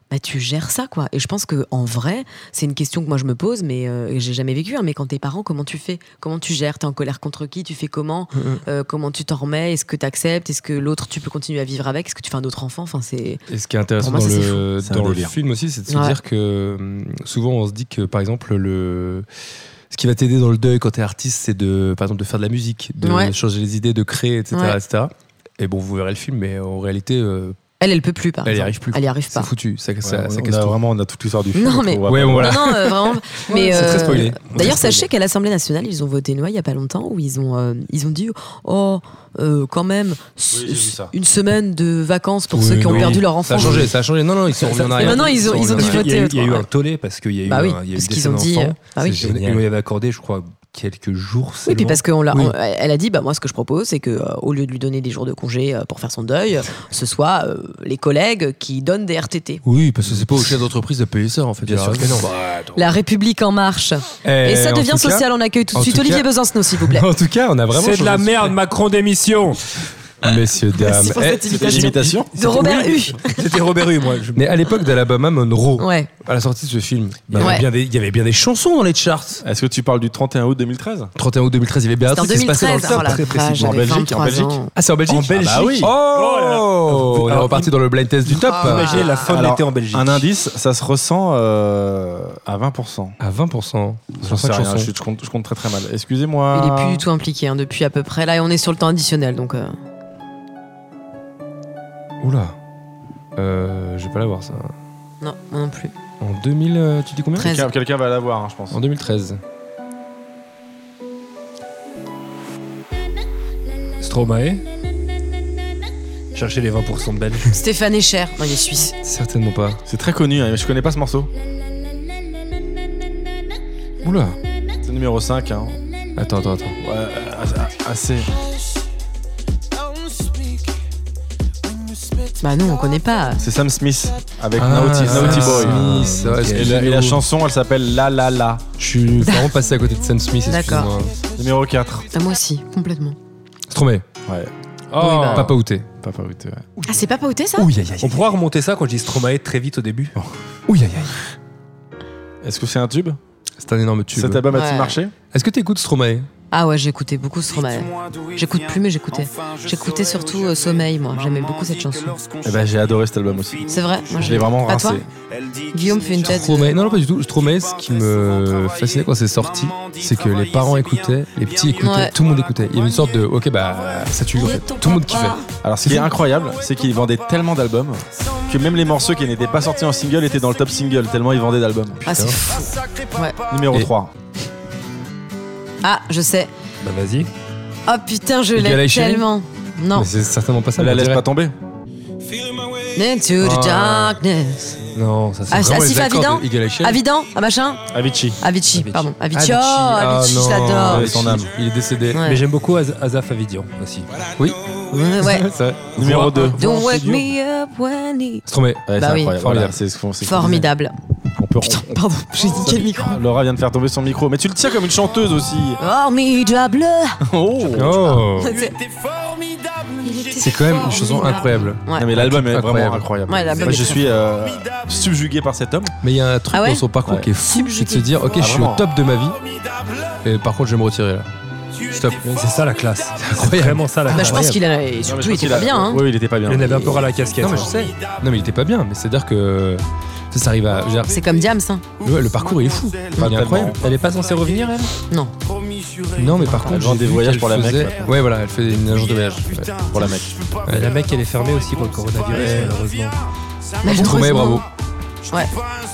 Speaker 5: Bah, tu gères ça quoi et je pense que en vrai c'est une question que moi je me pose mais euh, et j'ai jamais vécu hein, mais quand t'es parent comment tu fais comment tu gères t'es en colère contre qui tu fais comment
Speaker 3: Mmh,
Speaker 5: euh, comment tu t'en remets Est-ce que tu acceptes Est-ce que l'autre, tu peux continuer à vivre avec Est-ce que tu fais un autre enfant Enfin, c'est.
Speaker 3: Et ce qui est intéressant
Speaker 5: Pour moi,
Speaker 3: dans,
Speaker 5: ça, c'est
Speaker 3: le,
Speaker 4: C'est un
Speaker 3: dans le
Speaker 4: délire.
Speaker 3: film aussi, c'est de se
Speaker 5: Ouais.
Speaker 3: dire que hum, souvent on se dit que par exemple le ce qui va t'aider dans le deuil quand t'es artiste, c'est de par exemple de faire de la musique, de
Speaker 5: Ouais.
Speaker 3: changer les idées, de créer, etc.,
Speaker 5: Ouais.
Speaker 3: etc. Et bon, vous verrez le film, mais en réalité, euh,
Speaker 5: Elle, elle peut plus, par
Speaker 3: elle n'y
Speaker 5: exemple.
Speaker 3: arrive plus.
Speaker 5: Elle y arrive
Speaker 3: C'est
Speaker 5: pas.
Speaker 3: foutu. Ça, ça,
Speaker 4: Ouais,
Speaker 3: ça
Speaker 4: on
Speaker 3: casse
Speaker 4: a
Speaker 3: tout.
Speaker 4: vraiment on a toute l'histoire du film.
Speaker 5: Non,
Speaker 4: donc
Speaker 5: mais-
Speaker 4: on va
Speaker 3: Ouais,
Speaker 4: pas-
Speaker 3: bon, voilà.
Speaker 5: Non, non, euh, vraiment. Mais
Speaker 3: c'est très
Speaker 5: euh,
Speaker 3: spoilé.
Speaker 5: D'ailleurs,
Speaker 3: Très spoilé.
Speaker 5: sachez qu'à l'Assemblée nationale, ils ont voté une loi il y a pas longtemps où ils ont, euh, ils ont dit Oh, euh, quand même, s-
Speaker 4: j'ai vu ça.
Speaker 5: une semaine de vacances pour
Speaker 3: Oui,
Speaker 5: ceux qui ont
Speaker 3: oui.
Speaker 5: perdu leur
Speaker 3: Ça
Speaker 5: enfant.
Speaker 3: a changé, ça a changé. Non, non, ils sont
Speaker 2: Ça-
Speaker 3: revenus en
Speaker 2: ça-
Speaker 3: arrière.
Speaker 5: maintenant, ils ont-
Speaker 3: sont
Speaker 5: ils ont
Speaker 3: revenus
Speaker 5: dû
Speaker 3: en arrière.
Speaker 2: Il y a eu-
Speaker 5: voter,
Speaker 2: il y a eu
Speaker 5: ouais.
Speaker 2: un tollé parce qu'il y a eu
Speaker 5: Bah oui,
Speaker 2: un- il y a eu
Speaker 5: parce
Speaker 2: le
Speaker 5: qu'ils ont
Speaker 2: décès
Speaker 5: dit,
Speaker 2: d'un
Speaker 5: euh,
Speaker 2: enfant.
Speaker 5: bah oui.
Speaker 2: C'est génial. Et on lui avait accordé, je crois, quelques
Speaker 5: Oui,
Speaker 2: jours.
Speaker 5: puis
Speaker 2: seulement.
Speaker 5: parce qu'on l'a,
Speaker 2: Oui.
Speaker 5: on- elle a dit, bah moi ce que je propose, c'est que euh, au lieu de lui donner des jours de congé euh, pour faire son deuil, euh, ce soit euh, les collègues qui donnent des RTT.
Speaker 3: Oui, parce que c'est pas au chef d'entreprise de payer ça, en fait.
Speaker 2: Bien sûr que non.
Speaker 5: La République en marche.
Speaker 3: Eh,
Speaker 5: Et, ça devient social. on accueille tout de
Speaker 3: en
Speaker 5: suite
Speaker 3: tout
Speaker 5: Olivier
Speaker 3: cas-
Speaker 5: Besancenot, s'il vous plaît.
Speaker 3: En tout cas, on a vraiment.
Speaker 2: C'est de la
Speaker 3: changé sujet.
Speaker 2: merde, Macron démission.
Speaker 3: Messieurs, dames.
Speaker 5: Merci pour
Speaker 3: Eh,
Speaker 5: cette
Speaker 4: C'était une
Speaker 5: imitation.
Speaker 4: imitation
Speaker 5: De Robert Hu.
Speaker 2: C'était Robert Hue, moi. je-
Speaker 3: Mais à l'époque d'Alabama Monroe,
Speaker 5: Ouais.
Speaker 3: à la sortie de ce film, il y,
Speaker 5: Ouais.
Speaker 3: avait bien des, il y avait bien des chansons dans les charts.
Speaker 4: Est-ce que tu parles du 31 août 2013
Speaker 3: 31 août 2013, il y avait bien un
Speaker 5: C'était en
Speaker 3: truc qui se passait dans le
Speaker 5: 2013.
Speaker 3: top,
Speaker 5: Oh la
Speaker 3: très
Speaker 5: vache,
Speaker 3: précisément.
Speaker 4: En
Speaker 5: j'avais
Speaker 4: Belgique, en
Speaker 5: 23
Speaker 4: Belgique.
Speaker 5: ans.
Speaker 3: Ah, c'est en Belgique
Speaker 4: En Belgique.
Speaker 3: Ah bah oui.
Speaker 4: Oh
Speaker 3: Oh, On est
Speaker 2: Alors,
Speaker 3: reparti dans le blind test du top.
Speaker 5: Ah.
Speaker 2: Vous imaginez la fin de
Speaker 4: Alors,
Speaker 2: l'été en Belgique.
Speaker 4: Un indice, ça se ressent euh, à 20%.
Speaker 3: À 20%.
Speaker 4: J'en sais
Speaker 3: Cinq
Speaker 4: rien,
Speaker 3: chansons.
Speaker 4: je, je compte, je compte très très mal. Excusez-moi.
Speaker 5: Il est plus du tout impliqué hein, depuis à peu près. Là, et on est sur le temps additionnel, donc. euh,
Speaker 3: Oula. Euh, je vais pas l'avoir ça.
Speaker 5: Non, moi non plus.
Speaker 3: En 2000, euh, tu dis combien
Speaker 5: 13.
Speaker 4: Quelqu'un quelqu'un va l'avoir, hein, je pense.
Speaker 3: En 2013.
Speaker 2: Stromae. Cherchez les 20% de Belges.
Speaker 5: Stéphane Echer. Non, il est suisse.
Speaker 3: Certainement pas.
Speaker 4: C'est très connu, hein, je connais pas ce morceau.
Speaker 3: Oula.
Speaker 4: C'est le numéro 5. Hein.
Speaker 3: Attends, attends, attends.
Speaker 4: Ouais, as- assez.
Speaker 5: Bah non, on connaît pas.
Speaker 4: C'est Sam Smith avec
Speaker 3: Ah,
Speaker 4: Naughty,
Speaker 3: Sam
Speaker 4: Naughty Boy.
Speaker 3: Smith, ouais,
Speaker 4: Ok. et, la, et la chanson, elle s'appelle La La La.
Speaker 3: Je suis vraiment passé à côté de Sam Smith,
Speaker 5: D'accord.
Speaker 3: excuse-moi.
Speaker 4: Numéro 4.
Speaker 5: Ah, moi aussi, complètement.
Speaker 3: Stromae. Oh.
Speaker 4: Ouais.
Speaker 5: Oui, bah.
Speaker 3: Papa Outé.
Speaker 4: Papa Wit, ouais.
Speaker 5: Ah, c'est pas Paouté ça
Speaker 3: Ouh, aïe, aïe.
Speaker 2: On pourra remonter ça quand je dis Stromae très vite au début.
Speaker 3: Ouh, aïe, aïe.
Speaker 4: Est-ce que c'est un tube
Speaker 3: C'est un énorme tube.
Speaker 4: Cet album a-t-il
Speaker 5: Ouais.
Speaker 4: marché
Speaker 3: Est-ce que t'écoutes Stromae
Speaker 5: Ah ouais, j'écoutais beaucoup Stromae. J'écoute plus, mais j'écoutais. J'écoutais surtout euh, Sommeil, moi. J'aimais beaucoup cette chanson.
Speaker 4: Eh ben, j'ai adoré cet album aussi.
Speaker 5: C'est vrai Moi,
Speaker 4: Je l'ai vraiment
Speaker 5: À toi
Speaker 4: rincé.
Speaker 5: Guillaume fait une tête.
Speaker 3: Stromae. Non, non, pas du tout. Stromae, ce qui me fascinait quand c'est sorti, c'est que les parents écoutaient, les petits écoutaient,
Speaker 5: Ouais.
Speaker 3: tout le monde écoutait. Il y a une sorte de. Ok, bah, ça tue, en fait. Tout le monde kiffait.
Speaker 4: Alors, ce qui est incroyable, c'est qu'il vendait tellement d'albums que même les morceaux qui n'étaient pas sortis en single étaient dans le top single, tellement il vendait d'albums.
Speaker 5: Ah, c'est fou.
Speaker 4: Numéro
Speaker 3: Et-
Speaker 4: 3.
Speaker 5: Ah, je sais.
Speaker 2: Bah vas-y.
Speaker 5: Oh putain, je
Speaker 3: Et Galaï
Speaker 5: l'aime
Speaker 3: Chéri
Speaker 5: tellement. Non.
Speaker 3: Mais c'est certainement pas ça.
Speaker 4: La
Speaker 3: on
Speaker 4: laisse
Speaker 3: dirait.
Speaker 4: pas tomber.
Speaker 5: Into the
Speaker 3: Ah.
Speaker 5: darkness.
Speaker 2: Non, ça c'est
Speaker 5: Ah,
Speaker 2: vraiment
Speaker 5: ah,
Speaker 2: les
Speaker 5: Sif
Speaker 2: accords de
Speaker 5: Avidan
Speaker 2: Eagle Eye Shell.
Speaker 5: Avidan Ah machin
Speaker 4: Avicii.
Speaker 5: Avicii, pardon. Avicii, oh,
Speaker 3: Ah,
Speaker 5: Avicii, je
Speaker 3: non.
Speaker 5: l'adore.
Speaker 4: Ouais, son âme.
Speaker 3: Il est décédé.
Speaker 5: Ouais.
Speaker 2: Mais j'aime beaucoup Az- Azaf Avidian aussi.
Speaker 3: Oui.
Speaker 5: Ouais, ouais.
Speaker 3: C'est vrai.
Speaker 4: Numéro 2.
Speaker 5: Don't wake me up when he-
Speaker 3: Stromae.
Speaker 4: Ouais,
Speaker 5: Bah
Speaker 4: c'est
Speaker 5: oui.
Speaker 4: incroyable. Voilà, c'est ce qu'on c'est ce qu'on disait.
Speaker 5: Formidable.
Speaker 4: On peut-
Speaker 5: Putain, pardon, j'ai niqué le micro.
Speaker 4: Ah, Laura vient de faire tomber son micro, mais tu le tiens comme une chanteuse aussi.
Speaker 5: Formidable.
Speaker 4: Oh.
Speaker 3: Oh.
Speaker 5: C'est-
Speaker 3: C'est quand même une chanson incroyable.
Speaker 5: Ouais.
Speaker 4: Non, mais l'album est
Speaker 3: Incroyable.
Speaker 4: vraiment incroyable.
Speaker 5: Ouais, l'album
Speaker 4: Moi,
Speaker 5: est
Speaker 4: je
Speaker 5: très
Speaker 4: suis euh, subjugué par cet homme.
Speaker 3: Mais il y a un truc
Speaker 5: Ah ouais
Speaker 3: dans son parcours
Speaker 4: Ouais.
Speaker 3: qui est fou, c'est de se dire ok,
Speaker 4: Ah,
Speaker 3: je suis
Speaker 4: vraiment.
Speaker 3: au top de ma vie, et par contre, je vais me retirer là. Stop.
Speaker 2: C'est ça la classe. C'est vraiment ça la
Speaker 5: Bah,
Speaker 2: classe.
Speaker 5: je pense qu'il a. et surtout, il était pas bien. hein.
Speaker 4: Oui, il était pas bien.
Speaker 2: Il en avait un peu ras la casquette. hein.
Speaker 3: Non, mais je sais. Non, mais il était pas bien, mais c'est-à-dire que. Ça, ça arrive à. je veux dire,
Speaker 5: C'est comme Diams, hein.
Speaker 3: ouais, le parcours, il est fou. il est
Speaker 4: tellement.
Speaker 3: incroyable.
Speaker 2: Elle est pas censée revenir, elle
Speaker 5: Non.
Speaker 3: Non, mais par contre,
Speaker 4: vend
Speaker 3: j'ai
Speaker 4: des
Speaker 3: vu
Speaker 4: voyages
Speaker 3: qu'elle
Speaker 4: pour la Mecque,
Speaker 3: faisait-
Speaker 4: maintenant.
Speaker 3: Ouais, voilà, elle fait une agence de voyage. Ouais.
Speaker 4: pour la mec.
Speaker 2: Ouais, La mec, elle est fermée aussi pour le coronavirus, malheureusement.
Speaker 5: Bah,
Speaker 3: Stromae, bravo.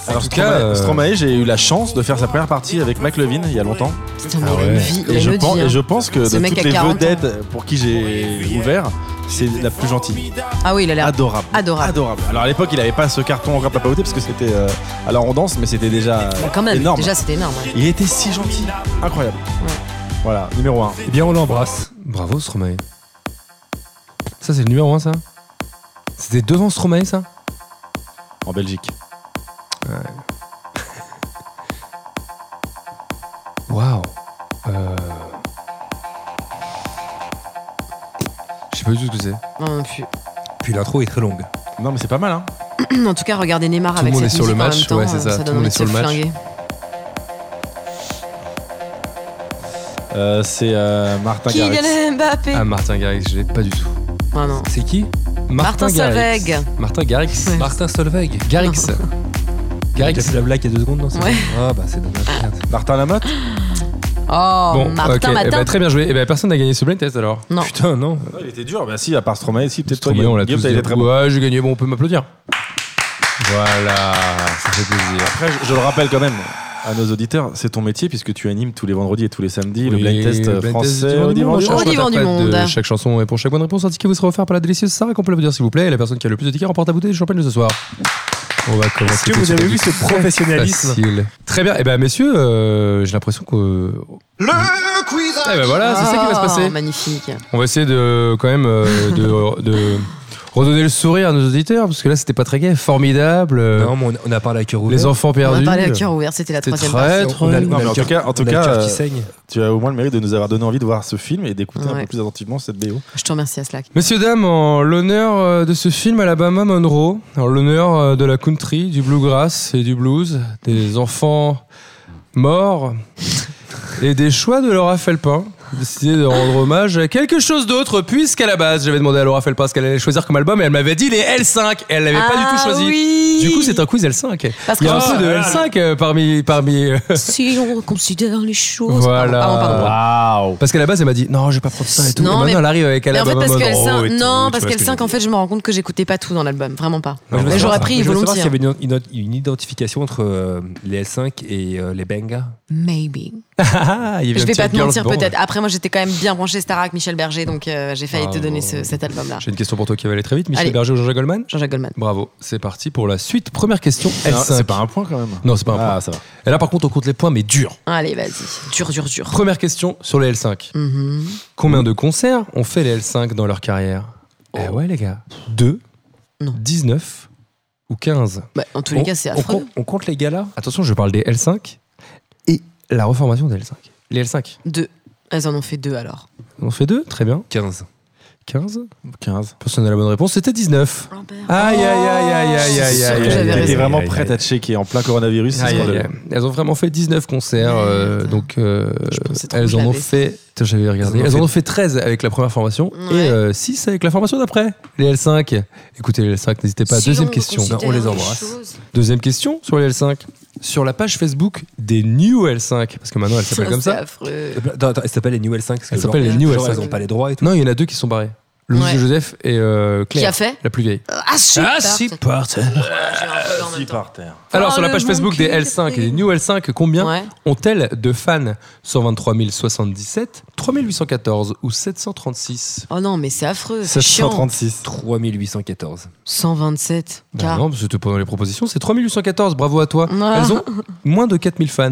Speaker 4: Alors,
Speaker 3: tout cas,
Speaker 4: Stromae,
Speaker 3: euh,
Speaker 4: Stromae, j'ai eu la chance de faire sa première partie avec Mac Levin il y a longtemps. Ah
Speaker 5: Putain, mais il a une vie, il
Speaker 4: Et
Speaker 5: a
Speaker 4: je,
Speaker 5: une
Speaker 4: pense,
Speaker 5: vie.
Speaker 4: et je
Speaker 5: hein.
Speaker 4: pense que
Speaker 5: Ce
Speaker 4: de
Speaker 5: mec hein.
Speaker 4: toutes
Speaker 5: a
Speaker 4: les
Speaker 5: 40 ans.
Speaker 4: vedettes pour qui j'ai ouvert, c'est la plus gentille.
Speaker 5: Ah oui, il a l'air.
Speaker 4: Adorable.
Speaker 5: Adorable.
Speaker 4: Alors à l'époque, il avait pas ce carton encore papaoté parce que c'était euh, alors on danse, mais c'était déjà
Speaker 5: Bah, Quand même,
Speaker 4: énorme.
Speaker 5: déjà, c'était énorme. ouais.
Speaker 4: Il était si gentil, incroyable. Voilà, numéro 1.
Speaker 2: Eh bien, on l'embrasse.
Speaker 3: Bravo, Stromae. Ça, c'est le numéro 1, ça C'était devant Stromae, ça
Speaker 4: En Belgique.
Speaker 3: Waouh. Euh. Je sais pas du tout ce que c'est.
Speaker 5: Non, non plus.
Speaker 2: Puis l'intro est très longue.
Speaker 4: Non, mais c'est pas mal, hein.
Speaker 5: En tout cas, regardez Neymar
Speaker 3: Tout le
Speaker 5: avec
Speaker 3: monde
Speaker 5: cette
Speaker 3: est sur le
Speaker 5: musique en
Speaker 3: match,
Speaker 5: même temps,
Speaker 3: ouais, c'est ça,
Speaker 5: euh,
Speaker 3: tout le
Speaker 5: donne
Speaker 3: monde
Speaker 5: envie
Speaker 3: est
Speaker 5: de
Speaker 3: sur
Speaker 5: se
Speaker 3: le match.
Speaker 5: flinguer.
Speaker 4: Euh, c'est euh, Martin Garrix.
Speaker 5: Kylian Mbappé.
Speaker 3: Ah, Martin Garrix, je l'ai pas du tout.
Speaker 5: Ah non.
Speaker 2: C'est qui
Speaker 5: Martin
Speaker 3: Garrix.
Speaker 5: Solveig.
Speaker 3: Martin Garrix.
Speaker 5: Ouais.
Speaker 2: Martin Solveig.
Speaker 3: Garrix.
Speaker 2: T'as
Speaker 3: Garrix.
Speaker 2: fait la blague il y a deux secondes, non c'est
Speaker 5: Ouais.
Speaker 2: ça Ah, bah c'est dommage. Merde.
Speaker 4: Martin Lamotte
Speaker 5: Oh,
Speaker 3: Bon,
Speaker 5: Martin
Speaker 3: ok, eh
Speaker 5: Matin.
Speaker 3: ben, très bien joué. Et ben, personne n'a gagné ce blind test alors.
Speaker 5: Non.
Speaker 2: Putain, non.
Speaker 4: Non, Il était dur, bah si, à part Stromae, si, peut-être toi.
Speaker 3: Stromae, on l'a
Speaker 4: Guillaume,
Speaker 3: tous
Speaker 4: t'as été
Speaker 3: dit.
Speaker 4: très bon.
Speaker 3: Ouais, j'ai gagné, bon, on peut m'applaudir. Voilà, ça fait plaisir.
Speaker 4: Après, je, je le rappelle quand même à nos auditeurs, c'est ton métier puisque tu animes tous les vendredis et tous les samedis le
Speaker 3: Oui,
Speaker 4: blind test
Speaker 3: le
Speaker 4: euh,
Speaker 3: blind
Speaker 4: français
Speaker 3: test
Speaker 4: au
Speaker 3: du Divan
Speaker 4: dimanche.
Speaker 3: du Monde.
Speaker 5: Au Divan du
Speaker 3: Interprète de
Speaker 5: Monde.
Speaker 3: Chaque chanson et pour chaque bonne réponse, un ticket vous sera offert par la délicieuse Sarah qu'on peut applaudir s'il vous plaît. Et la personne qui a le plus de tickets remporte à bouteille de champagne de ce soir. On va commencer.
Speaker 2: Est-ce que vous avez vu ce professionnalisme
Speaker 3: Facile. Très bien. Et eh ben messieurs, euh, j'ai l'impression que.
Speaker 6: Le quiz
Speaker 3: Eh ben voilà, c'est ça qui va se passer.
Speaker 5: Oh, Magnifique.
Speaker 3: On va essayer de quand même euh, de, de redonner le sourire à nos auditeurs parce que là c'était pas très gai, formidable. euh,
Speaker 2: Non, mais on- on a parlé à cœur ouvert.
Speaker 3: les enfants
Speaker 5: On
Speaker 3: perdus.
Speaker 5: a parlé à cœur ouvert, c'était la
Speaker 3: C'était
Speaker 5: troisième
Speaker 3: très-
Speaker 5: partie.
Speaker 3: Être-
Speaker 2: On a- on a
Speaker 4: Non, mais
Speaker 2: le
Speaker 4: en
Speaker 2: cœur-
Speaker 4: tout cas, en tout
Speaker 2: on a le
Speaker 4: cas,
Speaker 2: cœur
Speaker 4: euh,
Speaker 2: qui saigne.
Speaker 4: Tu as au moins le mérite de nous avoir donné envie de voir ce film et d'écouter un
Speaker 5: Ouais.
Speaker 4: peu plus attentivement cette BO.
Speaker 5: Je te remercie, Aslak.
Speaker 3: Messieurs, dames, en l'honneur euh, de ce film Alabama Monroe, en l'honneur euh, de la country, du bluegrass et du blues, des enfants morts et des choix de Laura Felpin, j'ai décidé de rendre hommage à quelque chose d'autre, puisqu'à la base, j'avais demandé à Laura Felpin ce qu'elle allait choisir comme album et elle m'avait dit les L5 et elle l'avait pas du tout choisi.
Speaker 5: Ah Oui.
Speaker 3: Du coup, c'est un quiz L5.
Speaker 5: Parce
Speaker 3: Il y a un
Speaker 5: que-
Speaker 3: peu de L5 euh, parmi. parmi euh,
Speaker 5: Si on considère les choses.
Speaker 3: Voilà.
Speaker 5: Pardon, Ah, pardon, pardon.
Speaker 4: Waouh
Speaker 3: Parce qu'à la base, elle m'a dit non, je vais pas prendre ça et tout.
Speaker 5: Non,
Speaker 3: et maintenant,
Speaker 5: mais-
Speaker 3: elle arrive avec
Speaker 5: Mais en
Speaker 3: Alabama
Speaker 5: fait, parce que
Speaker 3: Monroe
Speaker 5: L5,
Speaker 3: et tout,
Speaker 5: non,
Speaker 3: tu
Speaker 5: parce
Speaker 3: vois ce que
Speaker 5: qu'elle
Speaker 3: je
Speaker 5: 5,
Speaker 3: veux
Speaker 5: en fait, je me rends compte que j'écoutais pas tout dans l'album, vraiment pas.
Speaker 2: Moi, je veux
Speaker 5: Mais
Speaker 2: savoir-
Speaker 5: j'aurais pris
Speaker 2: je veux savoir
Speaker 5: volontiers. hein.
Speaker 2: s'il y avait une, une- une identification entre euh, les S5 et euh, les Benga.
Speaker 5: hein. Maybe.
Speaker 3: Je
Speaker 5: Je vais pas te mentir, peut-être. Après, moi, j'étais quand même bien branché Star avec Michel Berger, donc euh, j'ai failli
Speaker 3: Ah,
Speaker 5: te donner
Speaker 3: bon.
Speaker 5: ce- cet album-là.
Speaker 3: Ah. J'ai une question pour toi qui va aller très vite. Michel
Speaker 5: Allez.
Speaker 3: Berger ou Jean-Jacques Goldman
Speaker 5: Jean-Jacques Goldman.
Speaker 3: Bravo, c'est parti pour la suite. Première question, L5.
Speaker 4: C'est pas un point quand même.
Speaker 3: Non, c'est pas un point.
Speaker 4: Ah, ça va.
Speaker 3: Et là, par contre, on compte les points, mais dur.
Speaker 5: Allez, vas-y. Dur, dur, dur.
Speaker 3: Première question sur les L5.
Speaker 5: Mhm.
Speaker 4: Mm.
Speaker 3: Combien de concerts ont fait les L5 dans leur carrière Eh
Speaker 4: Oh.
Speaker 3: ouais, les gars. 2,
Speaker 5: Non.
Speaker 3: 19 ou 15
Speaker 5: Bah, en tous les
Speaker 3: On-
Speaker 5: cas, c'est
Speaker 3: on
Speaker 5: affreux.
Speaker 3: compte- On compte les gars là Attention, je parle des L5 et la reformation des L5. Les L5,
Speaker 5: Deux. Elles en ont fait deux alors.
Speaker 3: on fait deux Très bien.
Speaker 2: 15.
Speaker 3: 15
Speaker 4: 15.
Speaker 3: Personne n'a la bonne réponse, c'était 19.
Speaker 5: Robert.
Speaker 3: Aïe, aïe, aïe, aïe, aïe, aïe, aïe.
Speaker 5: J'avais
Speaker 4: Elle était
Speaker 5: raison.
Speaker 4: vraiment prête à checker en plein coronavirus. c'est
Speaker 3: Aïe, aïe,
Speaker 4: scandaleux.
Speaker 3: aïe. Elles ont vraiment fait 19 concerts, euh,
Speaker 5: Merde.
Speaker 3: donc euh,
Speaker 5: Je pensais trop que
Speaker 3: elles
Speaker 5: je
Speaker 3: en ont
Speaker 5: l'avais.
Speaker 3: fait. Putain, J'avais regardé.
Speaker 2: Elles en ont
Speaker 3: Elles en
Speaker 2: fait-
Speaker 3: ont fait 13 avec la première formation
Speaker 5: Ouais.
Speaker 3: et 6 avec la formation d'après. Les L5. Écoutez les L5, n'hésitez pas.
Speaker 5: Si
Speaker 3: Deuxième
Speaker 5: l'on
Speaker 3: question.
Speaker 5: considère
Speaker 3: on les
Speaker 5: les
Speaker 3: embrasse.
Speaker 5: choses.
Speaker 3: Deuxième question sur les L5. Sur la page Facebook des New L5, parce que maintenant elles s'appellent comme
Speaker 5: Oh, C'est
Speaker 3: ça. Euh,
Speaker 5: affreux.
Speaker 2: Attends, attends, elles s'appellent les New L5. parce que
Speaker 3: Elles
Speaker 2: genre-
Speaker 3: s'appellent les New
Speaker 2: genre,
Speaker 3: L5.
Speaker 2: Elles n'ont pas les droits et tout.
Speaker 3: Non, il y en a deux qui sont barrés. Louise
Speaker 5: Ouais.
Speaker 3: de Joseph et euh,
Speaker 5: Qui a
Speaker 3: Claire,
Speaker 5: fait
Speaker 3: la plus vieille.
Speaker 5: Ah, si,
Speaker 3: Ah,
Speaker 5: tarte.
Speaker 3: si,
Speaker 5: Ouais, j'ai un peu en même temps.
Speaker 3: Alors, sur la
Speaker 5: Oh, le
Speaker 3: page Facebook des
Speaker 5: monkey
Speaker 3: L5 et
Speaker 5: qui
Speaker 3: des New L5, combien
Speaker 5: Ouais.
Speaker 3: ont-elles de fans 123 077, 3814 ou 736
Speaker 5: Oh non, mais c'est affreux. C'est chiant.
Speaker 4: 736.
Speaker 2: 3814.
Speaker 5: 127.
Speaker 3: Bah
Speaker 5: Car.
Speaker 3: Non, c'était pas dans les propositions, c'est 3814, bravo à toi.
Speaker 5: Ah.
Speaker 3: Elles ont moins de 4000 fans.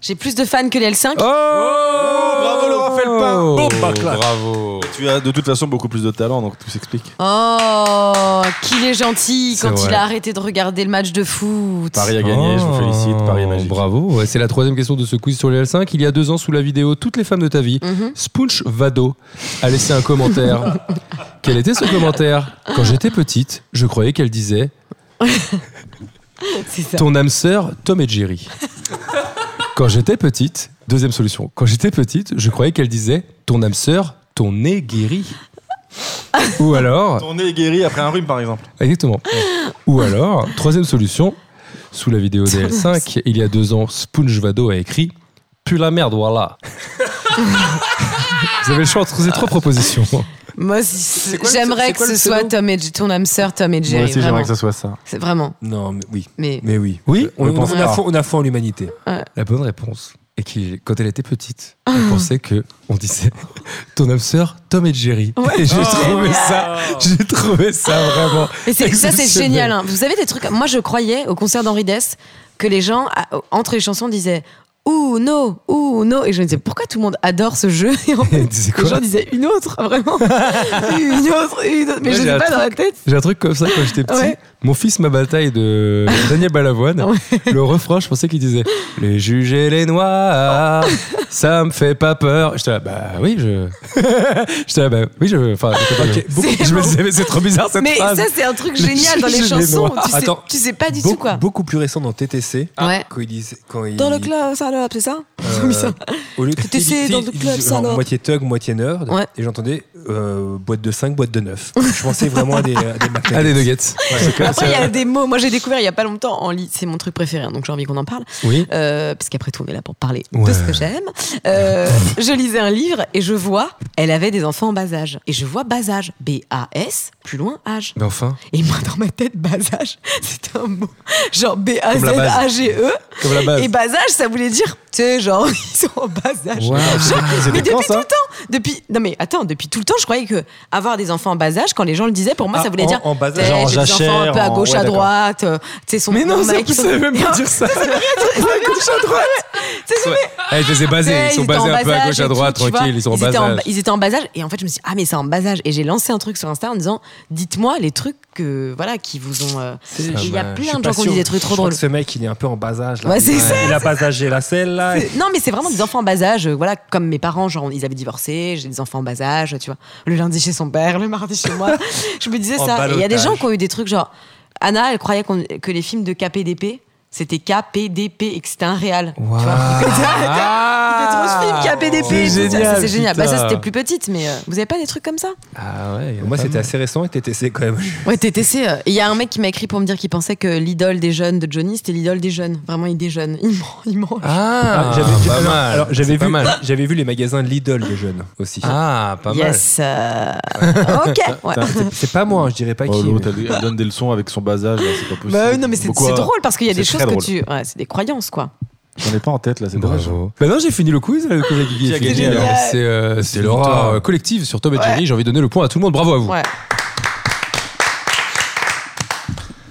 Speaker 5: J'ai plus de fans que les L5.
Speaker 3: Oh,
Speaker 4: bravo, Laurent Felpin.
Speaker 3: Oh,
Speaker 4: Bon, bah, claque.
Speaker 3: Bravo
Speaker 4: Tu as de toute façon beaucoup plus de talent, donc tout s'explique.
Speaker 5: Oh, qu'il est gentil
Speaker 3: C'est
Speaker 5: quand
Speaker 3: vrai.
Speaker 5: il a arrêté de regarder le match de foot.
Speaker 4: Paris a gagné, je vous félicite. Paris est
Speaker 3: Oh,
Speaker 4: magique.
Speaker 3: Bravo, Ouais, c'est la troisième question de ce quiz sur les L5. Il y a deux ans, sous la vidéo Toutes les femmes de ta vie,
Speaker 5: Mhm.
Speaker 3: Spunch Vado a laissé un commentaire. Quel était ce commentaire Quand j'étais petite, je croyais qu'elle disait
Speaker 5: C'est ça.
Speaker 3: Ton âme sœur, Tom et Jerry. Quand j'étais petite, deuxième solution. Quand j'étais petite, je croyais qu'elle disait Ton âme sœur, ton nez guéri. Ou alors,
Speaker 4: Ton nez est guéri après un rhume, par exemple.
Speaker 3: Exactement. Ou alors, troisième solution, sous la vidéo des L5, il y a deux ans, Sponge Vado a écrit Pue la merde, voilà. Vous avez le choix entre ces trois propositions.
Speaker 5: Moi,
Speaker 3: quoi le- c'est
Speaker 5: j'aimemerais que
Speaker 3: quoi le
Speaker 5: ce soit
Speaker 3: pseudo
Speaker 5: Tom et ton âme sœur Tom et
Speaker 4: Moi
Speaker 5: Jerry.
Speaker 4: aussi,
Speaker 5: vraiment.
Speaker 4: j'aimerais que ça soit ça.
Speaker 5: C'est vraiment.
Speaker 2: Non, mais oui.
Speaker 5: Mais
Speaker 2: Mais oui.
Speaker 3: Oui,
Speaker 2: On,
Speaker 4: Je pense
Speaker 2: on a
Speaker 4: pas.
Speaker 2: foi, on a foi en l'humanité.
Speaker 3: la bonne réponse est que quand elle était petite, elle pensait que on disait ton âme sœur Tom et Jerry. Et j'ai trouvé ça, j'ai trouvé ça vraiment.
Speaker 5: Mais c'est- ça, c'est
Speaker 3: exceptionnel.
Speaker 5: génial. hein. Vous avez des trucs. Moi, je croyais au concert d'Henri Dess que les gens, à- entre les chansons, disaient Uno, Uno. Et je me disais, pourquoi tout le monde adore ce jeu Et en fait,
Speaker 3: Elle disait
Speaker 5: les gens
Speaker 3: quoi
Speaker 5: disaient une autre, vraiment. une autre, une autre. Mais
Speaker 3: Moi,
Speaker 5: je
Speaker 3: j'ai
Speaker 5: sais
Speaker 3: un
Speaker 5: pas dans la tête.
Speaker 3: J'ai un truc comme ça quand j'étais petit.
Speaker 5: Ouais.
Speaker 3: Mon fils, ma bataille de Daniel Balavoine, le refrain, je pensais qu'il disait Les juges et les noirs, ça me fait pas peur. J'étais là, bah oui, je. J'étais là, bah oui, je. Enfin, j'étais pas- beaucoup-
Speaker 5: C'est
Speaker 3: je me
Speaker 5: bon.
Speaker 3: disais, mais c'est trop bizarre cette
Speaker 5: Mais
Speaker 3: phrase.
Speaker 5: ça, c'est un truc
Speaker 3: Les
Speaker 5: génial dans les
Speaker 3: juges et les
Speaker 5: chansons.
Speaker 3: noirs.
Speaker 5: Tu sais,
Speaker 2: Attends.
Speaker 5: tu sais pas du tout Ah,
Speaker 2: Beaucoup,
Speaker 5: quoi.
Speaker 2: beaucoup plus récent dans TTC.
Speaker 5: Ouais.
Speaker 2: Quand ils disent. Quand ils,
Speaker 5: Dans le club, ça, là, c'est ça
Speaker 2: euh, au lieu de-
Speaker 5: TTC,
Speaker 2: ils disent-
Speaker 5: dans le
Speaker 2: ils disent
Speaker 5: club,
Speaker 2: genre
Speaker 5: salope.
Speaker 2: Moitié thug, moitié nerd.
Speaker 5: Ouais.
Speaker 2: Et j'entendais euh, boîte de 5, boîte de 9. Je pensais vraiment à des, à des McNuggets.
Speaker 3: Ah, des nuggets.
Speaker 5: Après, il y a des mots. Moi, j'ai découvert il y a pas longtemps en lit. C'est mon truc préféré, hein, donc j'ai envie qu'on en parle.
Speaker 3: Oui.
Speaker 5: Euh, parce qu'après tout, on est là pour parler
Speaker 3: Ouais.
Speaker 5: de ce que j'aime. Euh, je lisais un livre et je vois, elle avait des enfants en bas âge. Et je vois bas âge, B-A-S, plus loin âge.
Speaker 3: Mais enfin,
Speaker 5: Et moi, dans ma tête, bas âge, c'était un mot genre
Speaker 3: Comme la base.
Speaker 5: B-A-Z-A-G-E.
Speaker 3: comme la base.
Speaker 5: E. Et bas âge, ça voulait dire, tu sais, genre, ils sont en bas âge.
Speaker 3: Wow.
Speaker 5: Genre,
Speaker 4: C'était
Speaker 5: mais depuis
Speaker 4: quand,
Speaker 5: tout
Speaker 4: ça
Speaker 5: le temps, depuis, non mais attends, depuis tout le temps, je croyais que avoir des enfants en bas âge, quand les gens le disaient, pour moi,
Speaker 2: Ah,
Speaker 5: ça voulait
Speaker 2: en-
Speaker 5: dire,
Speaker 2: en bas âge.
Speaker 5: t'sais,
Speaker 4: Genre
Speaker 5: j'ai des
Speaker 4: jachère,
Speaker 5: enfants un peu à
Speaker 4: en-
Speaker 5: gauche,
Speaker 4: ouais,
Speaker 5: à
Speaker 4: d'accord.
Speaker 5: droite, euh, tu sais, son
Speaker 3: Mais non,
Speaker 5: mon
Speaker 3: ça
Speaker 5: mec,
Speaker 3: vous
Speaker 5: son-
Speaker 3: savez même pas
Speaker 5: Non,
Speaker 3: dire ça.
Speaker 5: ça veut rien dire, ça veut rien dire. Tu sais, mais-
Speaker 3: Ah, je les ai basés,
Speaker 5: Ouais,
Speaker 3: ils sont
Speaker 5: Eh, étaient en
Speaker 3: basés un
Speaker 5: bas
Speaker 3: peu à
Speaker 5: âge
Speaker 3: gauche,
Speaker 5: et
Speaker 3: à
Speaker 5: tout,
Speaker 3: droite,
Speaker 5: tu vois.
Speaker 3: tranquille, ils sont en
Speaker 5: étaient
Speaker 3: bas âge.
Speaker 5: Ils étaient en bas âge. Et en fait, je me suis dit, ah, mais c'est en bas âge. Et j'ai lancé un truc sur Insta en disant, dites-moi les trucs que, voilà, qui vous ont. euh, et Il y a
Speaker 2: Ouais, je suis
Speaker 5: plein de
Speaker 2: pas
Speaker 5: gens qui ont
Speaker 2: sûr.
Speaker 5: dit des trucs
Speaker 2: Je
Speaker 5: trop
Speaker 2: crois
Speaker 5: drôles.
Speaker 2: que Ce mec, il est un peu en bas âge. Là.
Speaker 5: Ouais, c'est
Speaker 2: il,
Speaker 5: ça,
Speaker 2: il a pas âgé la selle,
Speaker 3: Ah
Speaker 2: là.
Speaker 5: C'est- Non, mais c'est vraiment des enfants en bas âge. euh, Voilà, comme mes parents, genre, ils avaient divorcé, j'ai des enfants en bas âge, tu vois. Le lundi chez son père, le mardi chez moi. je me disais
Speaker 2: En
Speaker 5: ça. Et Il y a des
Speaker 2: balotage.
Speaker 5: gens qui ont eu des trucs genre. Anna, elle croyait qu'on- que les films de KPDP, c'était KPDP et que c'était un réal. Tu vois
Speaker 3: Ah,
Speaker 5: Il fait trop ce film KPDP.
Speaker 3: C'est
Speaker 5: et tout ça,
Speaker 3: génial,
Speaker 5: ça, C'est génial. Bah, ça,
Speaker 3: putain.
Speaker 5: c'était plus petite, mais euh, vous avez pas des trucs comme ça
Speaker 3: Ah ouais, il y en a
Speaker 2: Moi,
Speaker 3: pas
Speaker 2: c'était
Speaker 3: mal.
Speaker 2: assez récent et TTC quand même.
Speaker 5: Ouais, TTC. euh, Il y a un mec qui m'a écrit pour me dire qu'il pensait que l'idole des jeunes de Johnny, c'était l'idole des jeunes. Vraiment, il des jeunes. Il ment, il ment.
Speaker 3: Ah,
Speaker 2: Ah, j'avais vu,
Speaker 3: pas
Speaker 2: alors,
Speaker 3: mal.
Speaker 2: alors, j'avais
Speaker 3: C'est pas
Speaker 2: vu-
Speaker 3: mal.
Speaker 2: j'avais vu les magasins Lidl des jeunes aussi.
Speaker 3: Ah, pas mal.
Speaker 5: yes. euh, ok. Ouais.
Speaker 2: C'est- C'est pas moi, hein, je dirais pas
Speaker 4: Oh,
Speaker 2: qui.
Speaker 4: l'autre, elle, elle donne des leçons avec son bas âge, là, c'est pas possible.
Speaker 5: Bah, non, mais c'est
Speaker 4: Pourquoi
Speaker 5: c'est drôle parce qu'il y a
Speaker 4: C'est
Speaker 5: des choses
Speaker 4: très
Speaker 5: que
Speaker 4: drôle.
Speaker 5: tu. Ouais, c'est des croyances, quoi.
Speaker 4: J'en ai pas en tête là, c'est dommage.
Speaker 3: Bravo. Bah non, j'ai fini le quiz. Le quiz à Guigui,
Speaker 4: Qui a gagné,
Speaker 3: effectivement.
Speaker 4: alors
Speaker 3: C'est euh, c'est
Speaker 2: une
Speaker 3: l'horreur
Speaker 2: victoire.
Speaker 3: euh, collective sur Tom et Jerry. J'ai envie de donner le point à tout le monde. Bravo à vous.
Speaker 5: Ouais.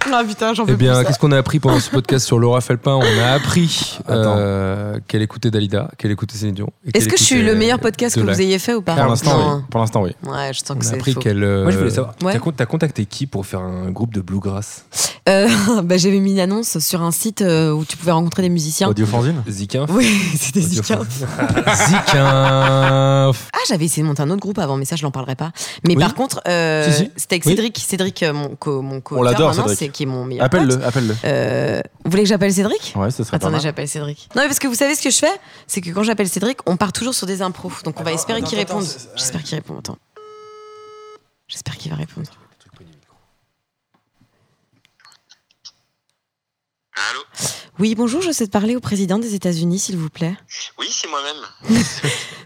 Speaker 5: Ah putain, j'en
Speaker 3: Eh
Speaker 5: peux
Speaker 3: bien,
Speaker 5: plus.
Speaker 3: qu'est-ce qu'on a appris pendant ce podcast sur Laura Felpin On a appris euh, qu'elle écoutait Dalida, qu'elle écoutait Céline Dion. et qu'elle
Speaker 5: Est-ce que je suis
Speaker 3: écoutait
Speaker 5: le meilleur podcast que
Speaker 3: Delac.
Speaker 5: vous ayez fait ou pas
Speaker 4: Pour l'instant, oui.
Speaker 5: Non.
Speaker 4: Pour l'instant, oui.
Speaker 5: Ouais, je sens que
Speaker 3: On a
Speaker 5: c'est
Speaker 3: appris
Speaker 5: faux.
Speaker 3: qu'elle. euh,
Speaker 2: Moi, je voulais savoir,
Speaker 5: ouais.
Speaker 2: t'as con- t'as contacté qui pour faire un groupe de bluegrass
Speaker 5: Euh, bah, J'avais mis une annonce sur un site euh, où tu pouvais rencontrer des musiciens.
Speaker 4: Audiofanzine
Speaker 2: Zikin
Speaker 5: Oui, c'était Zika.
Speaker 3: Zikin.
Speaker 5: Ah, j'avais essayé de monter un autre groupe avant, mais ça, je n'en parlerai pas. Mais
Speaker 3: Oui.
Speaker 5: par contre, euh,
Speaker 3: Si, si.
Speaker 5: c'était avec
Speaker 3: Oui.
Speaker 5: Cédric. Cédric, euh, mon co mon co
Speaker 4: l'adore, Cédric.
Speaker 5: c'est qui est mon meilleur pote.
Speaker 4: Appelle-le, appelle-le.
Speaker 5: Euh, vous voulez que j'appelle Cédric
Speaker 4: Ouais, ça serait pas
Speaker 5: Attendez,
Speaker 4: mal.
Speaker 5: j'appelle Cédric. Non, mais parce que vous savez ce que je fais C'est que quand j'appelle Cédric, on part toujours sur des impros. Donc on va espérer qu'il réponde. J'espère qu'il répond. Attends. J'espère qu'il va répondre.
Speaker 8: Allô
Speaker 5: Oui, bonjour, je souhaite parler au président des États-Unis, s'il vous plaît.
Speaker 8: Oui, c'est moi-même.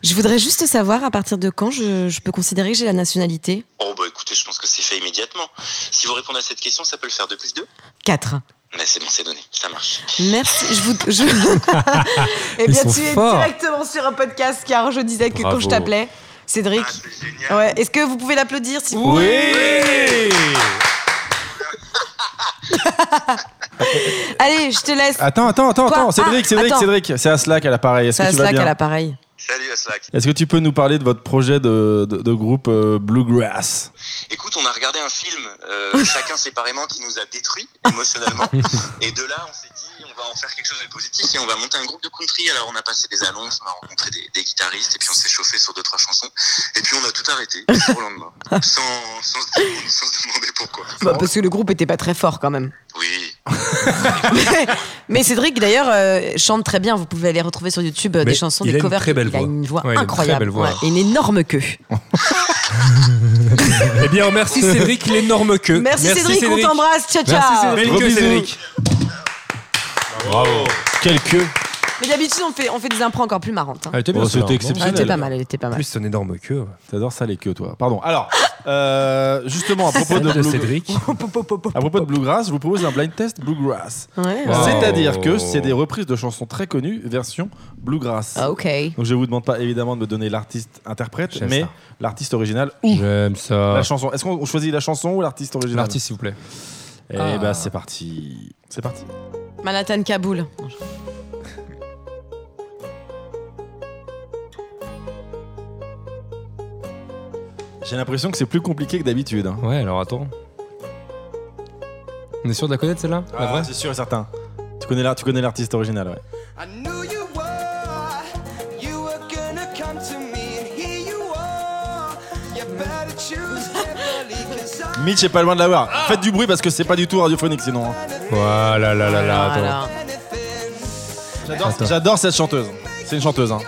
Speaker 5: Je voudrais juste savoir à partir de quand je, je peux considérer que j'ai la nationalité
Speaker 8: Oh, bah écoutez, je pense que c'est fait immédiatement. Si vous répondez à cette question, ça peut le faire de plus 2
Speaker 5: 4.
Speaker 8: Mais c'est bon, c'est donné, ça marche.
Speaker 5: Merci. Je vous. je- eh
Speaker 3: Ils
Speaker 5: bien,
Speaker 3: sont
Speaker 5: tu es
Speaker 3: forts.
Speaker 5: directement sur un podcast, car je disais que quand je t'appelais, Cédric.
Speaker 8: Ah, génial.
Speaker 5: Ouais. Est-ce que vous pouvez l'applaudir si vous Allez, je te laisse.
Speaker 4: Attends, attends, attends,
Speaker 5: Quoi
Speaker 4: attends.
Speaker 5: Ah,
Speaker 4: Cédric, Cédric,
Speaker 5: attends.
Speaker 4: Cédric. C'est Aslak à l'appareil. Est-ce
Speaker 5: C'est
Speaker 4: que
Speaker 5: à
Speaker 4: tu vas
Speaker 5: cela qu'à
Speaker 4: bien
Speaker 5: l'appareil.
Speaker 8: Salut Aslak.
Speaker 4: Est-ce que tu peux nous parler de votre projet de, de- de groupe euh, Bluegrass
Speaker 8: Écoute, on a regardé un film, euh, chacun séparément, qui nous a détruits émotionnellement. Et de là, on s'est dit, on va en faire quelque chose de positif et on va monter un groupe de country. Alors, on a passé des annonces, on a rencontré des, des guitaristes et puis on s'est chauffé sur deux, trois chansons. Et puis, on a tout arrêté du jour au lendemain, sans, sans, se, demander, sans se demander pourquoi.
Speaker 5: Bah, parce que le groupe était pas très fort quand même.
Speaker 8: Oui,
Speaker 5: Mais Cédric d'ailleurs euh, chante très bien. Vous pouvez aller retrouver sur YouTube euh,
Speaker 2: Mais
Speaker 5: des chansons,
Speaker 2: il
Speaker 5: des
Speaker 2: a une
Speaker 5: covers.
Speaker 2: très belle
Speaker 5: il a
Speaker 2: voix.
Speaker 5: une voix
Speaker 3: Ouais, il a une très
Speaker 5: incroyable.
Speaker 3: belle voix.
Speaker 5: Ouais, et une énorme queue.
Speaker 2: Eh bien, merci Cédric, l'énorme queue.
Speaker 5: Merci, Cédric, on t'embrasse. Ciao ciao.
Speaker 2: Merci Cédric. Belle queue,
Speaker 4: Gros bisous.
Speaker 2: Cédric.
Speaker 4: Quelle queue
Speaker 5: Mais d'habitude on fait on fait des impros encore plus marrantes. hein.
Speaker 3: Ah, elle était bien,
Speaker 4: Oh,
Speaker 3: celle-là.
Speaker 4: c'était
Speaker 3: Bon.
Speaker 5: Elle
Speaker 4: exceptionnel.
Speaker 5: était pas mal. Elle était pas
Speaker 2: En
Speaker 5: mal.
Speaker 2: plus, son énorme queue.
Speaker 4: T'adores ça les queues, toi. Pardon. Alors, euh, justement, à propos
Speaker 2: Celle
Speaker 4: de,
Speaker 2: de
Speaker 4: Blue-
Speaker 2: Cédric.
Speaker 4: à propos de Bluegrass, je vous propose un blind test Bluegrass.
Speaker 5: Ouais.
Speaker 3: Wow.
Speaker 4: C'est-à-dire que c'est des reprises de chansons très connues, version Bluegrass.
Speaker 5: Ah, Ok.
Speaker 4: Donc je vous demande pas évidemment de me donner l'artiste interprète,
Speaker 3: J'aime
Speaker 4: mais
Speaker 3: ça.
Speaker 4: l'artiste original ou
Speaker 3: J'aime ça.
Speaker 4: la chanson. Est-ce qu'on choisit la chanson ou l'artiste original
Speaker 3: Ah. L'artiste, s'il vous plaît.
Speaker 4: Eh
Speaker 3: Ah.
Speaker 4: bah c'est parti. C'est parti.
Speaker 5: Manhattan Kaboul.
Speaker 4: J'ai l'impression que c'est plus compliqué que d'habitude. hein.
Speaker 3: Ouais, alors attends. On est sûr de la connaître celle-là La vraie
Speaker 4: Ah, c'est sûr et certain. Tu connais la- tu connais l'artiste original, ouais.
Speaker 6: I knew you were. You were gonna come to me, and here you are. You better choose carefully, 'cause I'm
Speaker 4: Mitch est pas loin de l'avoir.
Speaker 3: Ah.
Speaker 4: Faites du bruit parce que c'est pas du tout radiophonique sinon. hein.
Speaker 3: Voilà, là, là, là, Ah, attends.
Speaker 5: Voilà.
Speaker 6: anything.
Speaker 4: J'adore, j'adore cette chanteuse. C'est une chanteuse. hein.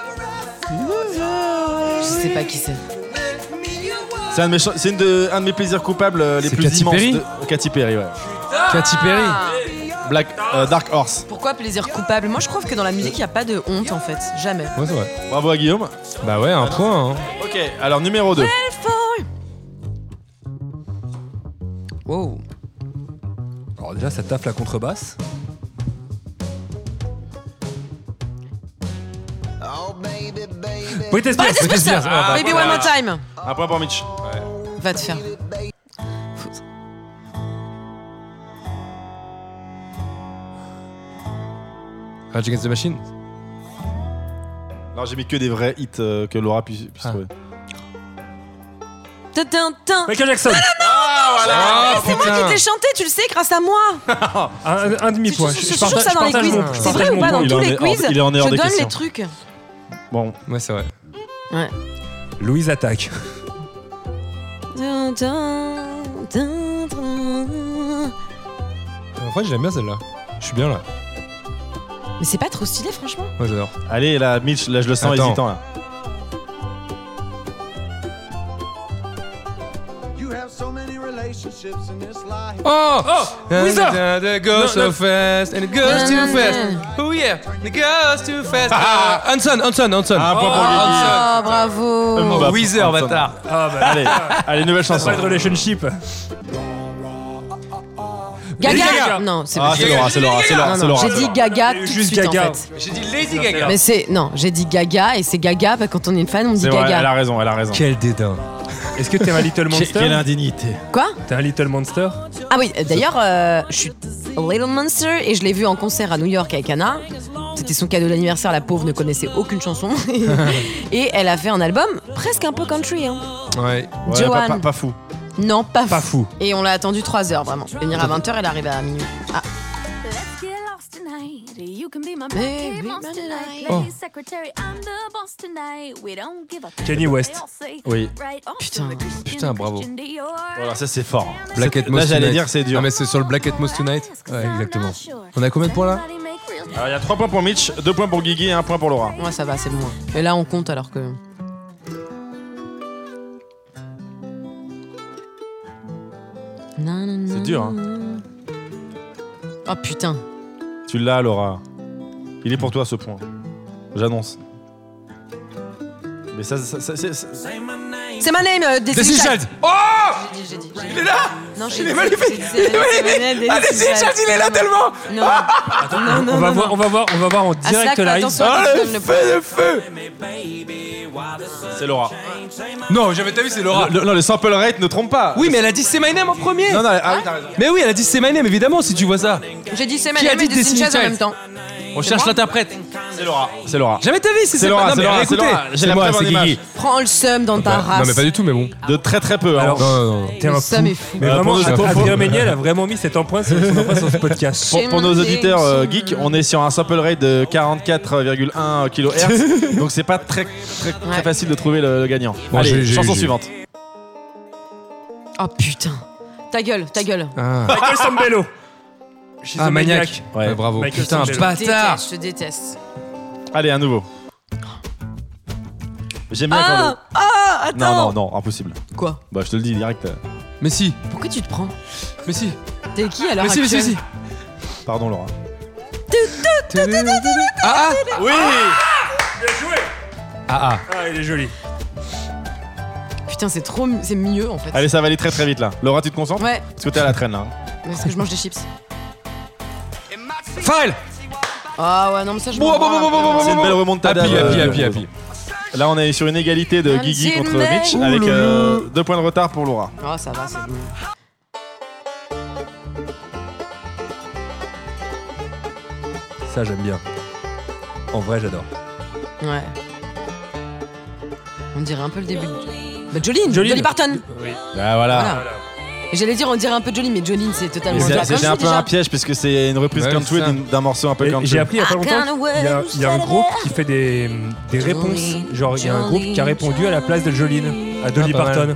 Speaker 5: Je sais pas qui c'est.
Speaker 6: With me, you were.
Speaker 4: C'est un de mes, cha- c'est une de- un de mes plaisirs coupables euh, les
Speaker 3: C'est
Speaker 4: plus
Speaker 3: Katy
Speaker 4: immenses.
Speaker 3: Perry
Speaker 4: de- Katy Perry, ouais.
Speaker 3: Katy Perry.
Speaker 4: Black euh, Dark Horse.
Speaker 5: Ah, Pourquoi plaisir coupable Moi, je trouve que dans la musique, il n'y a pas de honte, en fait. Jamais.
Speaker 3: Ouais, c'est vrai.
Speaker 4: Bravo à Guillaume.
Speaker 3: Bah ouais, un point. hein.
Speaker 4: Ok, alors numéro 2.
Speaker 5: Wow.
Speaker 2: Alors, déjà, ça taffe la contrebasse.
Speaker 6: Oh, baby, baby.
Speaker 2: Britney Spears.
Speaker 5: Britney
Speaker 2: Britney
Speaker 5: Spears.
Speaker 2: Spears.
Speaker 5: Baby One More Time.
Speaker 4: Un point pour Mitch.
Speaker 5: Va te faire. ah.
Speaker 3: Rage Against the Machine.
Speaker 4: Non, j'ai mis que des vrais hits euh, que Laura puisse, puisse
Speaker 3: Ah.
Speaker 4: trouver.
Speaker 5: Tin, tin, tin.
Speaker 2: Michael Jackson.
Speaker 5: Ah, c'est moi qui te l'ai chanté, tu le sais, grâce à moi.
Speaker 2: Un, un
Speaker 5: C'est
Speaker 2: demi-point.
Speaker 5: toujours- c'est toujours ça
Speaker 2: je
Speaker 5: dans les
Speaker 2: partage
Speaker 5: quiz.
Speaker 2: mon- je
Speaker 5: C'est vrai
Speaker 2: partage
Speaker 5: ou
Speaker 2: mon
Speaker 5: pas dans
Speaker 2: point.
Speaker 4: Il
Speaker 5: tous
Speaker 4: en
Speaker 5: les
Speaker 4: est hors-
Speaker 5: quiz
Speaker 4: il est en
Speaker 5: Je
Speaker 4: hors des
Speaker 5: donne les
Speaker 4: questions.
Speaker 5: trucs.
Speaker 4: Bon,
Speaker 3: Ouais, c'est vrai.
Speaker 2: Louise attaque.
Speaker 5: Tin, tin, tin, tin.
Speaker 3: En vrai, j'aime bien celle-là. Je suis bien là.
Speaker 5: Mais c'est pas trop stylé, franchement.
Speaker 3: Moi, j'adore.
Speaker 4: allez, là, Mitch, là, je le sens
Speaker 3: Attends.
Speaker 4: hésitant. Là.
Speaker 6: You have so many relationships in this life.
Speaker 3: Oh,
Speaker 2: Wizard
Speaker 3: And it goes
Speaker 2: Non,
Speaker 3: so fast, and it goes
Speaker 5: Non,
Speaker 3: too
Speaker 5: non,
Speaker 3: fast.
Speaker 5: non.
Speaker 3: Oh yeah, and it goes too fast. Ah, Hanson, Hanson, Hanson.
Speaker 4: Un point pour Guigui. Euh,
Speaker 5: Ah, bravo.
Speaker 4: Mbappé,
Speaker 3: Wizard,
Speaker 4: Hanson.
Speaker 3: bâtard.
Speaker 2: Ah, bah,
Speaker 4: Allez, allez, nouvelle chanson.
Speaker 2: Bad relationship.
Speaker 5: Gaga,
Speaker 3: Lady Gaga.
Speaker 5: Non, c'est
Speaker 4: Ah,
Speaker 5: pas
Speaker 4: c'est Laura, c'est Laura, c'est Laura,
Speaker 5: Non,
Speaker 4: c'est
Speaker 5: non,
Speaker 4: Laura.
Speaker 5: j'ai dit Gaga tout de
Speaker 2: Juste
Speaker 5: suite en
Speaker 2: Gaga.
Speaker 5: fait.
Speaker 3: J'ai dit Lady Gaga.
Speaker 5: Mais c'est non, j'ai dit Gaga et c'est Gaga parce que quand on est une fan on dit
Speaker 4: C'est vrai, elle
Speaker 5: Gaga.
Speaker 4: a raison, elle a raison.
Speaker 2: Quel dédain. Est-ce que t'es un Little
Speaker 4: Quelle
Speaker 2: Monster
Speaker 4: indignité.
Speaker 5: Quoi
Speaker 2: T'es un Little Monster
Speaker 5: Ah oui, euh, d'ailleurs, euh, je suis Little Monster et je l'ai vu en concert à New York avec Anna. C'était son cadeau d'anniversaire, la pauvre ne connaissait aucune chanson. et elle a fait un album presque un peu country. hein.
Speaker 3: Ouais.
Speaker 4: Ouais,
Speaker 5: Johan.
Speaker 4: pas, pas- pas fou.
Speaker 5: Non, pas,
Speaker 2: Pas fou.
Speaker 5: Et on l'a attendu 3 heures vraiment. Venir à 20h, elle arrive à minuit. Ah,
Speaker 9: Let's get lost tonight. You can be my
Speaker 5: Baby,
Speaker 9: baby boss
Speaker 5: my
Speaker 9: tonight.
Speaker 5: delight.
Speaker 3: Oh.
Speaker 9: Lady secretary, I'm the boss tonight. We don't give a
Speaker 2: Kanye West.
Speaker 4: Oui.
Speaker 5: Putain.
Speaker 3: Putain, bravo.
Speaker 4: Voilà, ça c'est fort.
Speaker 3: Black
Speaker 4: Là,
Speaker 3: Atmos Tonight.
Speaker 4: j'allais dire, c'est dur.
Speaker 3: Ah, mais c'est sur le Black Atmos
Speaker 5: Ah,
Speaker 3: Tonight Ouais, exactement. On a combien de points là
Speaker 4: Alors, Il y a 3 points pour Mitch, 2 points pour Guigui et 1 point pour Laura.
Speaker 5: ouais, ça va, c'est le moins. Mais là, on compte alors que.
Speaker 4: C'est dur, hein.
Speaker 5: Oh putain.
Speaker 4: Tu l'as, Laura. Il est pour toi ce point. J'annonce. Mais ça, ça, ça- c'est- c'est-
Speaker 5: C'est ma name, euh, Destiny's
Speaker 3: Destiny's
Speaker 5: Child.
Speaker 3: Child Oh
Speaker 5: J'ai dit, j'ai dit, j'ai dit.
Speaker 3: Il est là
Speaker 5: Non,
Speaker 3: Il est magnifique Il est magnifique Ah, Destiny's Child, il est là tellement
Speaker 5: Non, non, non,
Speaker 2: on, va
Speaker 5: non,
Speaker 2: voir,
Speaker 5: non.
Speaker 2: on va voir, on va voir en
Speaker 5: Ah,
Speaker 2: direct
Speaker 5: Slack,
Speaker 2: live.
Speaker 5: attention,
Speaker 3: Ah,
Speaker 5: je
Speaker 3: le
Speaker 5: donne le
Speaker 3: feu, le feu
Speaker 4: c'est Laura.
Speaker 3: Non, jamais t'as vu, c'est Laura.
Speaker 4: Le- le- non, le sample rate ne trompe pas.
Speaker 3: Oui, mais elle a dit c'est my name en premier
Speaker 4: Non, non, ah oui, t'as raison.
Speaker 3: Mais oui, elle a dit c'est my name, évidemment, si tu vois ça.
Speaker 5: J'ai dit c'est ma
Speaker 3: Qui a
Speaker 5: name
Speaker 3: dit
Speaker 5: et Destiny's
Speaker 3: Destiny's
Speaker 5: Child en
Speaker 3: Child
Speaker 5: même temps.
Speaker 3: On cherche
Speaker 5: moi
Speaker 3: l'interprète.
Speaker 4: C'est Laura. C'est Laura.
Speaker 3: Jamais t'as vu, c'est
Speaker 4: C'est Laura,
Speaker 3: pas- non,
Speaker 4: c'est
Speaker 3: mais
Speaker 4: Laura, c'est
Speaker 3: écoutez,
Speaker 4: Laura. J'ai la
Speaker 3: moi,
Speaker 4: preuve en
Speaker 3: c'est
Speaker 4: image.
Speaker 3: Guigui.
Speaker 5: Prends le seum dans ta race.
Speaker 3: Non, mais pas du tout, mais bon.
Speaker 4: De très très peu. hein.
Speaker 5: Oh.
Speaker 2: Alors,
Speaker 3: Non, non, non.
Speaker 2: T'es un
Speaker 5: Le
Speaker 2: fou.
Speaker 5: seum est fou.
Speaker 2: Mais
Speaker 4: Alors,
Speaker 2: vraiment,
Speaker 4: pour nous, c'est pas
Speaker 2: Adrien
Speaker 4: faux.
Speaker 2: Méniel a vraiment mis cette empreinte, sur- son empreinte sur ce podcast.
Speaker 4: Pour, pour nos auditeurs euh, geeks, on est sur un sample rate de 44,1 kHz, donc c'est pas très, très, très
Speaker 5: Ouais.
Speaker 4: facile de trouver le, le gagnant.
Speaker 3: Bon, j'ai-
Speaker 4: Allez,
Speaker 3: j'ai-
Speaker 4: chanson
Speaker 3: j'ai-
Speaker 4: suivante.
Speaker 5: Oh putain. Ta gueule, ta gueule.
Speaker 3: Ah,
Speaker 2: Michael Sambello. She's a
Speaker 3: Ah,
Speaker 2: maniac.
Speaker 3: maniaque.
Speaker 4: Ouais.
Speaker 3: Ouais, bravo.
Speaker 2: Michael
Speaker 3: Putain,
Speaker 2: Sambello.
Speaker 3: bâtard.
Speaker 5: Déteste, je déteste.
Speaker 4: Allez, un nouveau. J'aime bien quand
Speaker 5: Ah,
Speaker 4: le-
Speaker 5: ah, attends.
Speaker 4: Non, non, non, impossible.
Speaker 5: Quoi
Speaker 4: Bah, je te le dis direct. euh,
Speaker 3: Mais si,
Speaker 5: Pourquoi tu te prends
Speaker 3: mais si,
Speaker 5: T'es qui alors
Speaker 3: mais si, mais si, mais si.
Speaker 4: Pardon, Laura.
Speaker 3: Ah, ah,
Speaker 4: Oui
Speaker 2: Bien joué.
Speaker 3: ah,
Speaker 2: Ah, il est joli.
Speaker 5: Putain, c'est trop, mi- c'est mieux en fait.
Speaker 4: Allez, ça va aller très très vite là. Laura, tu te concentres
Speaker 5: Ouais,
Speaker 4: Parce que t'es à la traîne hein. là.
Speaker 5: parce que je mange des chips.
Speaker 3: ah. File
Speaker 5: Ah ouais, non, mais ça je
Speaker 3: Bon, bon,
Speaker 5: m'en branle
Speaker 3: bon,
Speaker 5: un
Speaker 3: bon,
Speaker 5: peu,
Speaker 3: bon,
Speaker 5: moi.
Speaker 4: C'est une belle remontade.
Speaker 3: Happy,
Speaker 4: euh,
Speaker 3: happy,
Speaker 4: de-
Speaker 3: happy, happy.
Speaker 4: Là, on est sur une égalité de
Speaker 5: I'm
Speaker 4: Guigui
Speaker 5: Jim
Speaker 4: contre
Speaker 5: Bay.
Speaker 4: Mitch avec euh, deux points de retard pour Laura.
Speaker 5: Ah, ça va, c'est bon.
Speaker 2: Ça, j'aime bien. En vrai, j'adore.
Speaker 5: Ouais. On dirait un peu le début. de- Bah, Jolene, Jolene, Parton.
Speaker 4: Ah voilà.
Speaker 5: Voilà. Et J'allais dire on dirait un peu Jolene, mais Jolene c'est
Speaker 4: Et
Speaker 5: totalement.
Speaker 4: c'est-
Speaker 5: de la
Speaker 4: c'est- J'ai
Speaker 5: country,
Speaker 4: un peu
Speaker 5: déjà.
Speaker 4: un piège puisque c'est une reprise
Speaker 3: Ouais,
Speaker 4: country
Speaker 3: c'est ça.
Speaker 4: d'un- d'un morceau un peu
Speaker 2: Et
Speaker 4: country.
Speaker 2: J'ai appris il y a pas
Speaker 9: I
Speaker 2: longtemps
Speaker 9: kinda
Speaker 2: qu'il y a-
Speaker 9: wish
Speaker 2: il y a un
Speaker 9: that
Speaker 2: groupe qui fait des, des
Speaker 5: Jolene,
Speaker 2: réponses. Genre, il y a un groupe qui a
Speaker 5: Jolene,
Speaker 2: répondu à la place de Jolene, à Dolly
Speaker 3: Ah, pas mal.
Speaker 2: Parton.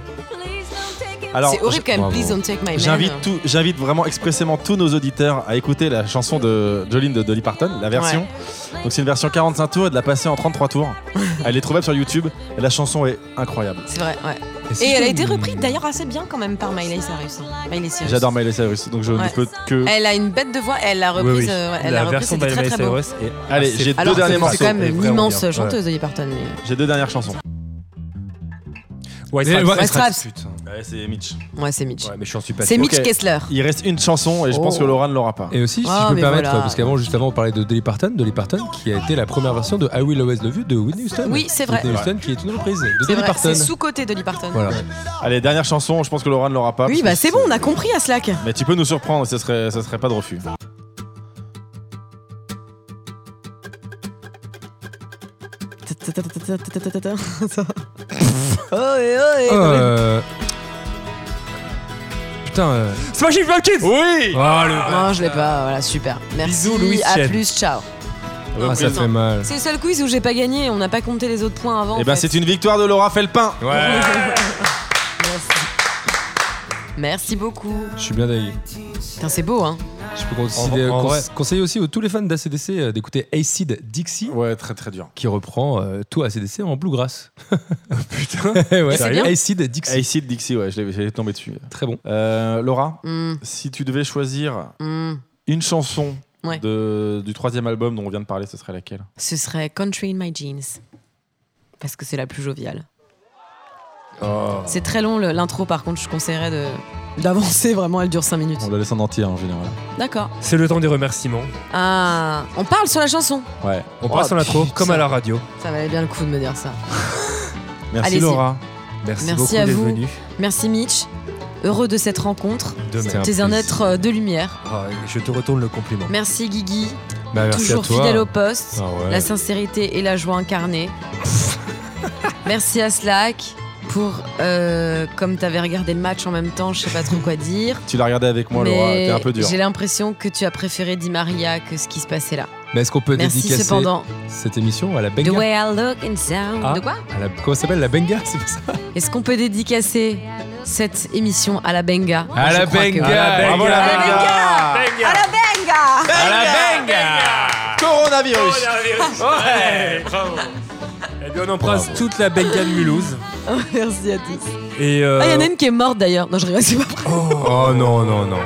Speaker 4: Alors,
Speaker 5: C'est horrible quand même,
Speaker 3: Bravo.
Speaker 5: please don't take my man.
Speaker 4: J'invite tout, j'invite vraiment expressément tous nos auditeurs à écouter la chanson de Jolene de Dolly Parton, la version. Donc c'est une version 45 tours et de la passer en 33 tours. Elle est trouvable sur YouTube et la chanson est incroyable.
Speaker 5: C'est vrai, ouais.
Speaker 3: si
Speaker 5: Et
Speaker 3: je
Speaker 5: elle a
Speaker 3: trouve-
Speaker 5: été reprise d'ailleurs assez bien quand même par Miley Cyrus. hein. Miley Cyrus.
Speaker 4: J'adore Miley Cyrus, donc je ne
Speaker 5: Ouais.
Speaker 4: peux que.
Speaker 5: Elle a une bête de voix, elle l'a reprise,
Speaker 2: Mm. Oui, oui.
Speaker 5: euh, ouais, elle
Speaker 2: la
Speaker 5: l'a reprise,
Speaker 2: version
Speaker 5: c'était très
Speaker 2: d'Alma
Speaker 5: très beau.
Speaker 2: Cyrus est
Speaker 4: Allez,
Speaker 2: assez-
Speaker 4: j'ai deux
Speaker 5: Alors que
Speaker 4: derniers
Speaker 5: Eh, c'est
Speaker 4: morceaux.
Speaker 5: quand même
Speaker 2: est
Speaker 5: une
Speaker 2: vraiment
Speaker 5: immense
Speaker 2: bien,
Speaker 5: chanteuse, Dolly Parton. Mais...
Speaker 4: J'ai deux dernières chansons.
Speaker 2: White
Speaker 3: Mais-
Speaker 2: Stripes.
Speaker 3: ouais,
Speaker 5: White Stripes.
Speaker 3: putain.
Speaker 4: Ouais, c'est Mitch.
Speaker 5: Ouais, c'est Mitch.
Speaker 2: Ouais, mais je suis en suis pas
Speaker 5: c'est
Speaker 2: sûr.
Speaker 5: Mitch
Speaker 4: ok.
Speaker 5: Kessler.
Speaker 4: Il reste une chanson et je
Speaker 5: Oh.
Speaker 4: pense que Laura ne l'aura pas.
Speaker 3: Et aussi, si
Speaker 5: Ah,
Speaker 3: je peux me
Speaker 5: mais
Speaker 3: permettre,
Speaker 5: voilà.
Speaker 3: parce qu'avant, juste avant, on parlait de Dolly Parton, Dolly Parton qui a été la première version de I Will Always Love You de Whitney Houston.
Speaker 5: Oui, c'est vrai.
Speaker 3: Whitney Houston qui est une reprise de
Speaker 5: C'est
Speaker 3: Dolly
Speaker 5: vrai,
Speaker 3: Parton.
Speaker 5: c'est sous-côté Dolly Parton.
Speaker 3: Voilà.
Speaker 4: Allez, dernière chanson, je pense que Laura ne l'aura pas.
Speaker 5: Oui,
Speaker 4: parce
Speaker 5: bah
Speaker 4: que
Speaker 5: c'est bon, on a compris à Slack.
Speaker 4: Mais tu peux nous surprendre, ce serait, ça serait pas de refus.
Speaker 3: Euh... Putain. Euh...
Speaker 2: Smashing Pumpkins
Speaker 4: Oui
Speaker 3: Oh, le-
Speaker 5: Non, je l'ai pas, voilà, super. Merci.
Speaker 2: Bisous, Louis
Speaker 5: à
Speaker 2: Chen.
Speaker 5: plus, ciao.
Speaker 3: Ah, ça fait mal.
Speaker 5: C'est le seul quiz où j'ai pas gagné, on n'a pas compté les autres points avant.
Speaker 4: Et
Speaker 5: en
Speaker 4: ben
Speaker 5: fait.
Speaker 4: c'est une victoire de Laura Felpin.
Speaker 5: Merci beaucoup.
Speaker 3: Je suis bien d'ailleurs.
Speaker 5: Putain, c'est beau, hein.
Speaker 3: Je peux considérer-
Speaker 2: En- en
Speaker 3: cons-
Speaker 2: vrai.
Speaker 3: conseiller aussi aux tous les fans d'ACDC euh, d'écouter Acid Dixie
Speaker 4: Ouais, très très dur.
Speaker 3: qui reprend euh, tout ACDC en bluegrass.
Speaker 2: Putain
Speaker 3: ouais.
Speaker 5: c'est bien.
Speaker 3: Acid Dixie.
Speaker 4: Acid Ah, Dixie, ouais, je l'ai- j'allais tomber dessus.
Speaker 3: Très bon.
Speaker 4: Euh, Laura,
Speaker 5: Hmm,
Speaker 4: si tu devais choisir
Speaker 5: hmm.
Speaker 4: une chanson
Speaker 5: Ouais.
Speaker 4: de- du troisième album dont on vient de parler, ce serait laquelle
Speaker 5: Ce serait Country in My Jeans. Parce que c'est la plus joviale.
Speaker 2: Oh.
Speaker 5: C'est très long le- l'intro, par contre, je conseillerais de d'avancer vraiment, elle dure 5 minutes.
Speaker 4: On doit laisser en entier en général.
Speaker 5: D'accord.
Speaker 2: C'est le temps des remerciements.
Speaker 5: Ah, on parle sur la chanson.
Speaker 4: Ouais.
Speaker 2: On passe
Speaker 5: Oh,
Speaker 2: en intro,
Speaker 5: putain.
Speaker 2: comme à la radio.
Speaker 5: Ça valait bien le coup de me dire ça.
Speaker 4: Merci
Speaker 5: Allez-y.
Speaker 4: Laura.
Speaker 2: Merci,
Speaker 5: Merci
Speaker 2: beaucoup
Speaker 5: à
Speaker 2: d'être
Speaker 5: vous.
Speaker 2: venu.
Speaker 5: Merci Mitch. Heureux de cette rencontre.
Speaker 2: De même.
Speaker 5: T'es un être euh, de lumière.
Speaker 2: Ah, et je te retourne le compliment.
Speaker 5: Merci Guigui.
Speaker 3: Bah, merci
Speaker 5: Toujours
Speaker 3: à toi.
Speaker 5: fidèle au poste.
Speaker 3: Ah ouais.
Speaker 5: La sincérité et la joie incarnée. Merci à Slack pour, euh, comme t'avais regardé le match en même temps, je sais pas trop quoi dire.
Speaker 4: Tu l'as regardé avec moi, Laura.
Speaker 5: mais
Speaker 4: T'es un peu dur.
Speaker 5: j'ai l'impression que tu as préféré Di Maria que ce qui se passait là.
Speaker 3: Mais est-ce qu'on peut
Speaker 5: Merci
Speaker 3: dédicacer
Speaker 5: cependant.
Speaker 3: cette émission à la
Speaker 5: The
Speaker 3: Benga
Speaker 5: way I look and sound.
Speaker 3: Ah.
Speaker 5: De quoi
Speaker 3: à la- Comment ça s'appelle La Benga C'est pas ça
Speaker 5: Est-ce qu'on peut dédicacer cette émission à la Benga
Speaker 3: À
Speaker 5: Je
Speaker 3: la
Speaker 5: crois que-
Speaker 3: Benga
Speaker 2: Bravo, la
Speaker 5: À la
Speaker 2: Benga.
Speaker 5: Benga À la Benga
Speaker 3: À la Benga
Speaker 4: Coronavirus.
Speaker 2: Ouais, bravo. Eh bien, on embrasse toute la Benga de Mulhouse.
Speaker 5: Merci à tous.
Speaker 2: Et euh,
Speaker 5: Ah, il y en a une qui est morte d'ailleurs. Non, je rigole, c'est pas vrai.
Speaker 3: Oh non, non, non.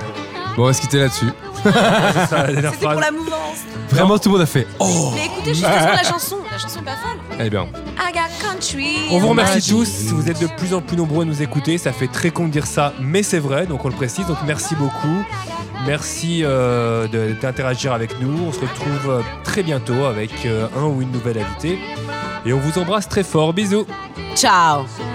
Speaker 3: Bon, on va se quitter là-dessus.
Speaker 2: ça, la dernière
Speaker 5: C'était pour
Speaker 2: phrase.
Speaker 5: la mouvance.
Speaker 3: Vraiment, tout le monde a fait. Oh
Speaker 9: Mais écoutez, je suis sur la chanson. La chanson est pas folle.
Speaker 3: Eh bien,
Speaker 9: I got country.
Speaker 2: On vous remercie
Speaker 5: Imagine.
Speaker 2: tous. Vous êtes de plus en plus nombreux à nous écouter. Ça fait très con de dire ça, mais c'est vrai. Donc on le précise. Donc merci beaucoup. Merci euh, de- d'interagir avec nous. On se retrouve euh, très bientôt avec euh, un ou une nouvelle invitée. Et on vous embrasse très fort. Bisous.
Speaker 5: Ciao
Speaker 9: Should